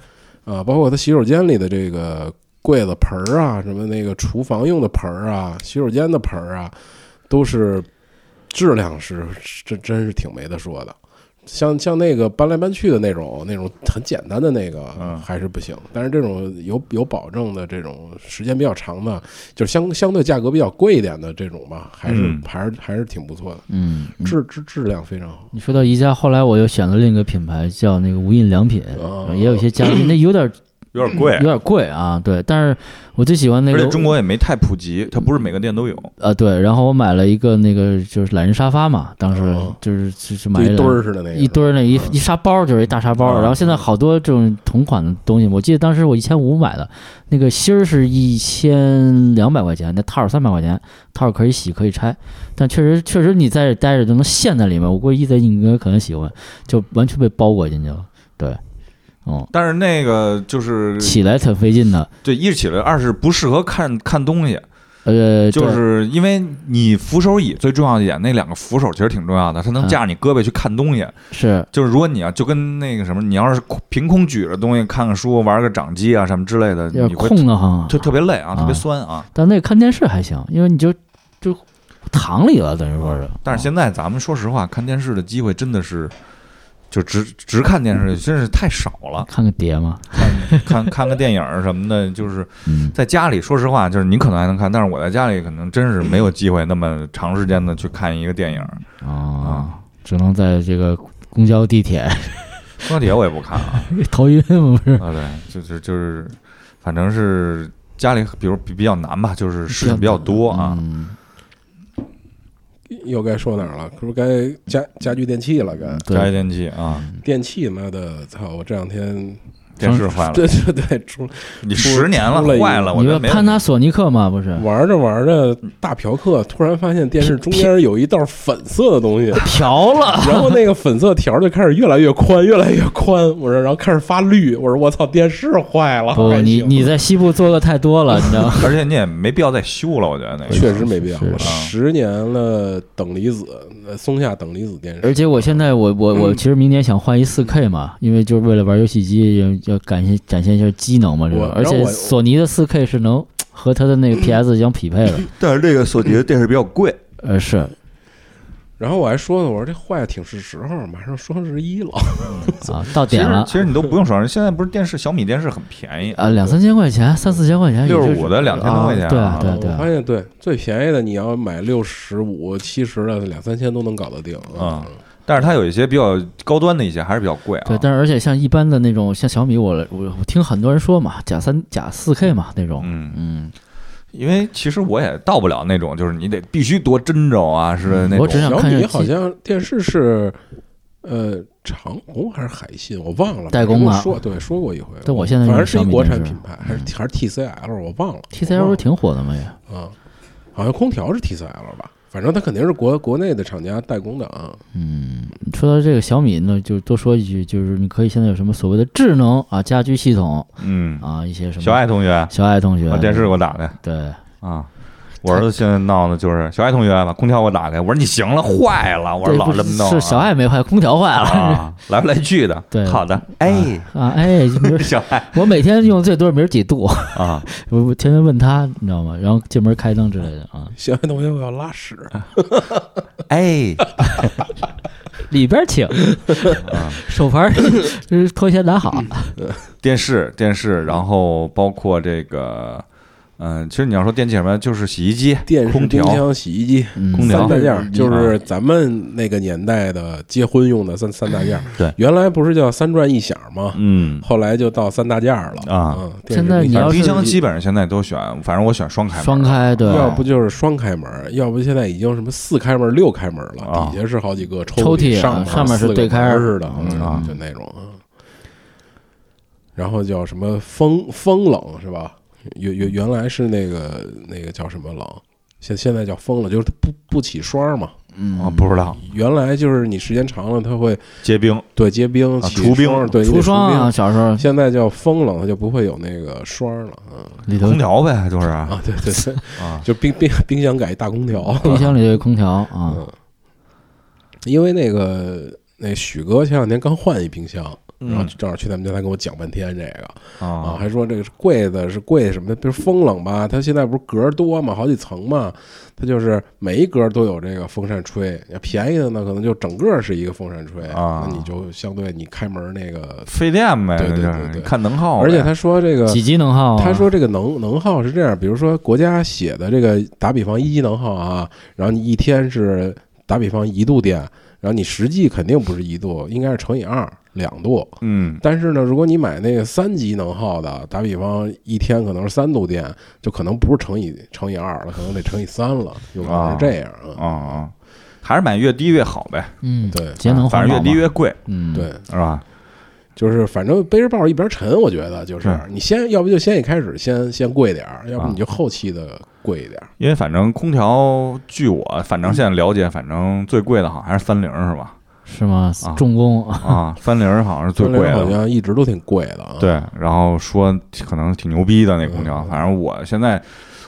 S2: 啊、包括它洗手间里的这个柜子、盆儿啊，什么那个厨房用的盆儿啊，洗手间的盆儿啊，都是质量是这真是挺没得说的。像像那个搬来搬去的那种，那种很简单的那个、
S3: 嗯
S2: 还是不行。但是这种有有保证的这种时间比较长的，就是相相对价格比较贵一点的这种吧，还是、
S3: 嗯
S2: 还是还是挺不错的，
S1: 嗯，嗯
S2: 质质质量非常好。
S1: 你说到宜家，后来我又选了另一个品牌，叫那个无印良品，
S2: 哦
S1: 嗯也有一些家具，那有点
S3: 有点贵
S1: 有，点贵啊，对。但是我最喜欢那
S3: 而且
S1: 个
S3: 中国也没太普及，它不是每个店都有，
S1: 啊，对。然后我买了一个那个就是懒人沙发嘛，当时
S2: 哦
S1: 就是就是买
S2: 就
S1: 了
S2: 一堆儿似的那个，
S1: 一堆儿那一
S2: 嗯哦
S1: 一沙包，就是一大沙包。
S3: 嗯
S1: 然后现在好多这种同款的东西，我记得当时我一千五买的，那个芯儿是一千两百块钱，那套儿三百块钱，套儿可以洗可以拆，但确实确实你在这待着就能陷在里面。我估计一在应该可能喜欢，就完全被包裹进去了。对，嗯，
S3: 但是那个就是
S1: 起来挺费劲的。
S3: 对一是起来，二是不适合看看东西。
S1: 呃，
S3: 就
S1: 对
S3: 是因为你扶手椅最重要的一点，那两个扶手其实挺重要的，它能
S1: 嗯
S3: 架着你胳膊去看东西。
S1: 是
S3: 就是如果你要就跟那个什么，你要是凭空举着东西看看书、玩个掌机啊什么之类的，
S1: 有点
S3: 你会
S1: 空的慌，
S3: 就特别累啊，
S1: 啊
S3: 特别酸啊。
S1: 但那个看电视还行，因为你就就躺里了，等于说是。哦
S3: 但是现在咱们说实话，看电视的机会真的是。就只只看电视，真是太少
S1: *laughs*
S3: 了。
S1: 看个碟嘛，
S3: 看看看个电影儿什么的，就是
S1: 嗯，
S3: 在家里，说实话，就是你可能还能看，但是我在家里可能真是没有机会那么长时间的去看一个电影儿
S1: 啊
S3: 啊。，
S1: 只能在这个公交、地铁 *laughs*
S3: 高铁我也不看啊。
S1: 头晕嘛， *laughs* 不是？
S3: 啊，对，就是就是，反正是家里比如比比较难吧，就是事情比较多啊。
S1: 嗯，
S2: 又该说哪儿了？是不是该家家具电器了？该
S3: 家
S1: 对，嗯
S3: 里电器啊，
S2: 电器妈的，操！我这两天
S3: 电视坏了，
S2: 对对对，出
S3: 你十年了
S2: 出了一个
S3: 坏了，我
S1: 你
S3: 觉
S1: 说
S3: 得没
S1: 潘
S3: 有
S1: 达索尼克嘛，不是
S2: 玩着玩着大嫖客，突然发现电视中间有一道粉色
S1: *laughs*
S2: 的东西，
S1: 调
S2: *laughs*
S1: 了，
S2: 然后那个粉色条就开始越来越宽，越来越宽。我说，然后开始发绿。我说，我操，电视坏了！
S1: 不，
S2: 还行
S1: 你你在西部做的太多了，你知道吗？
S3: 而且你也没必要再修了，我觉得那个
S2: 确实没必要。
S1: 是
S2: 我十年了，等离子，呃松下等离子电视
S1: 而，且我现在我我
S3: 嗯
S1: 我其实明年想换一四 K 嘛，因为就是为了玩游戏机，要要感谢展现一下机能嘛，这个。
S2: 我
S1: 而
S2: 然后
S1: 且
S2: 我
S1: 索尼的四 K 是
S3: *laughs*
S1: 能和它的那个 PS 相匹配的，
S4: 但是这个索尼的电视比较贵，
S1: 呃，是
S2: 然后我还说呢，我说这坏的挺是时候，马上双十一了。
S1: 啊，到 *laughs*
S3: 其
S1: 点
S3: 实
S1: 了
S3: 其实你都不用说，现在不是电视小米电视很便宜，
S1: 啊，两三千块钱，三四千块钱也就是，
S3: 65的2000多块钱
S1: 啊
S3: 啊
S1: 对对对
S2: 我发
S1: 啊，
S2: 现对最便宜的，你要买六十五、七十的，两三千都能搞得定。
S3: 嗯，但是它有一些比较高端的一些还是比较贵啊。
S1: 对，但是而且像一般的那种，像小米我，我我听很多人说嘛，假三假四 K 嘛那种，
S3: 嗯，
S1: 嗯，
S3: 因为其实我也到不了那种，就是你得必须多斟酌啊，是那
S1: 嗯我
S3: 种
S1: 只想
S2: 小
S1: 看见
S2: 米好像电视是，呃，长虹还是海信，我忘了。
S1: 代工
S2: 跟
S1: 啊
S2: 我说对说过一回。
S1: 但我现在
S2: 反正
S1: 用
S2: 是
S1: 小
S2: 一
S1: 米
S2: 国
S1: 电
S2: 产
S1: 视嗯
S2: 品牌，还是还是 TCL，我忘了。
S3: 哦
S1: ，TCL 不是挺火的嘛也，
S2: 啊，好像空调是 TCL 吧？反正它肯定是国国内的厂家代工的啊。
S1: 嗯，说到这个小米呢，就多说一句，就是你可以现在有什么所谓的智能啊家居系统
S3: 嗯，
S1: 啊，一些什么
S3: 小爱同学
S1: 小爱同学
S3: 啊把电视给我打开。
S1: 对，
S3: 啊。我儿子现在闹的就是小爱同学把空调给我打开，我说你行了，坏了，我说
S1: 对
S3: 老
S1: 不是
S3: 这么弄啊、
S1: 是小爱没坏，空调坏了
S3: 啊，来不来去的，
S1: *laughs* 对
S3: 好的，哎，
S1: 啊，哎，就没有
S3: 小爱
S1: 我每天用最多没几度，
S3: 啊，
S1: 我 *laughs* 我天天问他，你知道吗？然后进门开灯之类的啊，
S2: 小爱同学，我要拉屎。
S3: 哎，
S1: 里边请，
S3: 啊
S1: 手牌儿就是拖鞋拿好，
S3: 电视电视，然后包括这个，嗯，其实你要说电器什么，就是洗衣机、
S2: 电视、
S3: 空调
S2: 冰箱、洗衣机。
S1: 嗯
S3: 空调
S2: 三大件儿就是咱们那个年代的结婚用的三三大件儿
S3: 对
S2: 原来不是叫三转一响吗？
S3: 嗯，
S2: 后来就到三大件儿了
S3: 啊
S2: 嗯
S1: 现在
S2: 电视
S1: 你要
S2: 冰箱
S3: 反正
S1: 是
S3: 冰箱基本上现在都选，反正我选双开门，
S1: 双开对，
S2: 要不就是双开门儿，要不现在已经什么四开门儿、六开门儿了
S3: 啊，
S2: 底下是好几个
S1: 抽屉
S2: 屉，
S1: 啊
S2: 上面
S1: 上面是
S2: 四个
S1: 对开
S2: 门儿似的
S1: 嗯
S2: 啊，就那种啊。然后叫什么风风冷是吧？原原原来是那个那个叫什么冷，现现在叫风冷，就是它不不起霜嘛。
S1: 嗯
S3: 啊，不知道
S2: 原来就是你时间长了，它会
S3: 结冰，
S2: 对结冰、
S3: 啊
S2: 起
S3: 除冰
S2: 霜对你得
S1: 除霜啊，
S2: 冰
S1: 小时候
S2: 现在叫风冷，它就不会有那个霜了啊
S1: 里头
S3: 空调呗，就是啊
S2: 啊！对对对，就冰冰冰箱改大
S1: *laughs*
S2: 空调。
S1: 冰箱里头有空调啊，
S2: 嗯，因为那个那许哥前两天刚换一冰箱，然后
S3: 嗯
S2: 正好去他们家，他跟我讲半天这个啊，
S3: 啊，
S2: 还说这个是贵的，是贵什么的，比如风冷吧，它现在不是格儿多嘛，好几层嘛，它就是每一格儿都有这个风扇吹，要便宜的呢，可能就整个是一个风扇吹
S3: 啊
S2: 那你就相对你开门那个，
S3: 费电呗，
S2: 对对
S3: 就
S2: 对
S3: 是
S2: 对
S3: 看能耗呗，
S2: 而且他说这个
S1: 几级能
S3: 哦
S1: 耗啊？
S2: 他说这个能能耗是这样，比如说国家写的这个打比方一级能耗啊，然后你一天是打比方一度电，然后你实际肯定不是一度，应该是乘以二两度。
S3: 嗯
S2: 但是呢，如果你买那个三级能耗的，打比方一天可能是三度电，就可能不是乘以乘以二了，可能得乘以三了，有可能是这样
S3: 啊
S2: 啊。
S3: 啊，还是买越低越好呗，啊
S1: 嗯，
S2: 对
S1: 节能
S3: 反
S1: 环
S3: 正
S1: 保
S3: 越
S1: 嘛
S3: 低越贵，
S1: 嗯，
S2: 对，
S3: 是吧？
S2: 就是反正背着包一边沉，我觉得就是
S3: 是
S2: 你先，要不就先一开始先先贵点儿，要不
S3: 啊
S2: 你就后期的贵一点儿。
S3: 因为反正空调，据我反正现在了解，反正最贵的好像还是三菱
S1: *laughs*
S3: 是吧？
S1: 是吗
S3: 啊？
S1: 重工啊，
S3: 啊，三菱好像是最
S2: 中
S3: 贵
S2: 粮好
S3: 的。
S2: 像一直都挺贵的啊。
S3: 嗯对，然后说可能挺牛逼的那空调，反正我现在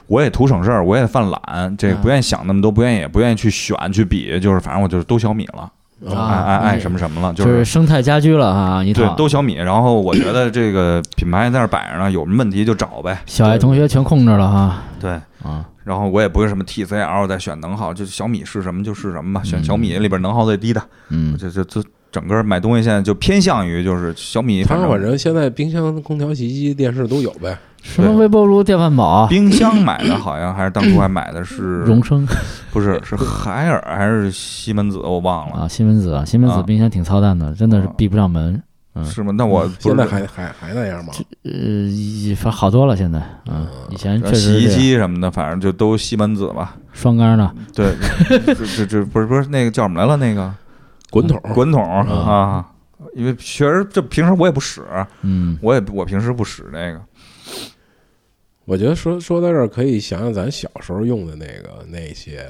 S3: 我也图省事儿，我也犯懒，这个
S1: 嗯
S3: 不愿意想那么多，不愿意也不愿意去选去比，就是反正我就是都小米了，爱
S1: 啊
S3: 爱爱
S1: 嗯
S3: 什么什么了，
S1: 就是是生态家居了哈，一
S3: 对
S1: 套
S3: 都小米。然后我觉得这个品牌在那儿摆着呢，有什么问题就找呗。
S1: 小爱同学全控制了哈
S3: 对，
S1: 啊，
S3: 然后我也不是什么 TCL 在选能耗，就是小米是什么就是什么吧，选
S1: 嗯
S3: 小米里边能耗最低的。
S1: 嗯，
S3: 这这这整个买东西现在就偏向于就是小米，
S2: 他
S3: 反
S2: 反正现在冰箱、空调、洗衣机、电视都有呗。
S1: 什么微波炉、电饭煲、啊
S3: 冰箱买的好像还是当初还买的
S1: *coughs*
S3: 是
S1: 荣升
S3: 不是是海尔还是西门子，我忘了
S1: 啊，西门子啊，西门子
S3: 啊
S1: 冰箱挺操蛋的，真的是
S3: 啊
S1: 闭不上门。嗯
S3: 是吗？那我不
S2: 现
S3: 是
S2: 在还还还那样吗？
S1: 呃，一反正好多了，现在，嗯，以前确
S3: 呃洗
S1: 实
S3: 衣
S1: 是
S3: 机什么的，反正就都西门子吧。
S1: 双缸的， *laughs*
S3: 对，这这不是不是那个叫什么来了？那个
S1: 哦
S2: 滚筒，
S3: 滚筒啊，因为确实这平时我也不使，
S1: 嗯，
S3: 我也我平时不使那个。
S2: 我觉得说说到这儿，可以想想咱小时候用的那个那些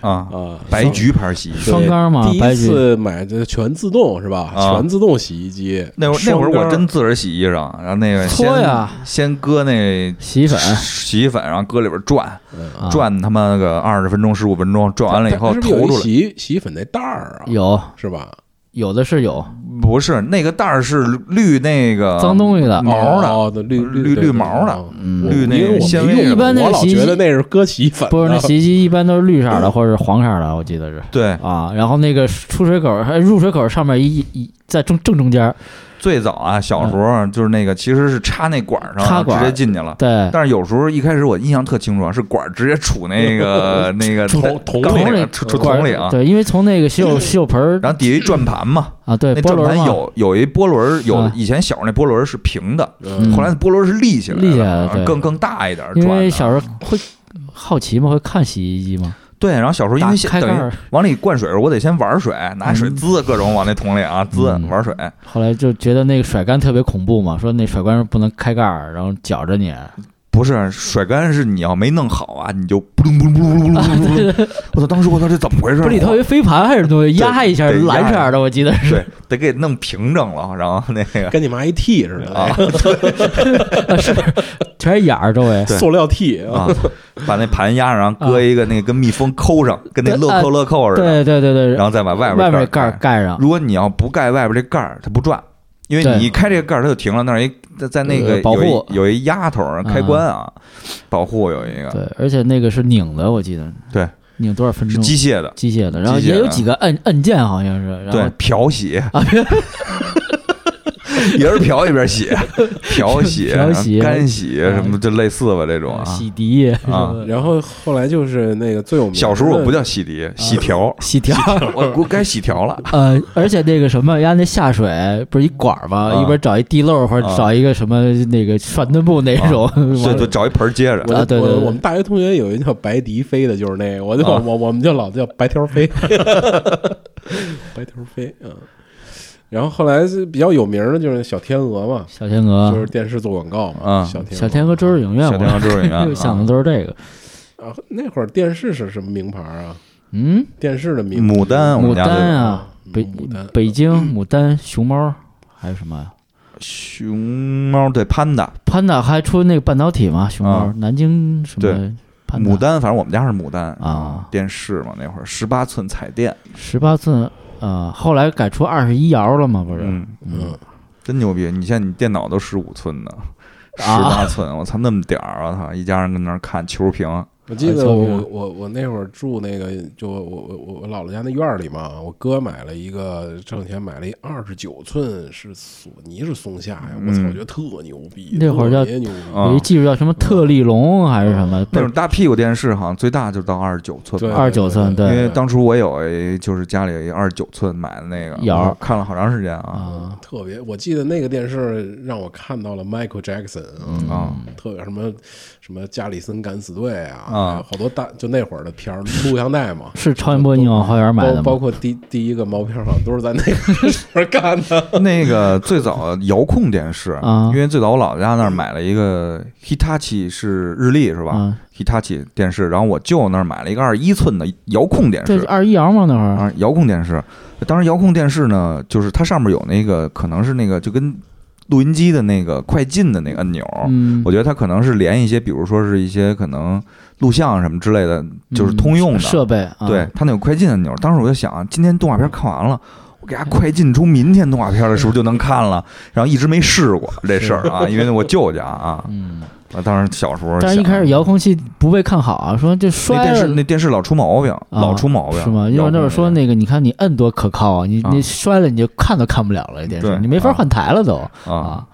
S3: 啊，
S1: 哦
S2: 啊，
S3: 白
S2: 像。
S3: 菊牌洗衣机。
S1: 双缸嘛
S2: 第
S1: 啊白
S2: 一
S1: 菊
S2: 次买的全自动是吧？
S3: 啊
S2: 全自动洗衣机，
S3: 那会儿那会儿
S2: 双
S3: 我
S2: 缸
S3: 真自个儿洗衣裳，然后那个先
S1: 搓呀
S3: 先搁那
S1: 洗衣粉
S3: 洗衣粉，然后搁里边转
S2: 嗯
S1: 啊
S3: 转他妈个二十分钟十五分钟，转完了以后
S2: 它是不是
S3: 投
S2: 有
S3: 出
S2: 一
S3: 来。
S2: 洗衣洗衣粉那袋儿啊，
S1: 有
S2: 是吧？
S1: 有的是有
S3: 不是那个袋儿是绿那个
S1: 脏东西的，
S3: 啊毛的
S2: 哦，那绿
S3: 绿
S2: 对
S3: 绿毛的
S2: 哦
S1: 嗯
S2: 我
S3: 绿那
S2: 因为我没
S3: 纤维
S2: 用
S3: 的
S1: 一般那
S2: 我老
S1: 洗衣
S2: 觉
S1: 机
S2: 得那是搁洗衣粉的，啊
S1: 不是
S3: 嗯
S1: 那洗衣机一般都是绿色的或者是黄色的，我记得是
S3: 对，
S1: 啊。然后那个出水口还入水口上面一一一在正正中间，
S3: 最早啊，小时候就是那个其实是插那管儿上，
S1: 嗯
S3: 啊
S1: 插管儿
S3: 直接进去了。
S1: 对，
S3: 但是有时候一开始我印象特清楚啊，是管儿直接杵
S1: *laughs*
S3: 那个那个
S2: 桶桶
S3: 缸
S2: 里
S3: 呃里
S1: 里
S3: 边杵杵
S1: 管
S3: 桶里啊，
S1: 对，因为从那
S3: *clears throat*
S1: 个洗手洗手盆儿
S3: 然后底下一转盘嘛，
S1: 啊，对，
S3: 那
S1: 波
S3: 转
S1: 轮嘛，
S3: 盘有有一波轮儿，有
S1: 啊
S3: 以前小时候那波轮儿是平的，
S2: 嗯
S3: 后来那波轮儿是立起来的，
S1: 立起来的对
S3: 更更大一点儿
S1: 因
S3: 转
S1: 为
S3: 的。啊
S1: 小时候会好奇嘛，会看洗衣机嘛，
S3: 对，然后小时候因
S1: 打
S3: 为先
S1: 开盖
S3: 等于
S1: 儿，
S3: 往里灌水的时候，我得先玩水，拿水
S1: 嗯
S3: 滋各种往那桶里啊滋
S1: 嗯
S3: 玩水。
S1: 后来就觉得那个甩杆特别恐怖嘛，说那甩杆不能开盖儿，然后绞着
S3: *laughs*
S1: 你，
S3: 不是甩杆是你要没弄好啊，你就扑通扑通扑通扑通扑通扑通。我操！当时我操，这怎么回
S1: *laughs*
S3: 事？
S1: 不里头有一飞盘还是什么东西，
S3: 对
S1: 压一下
S3: 对
S1: 蓝色的，我
S3: *laughs*
S1: 记得是。
S3: 对，得给弄平整了，然后那个
S2: *laughs* 跟你妈一 T 似的，
S3: 啊
S1: 全是眼儿周围。
S3: 对
S2: 塑料 T 啊，
S3: 啊，把那盘压上，然后搁一个那个跟蜜蜂抠上，跟那乐扣乐扣似
S1: 对
S3: 的，
S1: 对对对，
S3: 然后再把外
S1: 外
S3: 边
S1: 面
S3: 盖嗯
S1: 盖儿盖上，
S3: 如果你要不盖外边这盖儿，它不转，因为
S1: 啊对
S3: 你一开这个盖儿，它就停了。那儿一在在那
S1: 呃
S3: 个
S1: 保护
S3: 有一有一压头儿开关啊，保护有一个
S1: 对，而且那个是拧的，我记得
S3: 对，
S1: 拧多少分
S3: 是
S1: 钟？
S3: 机械的，
S1: 机械的，然后
S3: 机械
S1: 也有
S3: 的
S1: 几个按按键，好像是，然
S3: 对
S1: 后，
S3: 漂
S1: *laughs*
S3: 洗。也是漂一
S1: *laughs*
S3: 边洗，漂洗、
S1: 漂洗哎
S3: 干洗什么，就类似吧这种啊。
S1: 洗涤什
S3: 啊
S1: 么的，
S2: 然后后来就是那个最有名的，
S3: 小时候我不叫洗
S1: 啊
S3: 涤，洗条，
S1: *laughs* 洗条。
S3: 我我该洗
S1: *laughs*
S3: 条了。
S1: 呃，而且那个什么，人家那下水不是一管儿吗？
S3: 啊
S1: 一边找一地漏或者
S3: 啊
S1: 找一个什么那个涮墩布那种，
S3: 对，就找一盆儿接着
S2: 我
S1: 啊对对
S2: 我
S1: 对
S2: 我们大学同学有一叫白迪飞的，就是那个，我就
S3: 啊
S2: 我我我们就老叫白条
S3: *laughs*
S2: 飞，白条飞，嗯。然后后来是比较有名的就是小天鹅嘛，
S1: 小天
S2: 就
S1: 鹅
S2: 是、电视做广告嘛，
S3: 啊
S2: 小天鹅
S1: 啊小天鹅周日影院
S3: 小，天
S1: *laughs*
S3: 鹅周日影
S1: 我
S3: 院
S1: 就想的都是这个。
S2: 啊，那会儿电视是什么名牌啊？
S1: 嗯，
S2: 电视的名嗯
S3: 牡丹，我
S1: 牡
S3: 们家
S1: 丹
S3: 的
S1: 啊，北
S2: 牡丹
S1: 北京牡丹、熊猫还有什么呀？
S3: 熊猫对潘达，
S1: 潘达还出那个半导体嘛？熊猫
S3: 啊，
S1: 南京什么
S3: 对
S1: 潘达
S3: 牡丹，反正我们家是牡丹
S1: 啊
S3: 电视嘛那会儿十八寸彩电，
S1: 十八寸，呃，后来改出二十一摇了嘛？不是？
S3: 嗯，
S2: 嗯，
S3: 真牛逼！你像你电脑都十五寸的，十
S1: 啊
S3: 八寸，我操那么点儿，我啊操，一家人跟那儿看球屏，
S2: 我记
S1: 还
S2: 得
S1: 凑合
S2: 我我我那会儿住那个，就我我我我姥姥家那院儿里嘛，我哥买了一个，挣钱买了一二十九寸，是索尼是松下呀，我操，
S3: 嗯
S2: 我觉得特牛逼，
S1: 那会儿叫
S2: 特别牛逼，
S3: 啊
S1: 有一技术叫什么特立龙还是什么？
S3: 那种大屁股电视好像最大就到二十九寸
S2: 对
S3: 吧。
S1: 二29寸
S3: 因
S1: 对
S3: 为当初我有一，就是家里有一二十九寸买的那个，
S1: 眼儿
S3: 我看了好长时间啊
S1: 啊，
S2: 特别，我记得那个电视让我看到了 Michael Jackson 啊，
S3: 啊！
S2: 特别什么什么加里森敢死队啊，
S3: 啊
S2: 还有好多大就那会儿的片儿录像带嘛，
S1: 是超音波宁往花园买的
S2: 包包
S1: 吗？
S2: 括第第一个毛片儿好像都是在那个 *laughs* 时候干的。
S3: 啊那个最早遥控电视
S1: 啊，
S3: 因为最早我姥姥家那儿买了一个 Hitachi 是日立是吧？
S1: 啊，
S3: Hitachi 电视，然后我舅那儿买了一个二十一寸的遥控电
S1: 对，
S3: 视，
S1: 二十一摇嘛那会儿
S3: 啊，遥控电视。当时遥控电视呢，就是它上面有那个可能是那个就跟录音机的那个快进的那个按钮，
S1: 嗯，
S3: 我觉得它可能是连一些，比如说是一些可能录像什么之类的，就是通用的。
S1: 嗯设备，啊
S3: 对，它那有快进按钮，当时我就想，今天动画片看完了。我给它快进出明天动画片的时候就能看了，然后一直没试过这事儿啊，因为我舅家啊，
S1: 嗯，
S3: 我当时小时候想，
S1: 但是一开始遥控器不被看好啊，说这
S3: 那
S1: 摔
S3: 电视
S1: 了
S3: 那电视老出毛病，老出毛病
S1: 啊是吗？因为那会儿说那个，你看你摁多可靠啊，你
S3: 啊
S1: 你摔了你就看都看不了了，这电视
S3: 对
S1: 你没法换台了都
S3: 啊，，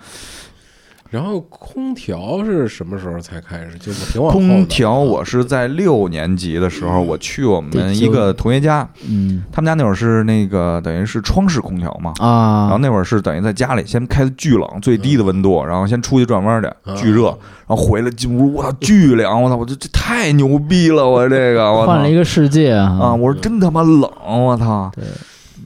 S2: 然后空调是什么时候才开始？就是挺往后的
S1: 哦
S3: 空调我是在六年级的时候，我去我们一个同学家，
S1: 嗯
S3: 他们家那会儿是那个等于是窗式空调嘛，然后
S1: 啊，
S3: 那会儿是等于在家里先开的巨冷，最低的温度，然后先出去转弯去，巨热，然后回来进屋，我操，巨凉，我操，我这这太牛逼了，我这个，我操
S1: 换了一个世界
S3: 啊，
S1: 啊，
S3: 我说真他妈冷，我操
S1: 对。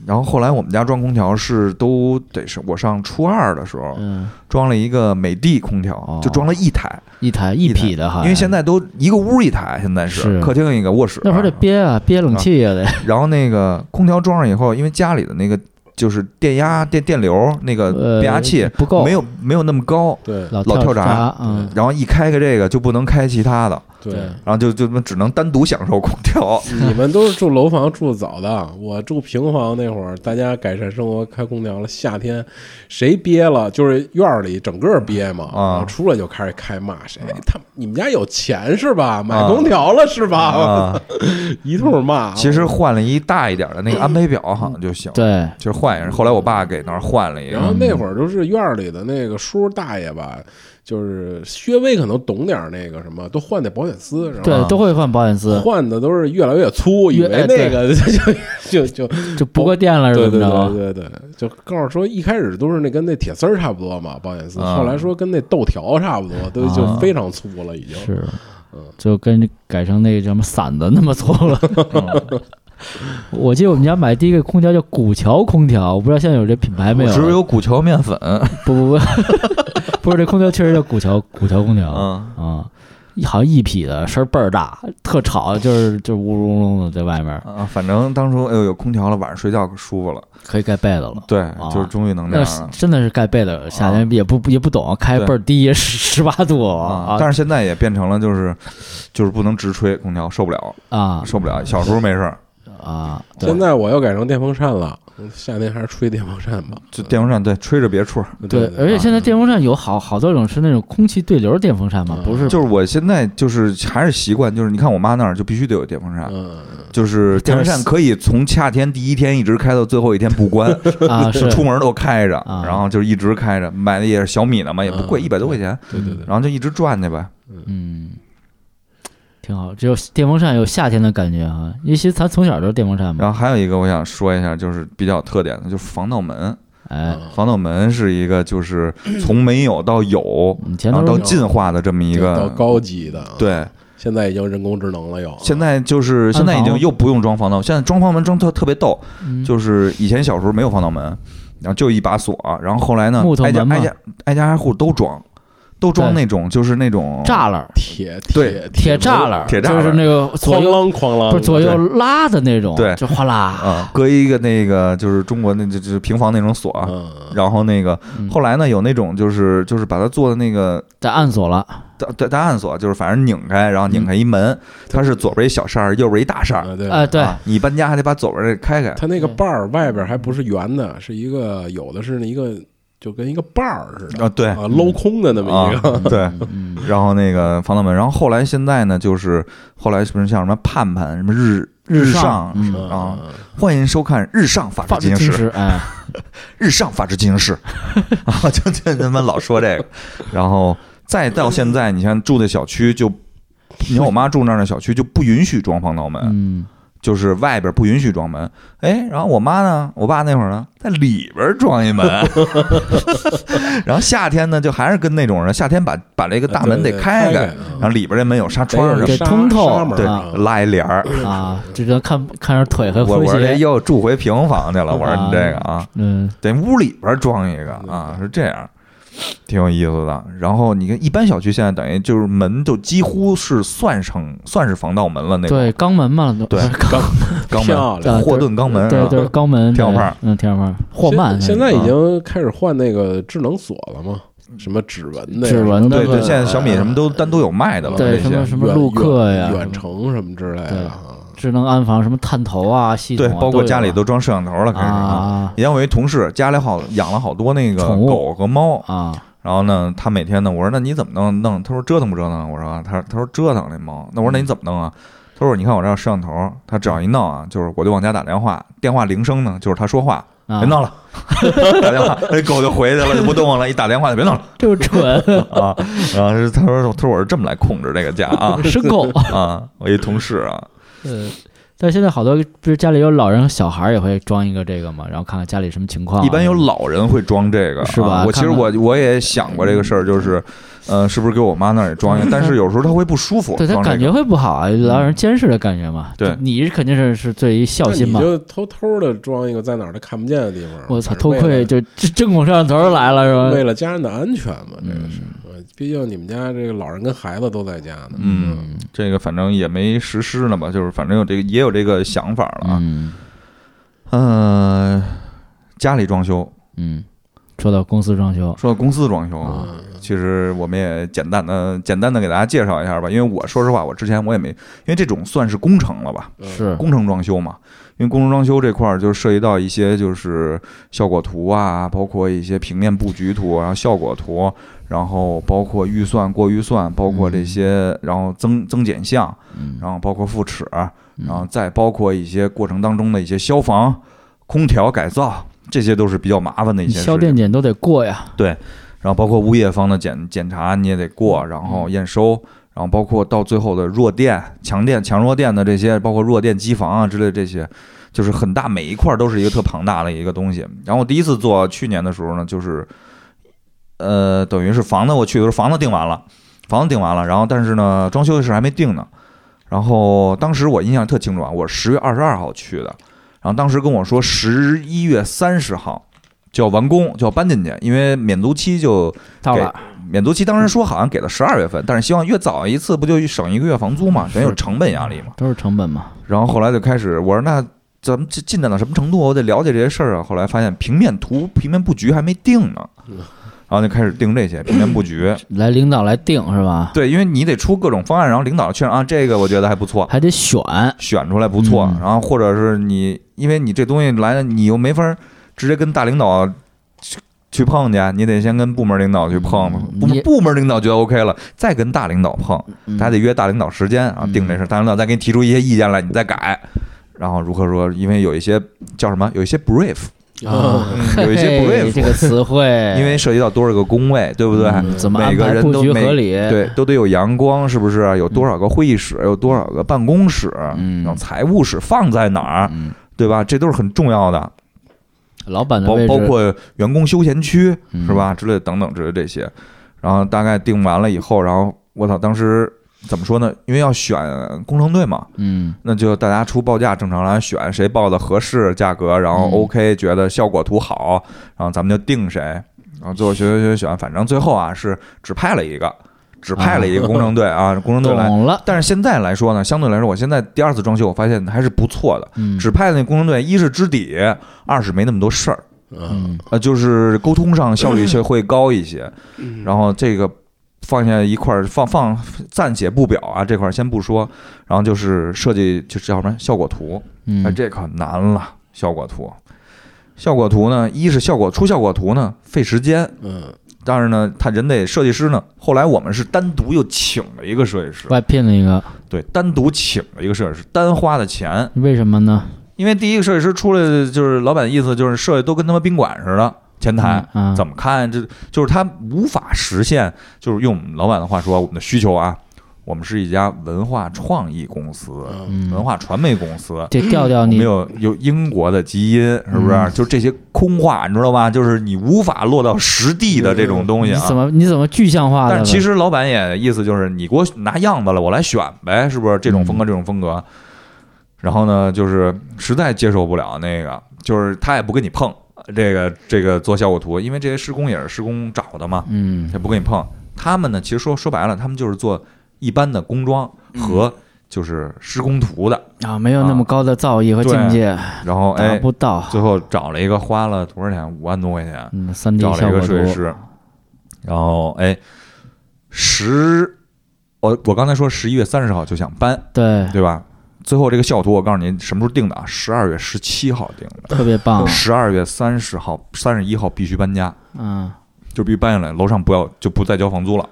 S3: 然后后来我们家装空调是都得是我上初二的时候
S1: 嗯，
S3: 装了一个美的空调
S1: 哦，
S3: 就装了一台，
S1: 一台一匹的哈，
S3: 因为现在都一个屋一台，现在
S1: 是
S3: 是客厅一个，卧室
S1: 那会儿得憋啊，憋冷气也得，
S3: 然后那个空调装上以后，因为家里的那个就是电压电电流那
S1: 嗯呃
S3: 个变压器
S1: 不够，
S3: 没有没有那么高，
S2: 对
S1: 老
S3: 老
S1: 跳
S3: 跳闸
S1: 嗯，
S3: 然后一开开这个就不能开其他的，
S2: 对，
S3: 然后就就只能单独享受空
S1: *laughs*
S3: 调。
S2: 你们都是住楼房住早的，我住平房那会儿，大家改善生活开空调了。夏天谁憋了，就是院儿里整个憋嘛，
S3: 啊
S2: 然后出来就开始开骂谁，他你们家有钱是吧？买空调了是吧？
S3: 啊，
S2: 一通骂。
S3: 其实换了一大一点的那个安培表好像就行，
S1: 嗯对，
S3: 就换一下。后来我爸给那儿换了一
S2: 然后
S3: 个，
S2: 那会儿就是院儿里的那个叔大爷吧，就是薛微可能懂点儿那个什么，都换那保险丝，然后
S3: 啊
S1: 对，都会换保险丝，
S2: 换的都是越来越粗，以
S1: 越
S2: 为那个 *laughs* 就就就
S1: 就不过电了是
S2: 对
S1: 怎
S2: 对
S1: 么啊着？
S2: 对对对，就告诉说一开始都是那跟那铁丝儿差不多嘛，保险丝，
S3: 啊
S2: 后来说跟那豆条差不多，都就
S1: 啊
S2: 非常粗了，已经。
S1: 是，就跟改成那个叫什么伞的那么粗 *laughs* 了。嗯我记得我们家买第一个空调叫古桥空调，我不知道现在有这品牌没有？啊
S3: 只有古桥面粉，
S1: 不不 *laughs* 不，不是这空调确实叫古桥古桥空调啊、
S3: 嗯，
S1: 好像一匹的，声儿倍儿大，特吵，就是就是呜隆隆的在外面，
S3: 啊，反正当初哎呦有空调了，晚上睡觉可舒服了。
S1: 可以盖被子了。嗯啊
S3: 对，就是
S2: 啊
S3: 终于能这
S1: 那
S3: 样
S1: 是
S3: 了。
S1: 真的是盖被子，夏天也不也不懂，开倍儿低，十十八度
S3: 啊
S1: 啊！
S3: 但是现在也变成了就是，就是不能直吹空调，受不了，
S1: 啊
S3: 受不了。小时候没事儿，
S1: 啊！对
S2: 现在我又改成电风扇了，夏天还是吹电风扇吧。
S3: 就电风扇对吹着别处。
S1: 对，而
S3: 啊
S1: 且现在电风扇有好好多种是那种空气对流电风扇嘛
S2: 嗯，
S1: 不是
S3: 啊就是我现在就是还是习惯，就是你看我妈那儿就必须得有电风扇，
S2: 嗯，
S3: 就是电风扇可以从夏天第一天一直开到最后一天不关，
S1: 啊是
S3: *laughs* 就出门都开着，
S1: 啊
S3: 然后就一直开着。买的也是小米的嘛，也不贵，
S2: 嗯
S3: 一百多块钱，
S2: 对对对，
S3: 然后就一直转去呗。
S1: 嗯，挺好，只有电风扇有夏天的感觉啊，因为其实咱从小就是电风扇
S2: 嗯
S3: 然
S1: 嘛，
S3: 后还有一个我想说一下，就是比较有特点的，就是防盗门。
S1: 哎，
S2: 嗯
S3: 防盗门是一个就是从没有到有，
S1: 以前嗯
S3: 然后
S1: 都
S3: 到
S1: 是
S3: 进化的这么一
S2: 到
S3: 个
S2: 高级的，，
S3: 对，
S2: 现在已经人工智能了又。
S3: 现在就是现在已经又不用装防盗，现在装防门装特特别逗，
S1: 嗯
S3: 就是以前小时候没有防盗门，然后就一把锁，然后后来呢
S1: 木，头
S3: 挨家
S1: 门嘛
S3: 挨家挨家挨户都装，都装
S1: 对
S3: 那种就是那种
S1: 栅栏儿、
S2: 铁
S3: 对
S1: 铁
S2: 铁
S1: 栅
S2: 门
S1: 栏儿，
S3: 铁栅
S1: 就是
S3: 栏
S1: 那个左
S2: 哐
S1: 右
S2: 啷哐啷，
S1: 不是左右拉的那种，
S3: 对
S1: 就哗啦，
S3: 啊，搁一个那个就是中国那就就是平房那种锁，
S1: 啊
S2: 嗯，
S3: 然后那个
S1: 嗯
S3: 后来呢有那种就是就是把它做的那个
S1: 在暗锁了，
S3: 单单单暗锁，就是反正拧开，然后
S1: 嗯
S3: 拧开一门，它是左边一小扇儿，右边一大扇儿。
S2: 啊对
S1: 哎，对，
S3: 啊，你搬家还得把左边这开开。
S2: 它那个把儿外边还不是圆的，是一个有的是一个就跟一个把儿似的
S3: 啊，对
S2: 啊，镂空的那么一个。
S3: 啊，对。
S1: 嗯，
S3: 然后那个防盗门，然后后来现在呢，就是后来是不是像什么盼盼什么日日
S1: 上
S3: 上，
S1: 嗯
S3: 啊，欢迎收看日上法
S1: 法
S3: 制
S1: 制
S3: 进行
S1: 进
S3: 室，
S1: 士，哎，
S3: 日上法制进行 *laughs* 室，啊，就就他妈老说这个，然后再到现在，你像住的小区就，你看我妈住那儿的小区就不允许装防盗门，
S1: 嗯，
S3: *laughs* 就是外边不允许装门。哎，然后我妈呢，我爸那会儿呢，在里边装一门。 *laughs* 然后夏天呢，就还是跟那种人，夏天把把这个大门得开
S2: 对对
S3: 开，
S2: 开开嗯
S3: 然后里边这门有纱窗什
S1: 得
S3: 么
S1: 有
S3: 的，
S1: 给通透
S3: 对 *laughs*
S1: 啊，
S3: 拉一帘儿。
S1: 啊，只能看看着腿和
S3: 我
S1: 灰
S3: 我说这
S1: 鞋，
S3: 又住回平房去了，我说你这个啊，
S1: 嗯，
S3: 得屋里边装一个啊，是这样。挺有意思的。然后你看，一般小区现在等于就是门就几乎是算成算是防盗门了那种，
S1: 对，肛门嘛，
S3: 对
S1: *laughs* 肛
S3: 肛
S2: 漂
S3: 门
S2: 亮
S3: 霍顿肛门，啊
S1: 对
S3: 是吧
S1: 对肛门，
S3: 天花板
S1: 对，嗯，天花板，霍曼，
S2: 现现在
S1: 嗯
S2: 已经开始换那个智能锁了嘛，什么指纹的呀、
S1: 指纹的
S3: 对对，
S1: 对
S3: 现在小米什么都单独有卖的了，
S1: 对
S3: 这
S1: 什么
S3: 些
S1: 什么
S2: 远
S1: 陆客呀，
S2: 远
S1: 什
S2: 远
S1: 么
S2: 程什么之类的啊。
S1: 智能安防，什么探头啊，系统
S3: 对
S1: 啊、，
S3: 包括
S1: 有
S3: 家里
S1: 啊
S3: 都装摄像头了，开始啊。
S1: 啊
S3: 以前我一同事家里好养了好多那个
S1: 宠物
S3: 狗和猫，
S1: 啊，
S3: 然后呢，他每天呢，我说那你怎么弄弄？他说折腾不折腾？我说啊他说他说折腾那猫。那我说那你怎么弄啊？他说你看我这有摄像头，他只要一闹啊，就是我就往家打电话，电话铃声呢就是他说话，
S1: 啊
S3: 别闹了， *laughs* 打电话，那狗就回去了，就不动了。一打电话就别闹了
S1: 这么
S3: *laughs*
S1: 蠢，
S3: 啊。然后是他说他说我是这么来控制这个家
S1: *laughs*
S3: 啊
S1: 生
S3: *laughs*
S1: 狗。
S3: 啊，我一同事啊，
S1: 呃，但现在好多不是家里有老人、小孩儿也会装一个这个嘛，然后看看家里什么情况啊。
S3: 一般有老人会装这个，
S1: 是吧
S3: 啊我其实
S1: 看看
S3: 我我也想过这个事儿，就是，呃，是不是给我妈那儿也装一
S1: *laughs*
S3: 个？但是有时候她会不舒服，
S1: 对他
S3: 装这
S1: 感
S3: 个嗯
S1: 觉会不好啊，老人监视的感觉嘛。
S3: 对
S1: 你是肯定是是最孝
S2: 那
S1: 心
S2: 你
S1: 嘛。
S2: 就偷偷的装一个在哪儿都看不见的地方。
S1: 我操，
S2: 反正
S1: 偷
S2: 为
S1: 窥
S2: 了
S1: 就这正拱摄像头来了
S2: 为
S1: 是吧？
S2: 了家人的安全嘛，这个是
S1: 呃嗯，
S2: 呃毕竟你们家这个老人跟孩子都在家呢。
S3: 嗯，这个反正也没实施呢吧，就是反正有这个也有这个想法了啊。
S1: 嗯
S3: 嗯，家里装修，
S1: 嗯，说到公司装修，
S3: 说到公司装修啊，其实我们也简单的简单的给大家介绍一下吧，因为我说实话，我之前我也没，因为这种算是工程了吧，
S2: 嗯
S1: 是
S3: 工程装修嘛，因为工程装修这块儿就涉及到一些就是效果图啊，包括一些平面布局图，然后效果图，然后包括预算过预算，包括这些，然后增增减项，
S1: 嗯
S3: 然后包括复尺，啊
S1: 嗯
S3: 然后再包括一些过程当中的一些消防、空调改造，这些都是比较麻烦的一
S1: 你
S3: 些
S1: 消
S3: 事
S1: 电
S3: 情。
S1: 检都得过呀。
S3: 然后包括物业方的检检查你也得过，然后验收。然后包括到最后的弱电、强电、强弱电的这些，包括弱电机房啊之类的这些，就是很大，每一块都是一个特庞大的一个东西。然后我第一次做去年的时候呢，就是，呃，等于是房子我去的时候房子定完了，房子定完了，然后但是呢装修的事还没定呢。然后当时我印象特清楚啊，我十月二十二号去的，然后当时跟我说十一月三十号就要完工，就要搬进去，因为免租期就
S1: 到了，
S3: 免租期当时说好像给到十二月份，但是希望越早一次，不就省一个月房租嘛，等于有成本压力嘛。
S1: 都是成本嘛。
S3: 然后后来就开始，我说那咱们进进展到什么程度？我得了解这些事儿啊。后来发现平面图、平面布局还没定呢，
S1: 嗯
S3: 然后就开始定这些平面布局。
S1: 来领导来定是吧？
S3: 对，因为你得出各种方案，然后领导确认啊，这个我觉得还不错，
S1: 还得选，
S3: 选出来不错。
S1: 嗯
S3: 然后或者是你，因为你这东西来了，你又没法儿直接跟大领导去去碰去，啊你得先跟部门领导去碰
S1: 嗯，
S3: 部
S1: 你
S3: 部门领导觉得 OK 了，再跟大领导碰，
S1: 嗯
S3: 大家得约大领导时间啊，
S1: 嗯
S3: 定这事。大领导再给你提出一些意见来，你再改。然后如何说？因为有一些叫什么？有一些 brief，
S1: 啊
S2: 啊，
S1: *laughs*
S3: 嗯有一些
S1: 嘿
S3: brief，
S1: 这个词汇，
S3: *laughs* 因为涉及到多少个工位，对不对？
S1: 哎嗯哎怎么
S3: 每
S1: 安
S3: 个
S1: 排
S3: 人
S1: 布
S3: 都
S1: 局
S3: 每
S1: 合理？嗯
S3: 对，都得有阳光，是不是？有多少个会议室？有多少个办公室？
S1: 嗯
S3: 然后财务室放在哪儿？
S1: 嗯，
S3: 对吧？这都是很重要的，
S1: 老板的嗯
S3: 包
S1: 位置
S3: 包括员工休闲区
S1: 嗯
S3: 是吧？之类的等等之类的这些。然后大概定完了以后，然后我操，当时怎么说呢？因为要选工程队嘛，
S1: 嗯
S3: 那就大家出报价，正常来选谁报的合适价格，然后
S1: 嗯
S3: OK 觉得效果图好，然后咱们就定谁。然后最后选选选选，反正最后啊是只派了一个，只派了一个工程队啊，工程队来。
S1: 懂了，
S3: 但是现在来说呢，相对来说，我现在第二次装修，我发现还是不错的。
S1: 嗯，
S3: 指派的那工程队，一是知底，二是没那么多事儿，
S2: 嗯
S1: 嗯
S3: 呃，就是沟通上效率就会高一些。
S2: 嗯
S3: 然后这个放下一块儿放放暂且不表啊，这块儿先不说。然后就是设计，就是叫什么效果图，
S1: 嗯
S3: 哎，这可难了，效果图。效果图呢，一是效果出效果图呢费时间，
S2: 嗯，
S3: 但是呢，他人得设计师呢。后来我们是单独又请了一个设计师，
S1: 外聘了一个，
S3: 对，单独请了一个设计师，单花的钱。
S1: 为什么呢？
S3: 因为第一个设计师出来的就是老板意思就是设计都跟他妈宾馆似的，前台
S1: 嗯啊，
S3: 怎么看这就是他无法实现，就是用我们老板的话说，我们的需求啊，我们是一家文化创意公司、
S2: 嗯
S1: 嗯
S3: 文化传媒公司。
S1: 这调调
S3: 我们
S1: 你
S3: 有有英国的基因，是不是
S1: 嗯？
S3: 就这些空话，你知道吧？就是你无法落到实地的这种东西
S1: 你
S3: 啊。
S1: 怎么你怎么具象化的？
S3: 但是其实老板也意思就是你给我拿样子了，我来选呗，是不是？这种风格，这种风格。然后呢，就是实在接受不了那个，就是他也不跟你碰，这个这个做效果图，因为这些施工也是施工找的嘛，
S1: 嗯
S3: 也不跟你碰。他们呢，其实说说白了，他们就是做一般的工装
S1: 嗯
S3: 和就是施工图的，
S1: 啊，没有那么高的造诣和境界，
S3: 然后
S1: 达
S3: 哎，
S1: 不到。
S3: 最后找了一个花了多少钱？五万多块钱，
S1: 嗯，三 D
S3: 找了
S1: 效
S3: 一
S1: 果
S3: 个
S1: 图
S3: 设计师，然后哎，十，我我刚才说十一月三十号就想搬，
S1: 对，
S3: 对吧？最后这个效图，我告诉您什么时候定的啊？十二月十七号定的，
S1: 特别棒。
S3: 十二月三十号、三十一号必须搬家，
S1: 嗯，
S3: 就必须搬下来，楼上不要就不再交房租了。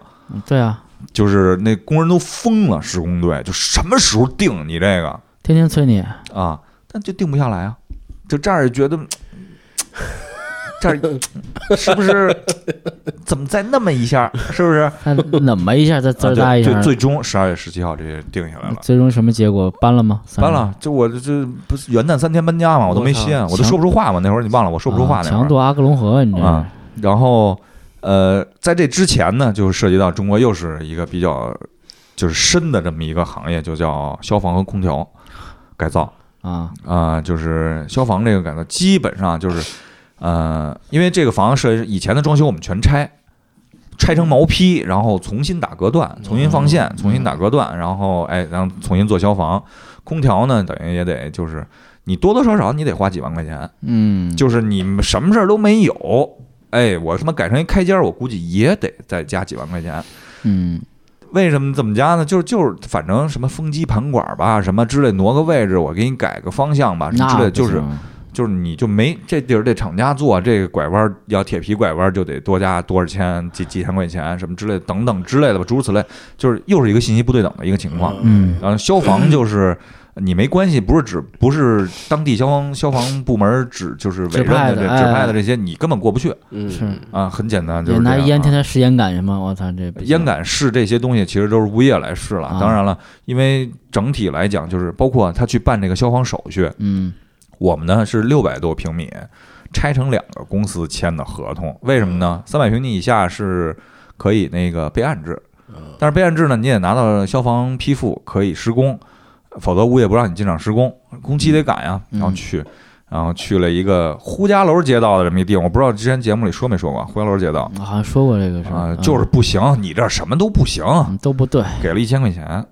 S1: 对啊，
S3: 就是那工人都疯了，施工队就什么时候定你这个
S1: 天天催你，
S3: 啊？但就定不下来啊，就这儿觉得这儿是不是怎么再那么一下？是不是？
S1: 他怎么一下再滋
S3: 啊
S1: 儿
S3: 对
S1: 哒一下
S3: 最
S1: 儿？嗯
S3: 最终十二月十七号这些定下来了，
S1: 最终什么结果？搬了吗？
S3: 搬了。就我这这不是元旦三天搬家嘛，我都没歇，我都
S1: 强
S3: 说不出话嘛。那会儿你忘了，我说不出话
S1: 啊
S3: 那会
S1: 强
S3: 儿。
S1: 渡阿克隆河，你这是
S3: 啊然后呃，在这之前呢，就涉及到中国又是一个比较就是深的这么一个行业，就叫消防和空调改造
S1: 啊，
S3: 啊、就是消防这个改造基本上就是呃，因为这个房子设计以前的装修我们全拆。拆成毛坯，然后重新打隔断，重新放
S1: 嗯
S3: 线，重新打隔断，然后哎，然后重新做消防。空调呢，等于也得就是你多多少少你得花几万块钱，
S1: 嗯，
S3: 就是你们什么事儿都没有，哎，我他妈改成一开间儿，我估计也得再加几万块钱。
S1: 嗯
S3: 为什么这么加呢？就是就是，反正什么风机盘管儿吧，什么之类，挪个位置，我给你改个方向啊吧，什么
S1: 那
S3: 之类的，
S1: 不
S3: 就是
S1: 行啊
S3: 就是你就没这地儿得厂家做，啊这个拐弯儿要铁皮拐弯儿就得多加多少钱几几千块钱什么之类的等等之类的吧，诸如此类，就是又是一个信息不对等的一个情况。
S1: 嗯
S3: 然后消防就是你没关系，不是指不是当地消防消防部门指就是委
S1: 指
S3: 任
S1: 派
S3: 的
S1: 的
S3: 这
S1: 哎
S3: 指派的这些，你根本过不去
S2: 嗯，
S1: 是
S3: 啊，很简单，就
S1: 也
S3: 是
S1: 拿
S3: 这样
S1: 烟
S3: 啊
S1: 天天试烟感什么，我操，这不行
S3: 烟感试这些东西，其实都是物业来试了
S1: 啊。
S3: 当然了，因为整体来讲，就是包括他去办这个消防手续，
S1: 嗯
S3: 我们呢是六百多平米，拆成两个公司签的合同。为什么
S1: 嗯
S3: 呢？三百平米以下是可以那个备案制，
S1: 嗯
S3: 但是备案制呢，你也拿到消防批复可以施工，否则物业不让你进场施工，工期得赶呀。
S1: 嗯
S3: 然后去，然后去了一个呼家楼街道的这么一个地方，我不知道之前节目里说没说过呼家楼街道
S1: 我好像说过这个事
S3: 啊、
S1: 儿，
S3: 就是不行，你这什么都不行，
S1: 嗯都不对。
S3: 给了一千块钱，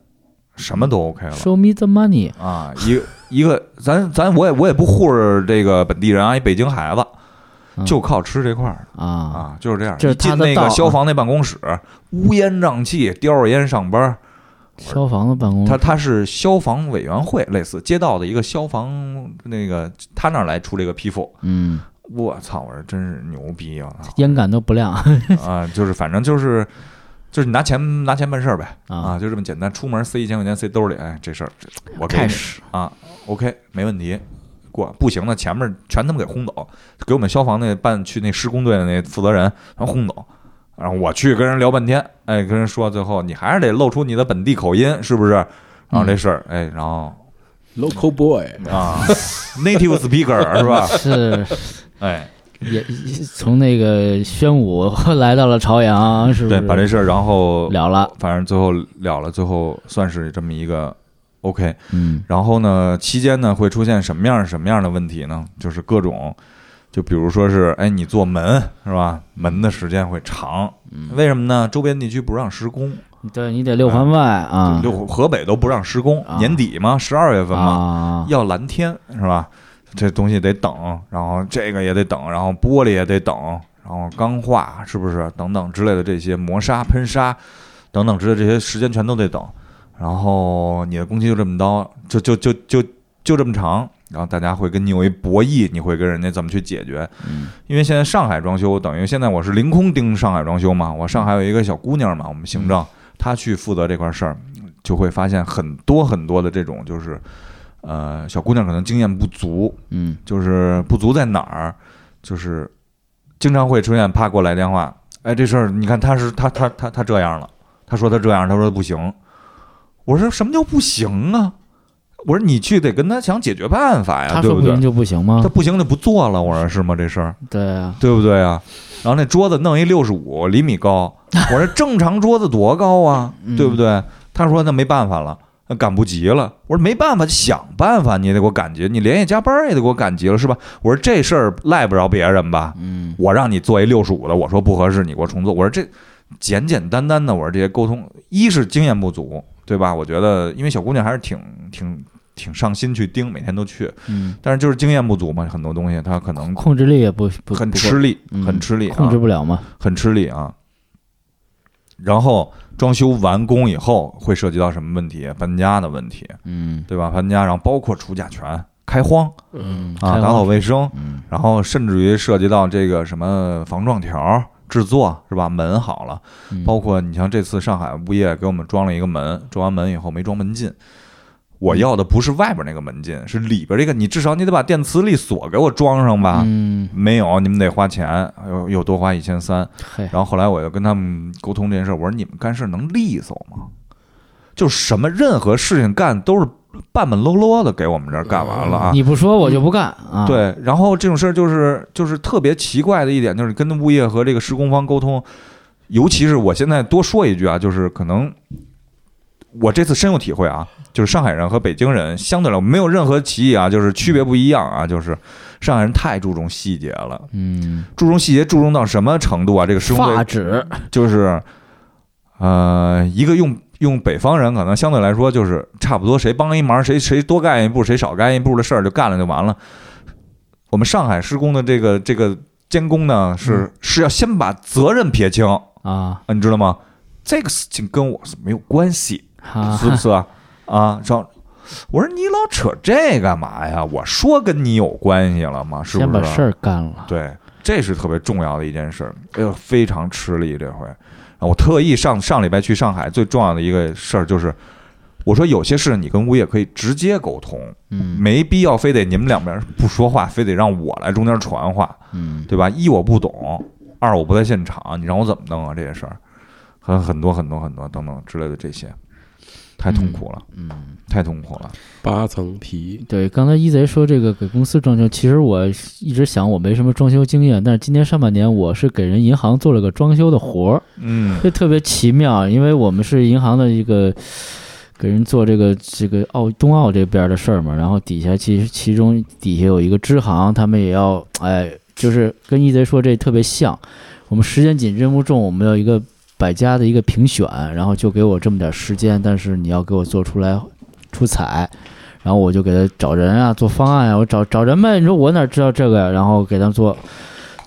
S3: 什么都 OK 了。
S1: Show me the money，
S3: 啊，一个一个，咱咱我也我也不护着这个本地人啊，一北京孩子，
S1: 嗯
S3: 就靠吃这块儿的
S1: 啊，
S3: 啊，就是这样。
S1: 就是
S3: 一进
S1: 他的
S3: 那
S1: 道
S3: 个
S1: 啊
S3: 消防那办公室，乌烟瘴气，叼着烟上班儿。
S1: 消防的办公
S3: 他他是消防委员会，类似街道的一个消防那个，他那儿来出这个批复。
S1: 嗯，
S3: 我操！我说真是牛逼
S1: *laughs*
S3: 啊！我操
S1: 烟感都不
S3: *laughs*
S1: 亮
S3: 啊，就是反正就是就是拿钱拿钱办事儿呗
S1: 啊，
S3: 啊，就这么简单。出门塞一千块钱塞兜里，哎，这事儿这我给
S1: 开
S3: 你。
S1: 始
S3: 啊，OK，没问题。过不行的，前面全他妈给轰走，给我们消防那办去那施工队的那负责人然后轰走，然后我去跟人聊半天，哎，跟人说最后你还是得露出你的本地口音，是不是？然后这事儿，哎，然后
S2: local boy，
S3: 啊，native speaker 是吧？
S1: 是
S3: 哎，
S1: 也从那个宣武 *laughs* 来到了朝阳，是不
S3: *laughs* 对，
S1: 是？
S3: 把这事儿，然后
S1: 了了，
S3: 反正最后了了，最后算是这么一个 OK。
S1: 嗯
S3: 然后呢，期间呢会出现什么样什么样的问题呢？就是各种，就比如说是，哎，你做门是吧？门的时间会长，
S1: 嗯
S3: 为什么呢？周边地区不让施工，
S1: 对你得六环外啊，
S3: 就河北都不让施工
S1: 啊，
S3: 年底嘛，十二月份
S1: 啊，
S3: 嘛，要蓝天是吧？这东西得等，然后这个也得等，然后玻璃也得等，然后钢化是不是等等之类的这些磨砂、喷砂等等之类的这些时间全都得等。然后你的工期就这么刀，就就就就就这么长，然后大家会跟你有一博弈，你会跟人家怎么去解决？
S1: 嗯
S3: 因为现在上海装修，等于现在我是凌空盯上海装修嘛，我上海有一个小姑娘嘛，我们行
S1: 嗯
S3: 政她去负责这块事儿，就会发现很多很多的这种就是，呃，小姑娘可能经验不足，
S1: 嗯
S3: 就是不足在哪儿，就是经常会出现啪给我来电话，哎，这事儿你看他是他他他他这样了，他说他这样，他说不行，我说什么叫不行啊？我说你去得跟他想解决办法呀，
S1: 他
S3: 啊对
S1: 说
S3: 不
S1: 不
S3: 对
S1: 行？就啊不行吗
S3: 他？不行就不做了，我说是吗？这事儿
S1: 对啊，
S3: 对不对啊？然后那桌子弄一六十五
S1: 嗯
S3: 厘米高，我说正常桌子多高啊，对不对？他说那没办法了，呃赶不及了。我说没办法，想办法，你也得给我赶集，你连夜加班也得给我赶集了，是吧？我说这事儿赖不着别人吧？
S1: 嗯，
S3: 我让你做一六十五的，我说不合适，你给我重做。我说这简简单单的，我说这些沟通，一是经验不足，对吧？我觉得因为小姑娘还是挺挺挺上心去盯，每天都去，
S1: 嗯，
S3: 但是就是经验不足嘛，很多东西她可能
S1: 控制力也不不
S3: 嗯很
S1: 不
S3: 吃力，
S1: 嗯
S3: 很吃力、啊，
S1: 控制不了嘛，
S3: 很吃力啊。然后装修完工以后会涉及到什么问题？搬家的问题，
S1: 嗯
S3: 对吧？搬家，然后包括除甲醛、开荒
S1: 嗯，
S3: 啊，
S1: 开
S3: 打
S1: 荒
S3: 扫卫生，
S1: 嗯
S3: 然后甚至于涉及到这个什么防撞条制作，是吧？门好了，
S1: 嗯
S3: 包括你像这次上海物业给我们装了一个门，装完门以后没装门禁。我要的不是外边那个门禁，是里边这个，你至少你得把电磁力锁给我装上吧。
S1: 嗯，
S3: 没有，你们得花钱，又又多花一千三。
S1: 嘿，
S3: 然后后来我又跟他们沟通这件事儿，我说你们干事儿能利索吗？就什么任何事情干都是半半啰啰的给我们这儿干完了啊。
S1: 你不说我就不干啊，，
S3: 对，然后这种事儿就是就是特别奇怪的一点，就是跟物业和这个施工方沟通，尤其是我现在多说一句啊，就是可能我这次深有体会啊，就是上海人和北京人相对来说没有任何歧义啊，就是区别不一样啊，就是上海人太注重细节了，
S1: 嗯，
S3: 注重细节注重到什么程度啊？这个施工队
S1: 发指，
S3: 就是，呃，一个用用北方人可能相对来说就是差不多，谁帮一忙谁谁多干一步，谁少干一步的事儿就干了就完了。我们上海施工的这个这个监工呢，是
S1: 嗯
S3: 是要先把责任撇清啊，
S1: 啊
S3: 你知道吗？这个事情跟我是没有关系，
S1: 啊，
S3: 是不
S1: *laughs*
S3: 是啊？啊，上。我说你老扯这干嘛呀？我说跟你有关系了吗？是啊不
S1: 先
S3: 是？
S1: 把事儿干了，
S3: 对，这是特别重要的一件事儿。哎呦，非常吃力这回。啊，我特意上上礼拜去上海，最重要的一个事儿就是，我说有些事你跟物业可以直接沟通，
S1: 嗯
S3: 没必要非得你们两边不说话，非得让我来中间传话，
S1: 嗯，
S3: 对吧？一我不懂，二我不在现场，你让我怎么弄啊？这些事儿，很很多很多很多等等之类的这些，太痛苦了，
S1: 嗯，
S3: 太痛苦了。
S2: 八层皮，
S1: 对，刚才一贼说这个给公司装修，其实我一直想我没什么装修经验，但是今年上半年我是给人银行做了个装修的活儿，
S3: 嗯
S1: 这特别奇妙，因为我们是银行的一个给人做这个这个澳冬奥这边的事儿嘛，然后底下其实其中底下有一个支行，他们也要哎，就是跟一贼说这特别像，我们时间紧任务重，我们有一个百家的一个评选，然后就给我这么点时间，但是你要给我做出来出彩。然后我就给他找人啊，做方案啊，我找找人呗。你说我哪知道这个呀？然后给他做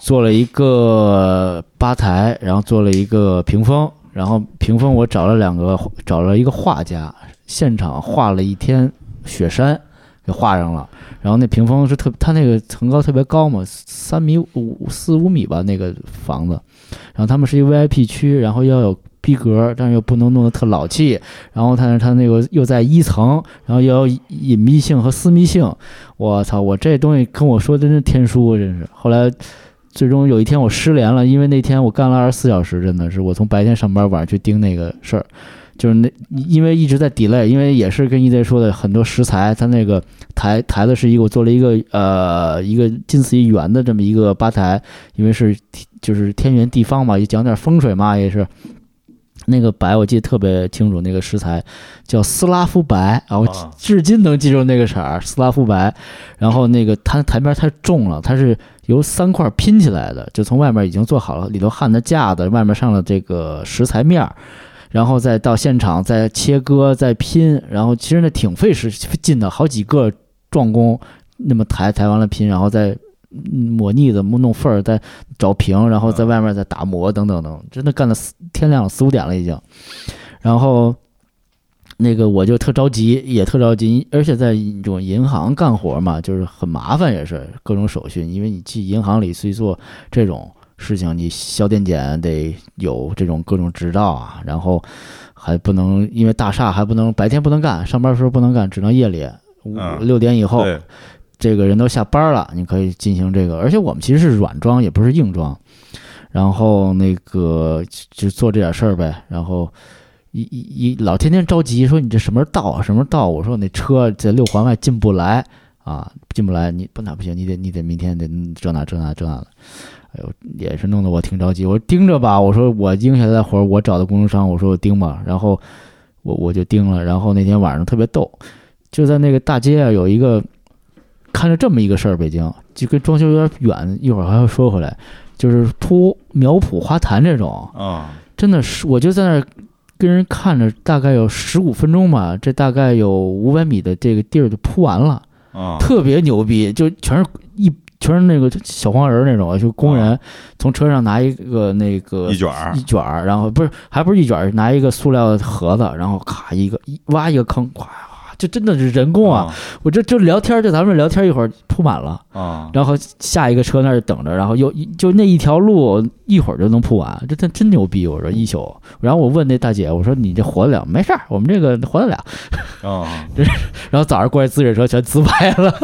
S1: 做了一个吧台，然后做了一个屏风，然后屏风我找了两个，找了一个画家，现场画了一天雪山，给画上了。然后那屏风是特，它那个层高特别高嘛，三米五四五米吧，那个房子。然后他们是一个 VIP 区，然后要有逼格，但是又不能弄得特老气。然后但是它那个又在一层，然后又有隐秘性和私密性。我操，我这东西跟我说真是天书，真是。后来最终有一天我失联了，因为那天我干了二十四小时，真的是我从白天上班，晚上去盯那个事儿，就是那因为一直在 delay，因为也是跟一贼说的很多食材，它那个台台子是一个我做了一个呃一个近似于圆的这么一个吧台，因为是就是天圆地方嘛，也讲点风水嘛，也是。那个白我记得特别清楚，那个食材叫斯拉夫白，然后
S3: 啊
S1: 至今能记住那个色儿，斯拉夫白。然后那个它台面太重了，它是由三块拼起来的，就从外面已经做好了，里头焊的架子，外面上了这个食材面儿，然后再到现场再切割再拼，然后其实那挺费时劲的，好几个壮工那么抬抬完了拼，然后再嗯抹腻子弄缝儿，再找平，然后在外面再打磨等等等，真的干到四天亮了四五点了已经，然后。那个我就特着急，也特着急，而且在一种银行干活嘛，就是很麻烦，也是各种手续，因为你去银行里去做这种事情，你消电检得有这种各种执照啊，然后还不能因为大厦还不能白天不能干，上班的时候不能干，只能夜里五
S3: 嗯
S1: 六点以后，
S3: 对，
S1: 这个人都下班了，你可以进行这个。而且我们其实是软装，也不是硬装。然后那个就就做这点事儿呗。然后一一一老天天着急说你这什么时候到啊？什么时候到？我说我那车在六环外进不来啊，进不来，你不那不行，你得你得明天得这那这那这那的。哎呦，也是弄得我挺着急。我说盯着吧，我说我应下来的活儿，我找的供应商，我说我盯吧。然后我我就盯了。然后那天晚上特别逗，就在那个大街啊有一个看着这么一个事儿，北京就跟装修有点远，一会儿还要说回来，就是铺苗圃花坛这种，
S3: 啊，
S1: 真的是我就在那儿跟人看着，大概有十五分钟吧，这大概有五百米的这个地儿就铺完了。
S3: 啊，
S1: 特别牛逼，就全是一全是那个小黄人儿那种，就工人从车上拿一个那个
S3: 一卷儿
S1: 一卷儿，然后不是还不是一卷儿，拿一个塑料盒子，然后咔一个一挖一个坑，咵，就真的是人工啊！我这就聊天，就咱们聊天一会儿铺满了，
S3: 啊，
S1: 然后下一个车那儿等着，然后又一就那一条路一会儿就能铺完，这真真牛逼！我说一宿，然后我问那大姐，我说你这活得了？没事儿，我们这个活得了。
S3: 啊，
S1: 然后早上过来自行车全自拍了，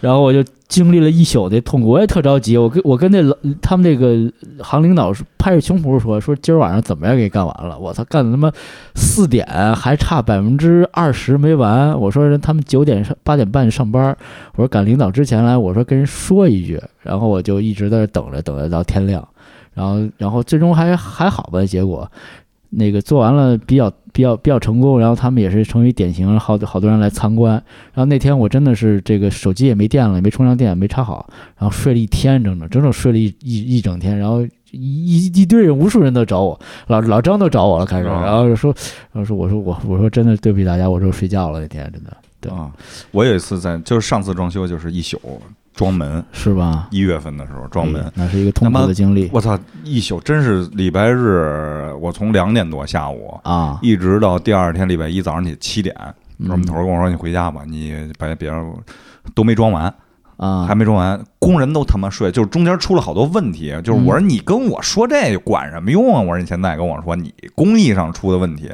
S1: 然后我就经历了一宿的痛苦，我也特着急。我跟我跟那老他们那个行领导说拍着胸脯说说今儿晚上怎么样给干完了？我操，干了他妈四点还差百分之二十没完。我说人他们九点上八点半上班，我说赶领导之前来，我说跟人说一句，然后我就一直在那等着，等着到天亮，然后然后最终还还好吧，结果。那个做完了比较比较比较成功，然后他们也是成为典型，好多好多人来参观。然后那天我真的是这个手机也没电了，也没充上电，也没插好，然后睡了一天，整整整整睡了一一一整天，然后一一一堆人，无数人都找我，老老张都找我了，开始，
S3: 哦
S1: 然后说，然后说我说我我说真的对不起大家，我说我睡觉了那天真的，对
S3: 啊，我有一次在就是上次装修就是一宿装门，
S1: 是吧？
S3: 一月份的时候装门
S1: 哎，那是一个痛苦
S3: 那
S1: 的
S3: 么
S1: 经历
S3: 我操，一宿真是礼拜日，我从两点多下午
S1: 啊，
S3: 一直到第二天礼拜一早上起七点，
S1: 嗯
S3: 我们头儿跟我说你回家吧，你别别人都没装完，
S1: 啊
S3: 还，没装完，工人都他妈睡，就是中间出了好多问题，就是我
S1: 嗯
S3: 说你跟我说这管什么用啊？我说你现在跟我说你工艺上出的问题，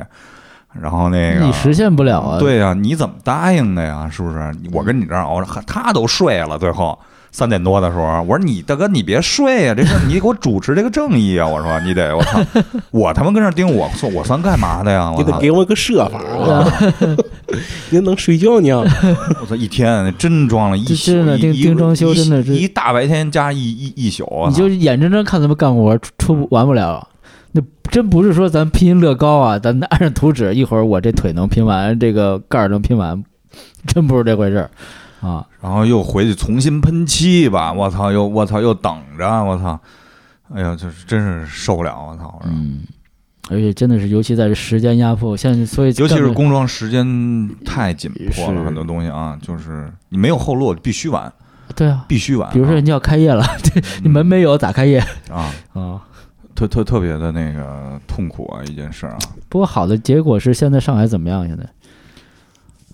S3: 然后那个
S1: 你实现不了啊，
S3: 对呀、你怎么答应的呀？是不是？我跟你这儿熬着，
S1: 嗯
S3: 他都睡了，最后三点多的时候，我说你大哥你别睡呀、
S1: *laughs*
S3: 这事儿你给我主持这个正义啊！我说你得我操，我他妈跟这儿盯我算我算干嘛的呀？我
S2: 你
S3: 操
S2: 得！给我个设法啊！您能睡觉呢？ *laughs*
S3: 我操！一天真装了一
S1: 这
S3: 宿
S1: 真，的
S3: 一
S1: 盯
S3: 一
S1: 盯装修
S3: 一
S1: 真的是
S3: 一大白天加一一一宿，我
S1: 你
S3: 操
S1: 就眼睁睁看他们干活，出出不完不了。那真不是说咱拼乐高啊，咱按上图纸，一会儿我这腿能拼完，这个盖儿能拼完，真不是这回事儿啊。
S3: 然后又回去重新喷漆吧！我操！又我操！又等着！我操！哎呀，就是真是受不了！我操！我说
S1: 嗯，而且真的是，尤其在这时间压迫，现在所以
S3: 尤其是
S1: 干
S3: 工装时间太紧迫了，
S1: 是
S3: 很多东西啊，就是你没有后路，必须完，
S1: 对啊，
S3: 必须完啊。
S1: 比如说人家要开业了， *laughs* 你门没有咋开业
S3: 啊，
S1: 啊？
S3: 特特特别的那个痛苦啊，一件事啊。
S1: 不过好的结果是现在上海怎么样？现在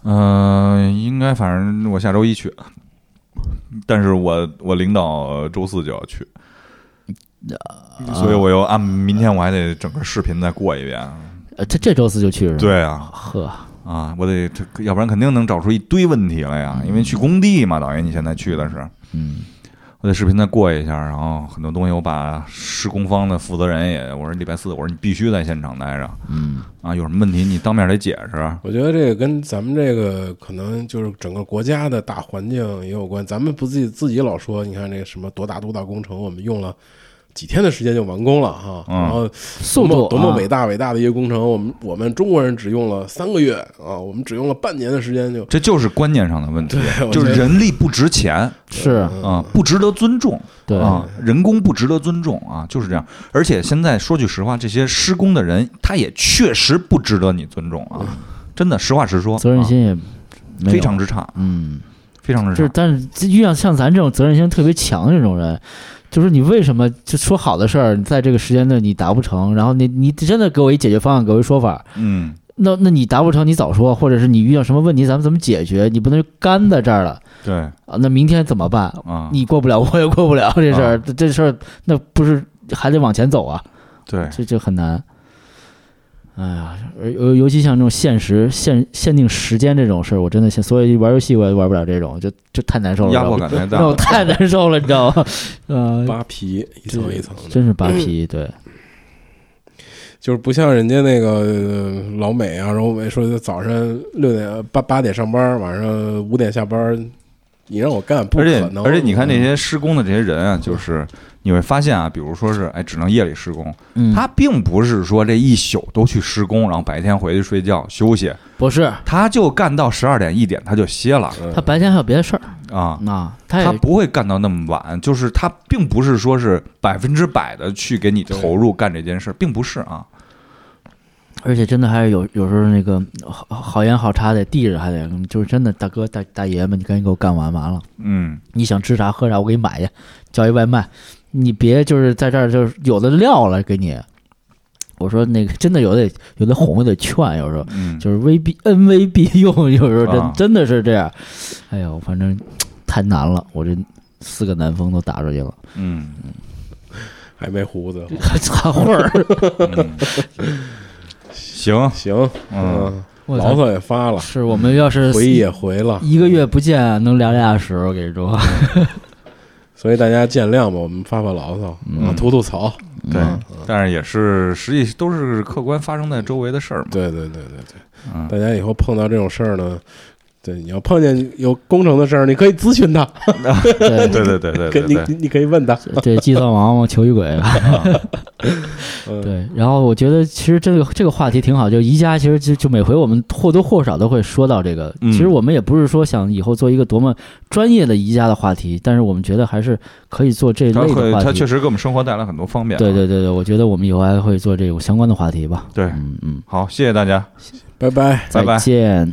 S3: 嗯，应该反正我下周一去，但是我我领导周四就要去，
S1: 啊
S3: 所以我又按明天我还得整个视频再过一遍。
S1: 呃，这这周四就去是吧？，
S3: 对啊，
S1: 呵，
S3: 啊，我得这，要不然肯定能找出一堆问题来呀，因为去工地嘛，导演你现在去的是。
S1: 嗯，
S3: 我得视频再过一下，然后很多东西我把施工方的负责人也，我说礼拜四，我说你必须在现场待着，
S1: 嗯，
S3: 啊，有什么问题你当面得解释。
S2: 我觉得这个跟咱们这个可能就是整个国家的大环境也有关。咱们不自己自己老说，你看这个什么多大多大工程，我们用了几天的时间就完工了哈。
S3: 嗯
S2: 然后
S1: 速
S2: 多
S1: 度
S2: 么多么
S1: 啊
S2: 伟大伟大的一个工程，我们我们中国人只用了三个月啊，我们只用了半年的时间
S3: *laughs*
S2: 就
S3: 这就是观念上的
S2: *laughs*
S3: 问题，
S2: 对，我
S3: 就是
S2: 觉得
S3: 人力不值钱
S1: 是，
S3: 啊，不值得尊重
S1: 对，
S3: 啊，人工不值得尊重啊，就是这样。而且现在说句实话，这些施工的人他也确实不值得你尊重啊，真的，实话实说，
S1: 责任心也
S3: 啊
S1: 没有
S3: 非常之差，
S1: 嗯。
S3: 非常
S1: 就
S3: 之
S1: 是，
S3: 差。
S1: 但是遇上像咱这种责任心特别强的这种人，就是你为什么就说好的事儿，你在这个时间内你达不成，然后你你真的给我一解决方案，给我一说法，
S3: 嗯，
S1: 那那你达不成你早说，或者是你遇到什么问题咱们怎么解决，你不能干在这儿了
S3: 对
S1: 啊，那明天怎么办？
S3: 啊，
S1: 你过不了，我也过不了这事儿，这这事儿那不是还得往前走啊，
S3: 对
S1: 这这很难。哎呀，而尤尤其像这种限时限限定时间这种事儿，我真的现所以玩游戏我也玩不了这种，就就太难受了。
S3: 压迫感太大
S1: 让我 *laughs*
S3: 了。
S1: 太难受了，你知道吗？呃，
S2: 扒皮一层一层的。
S1: 真是扒皮，对，
S2: 就是不像人家那个呃老美啊，然后美说早上六点呃八八点上班，晚上五点下班，你让我干不
S3: 而且
S2: 可能。嗯
S3: 而且你看那些施工的这些人啊，就是你你会发现啊，比如说是哎，只能夜里施工，
S1: 嗯，
S3: 他并不是说这一宿都去施工，然后白天回去睡觉休息，
S1: 不是
S3: 他就干到十二点一点他就歇了
S2: 嗯
S1: 他白天还有别的事儿
S3: 啊。
S1: 啊，他
S3: 他
S1: 也
S3: 不会干到那么晚，就是他并不是说是百分之百的去给你投入干这件事，并不是啊。
S1: 而且真的还是有有时候那个好好烟好茶得递着，还得就是真的大哥大大爷们，你赶紧给我干完完了，
S3: 嗯，
S1: 你想吃啥喝啥，我给你买去，叫一外卖，你别就是在这儿就是有的料了给你。我说那个真的有的有的哄有的劝，有时候
S3: 嗯，
S1: 就是威必恩威必用，有时候真、
S3: 啊
S1: 真的是这样。哎呦，反正太难了，我这四个南风都打出去了，
S3: 嗯，
S2: 还没胡子。
S1: 还 *laughs* 擦会儿。
S3: 嗯行，
S2: 行，
S3: 嗯，
S1: 我
S2: 牢
S1: 操！
S2: 骚也发了，
S1: 是我们要是
S2: 回忆啊也回了，
S1: 一个月不见，能聊俩小时，我跟你说。
S2: 所以大家见谅吧，我们发发牢骚，
S3: 嗯
S2: 啊，吐吐槽，
S1: 嗯
S3: 对，但是也是实际都是客观发生在周围的事儿嘛。
S2: 对对对对对，
S3: 嗯，
S2: 大家以后碰到这种事儿呢，对，你要碰见有工程的事儿，你可以咨询他，
S1: 对
S3: *laughs* 对对对对
S2: 可
S3: 对
S2: 你
S3: 对，
S2: 你你可以问他，
S1: 对，计算王嘛，求雨鬼吧。
S3: *laughs*
S2: 嗯，
S1: 对，然后我觉得其实这个这个话题挺好，就宜家其实就就每回我们或多或少都会说到这个。
S3: 嗯
S1: 其实我们也不是说想以后做一个多么专业的宜家的话题，但是我们觉得还是可以做这类
S3: 他
S1: 的
S3: 会
S1: 话
S3: 他
S1: 题
S3: 确。实给我们生活带来很多方便啊。
S1: 对对对对，我觉得我们以后还会做这种相关的话题吧。
S3: 对，
S1: 嗯嗯，
S3: 好，谢谢大家，
S2: 拜拜。
S3: 拜
S1: 再
S3: 拜。
S1: 见。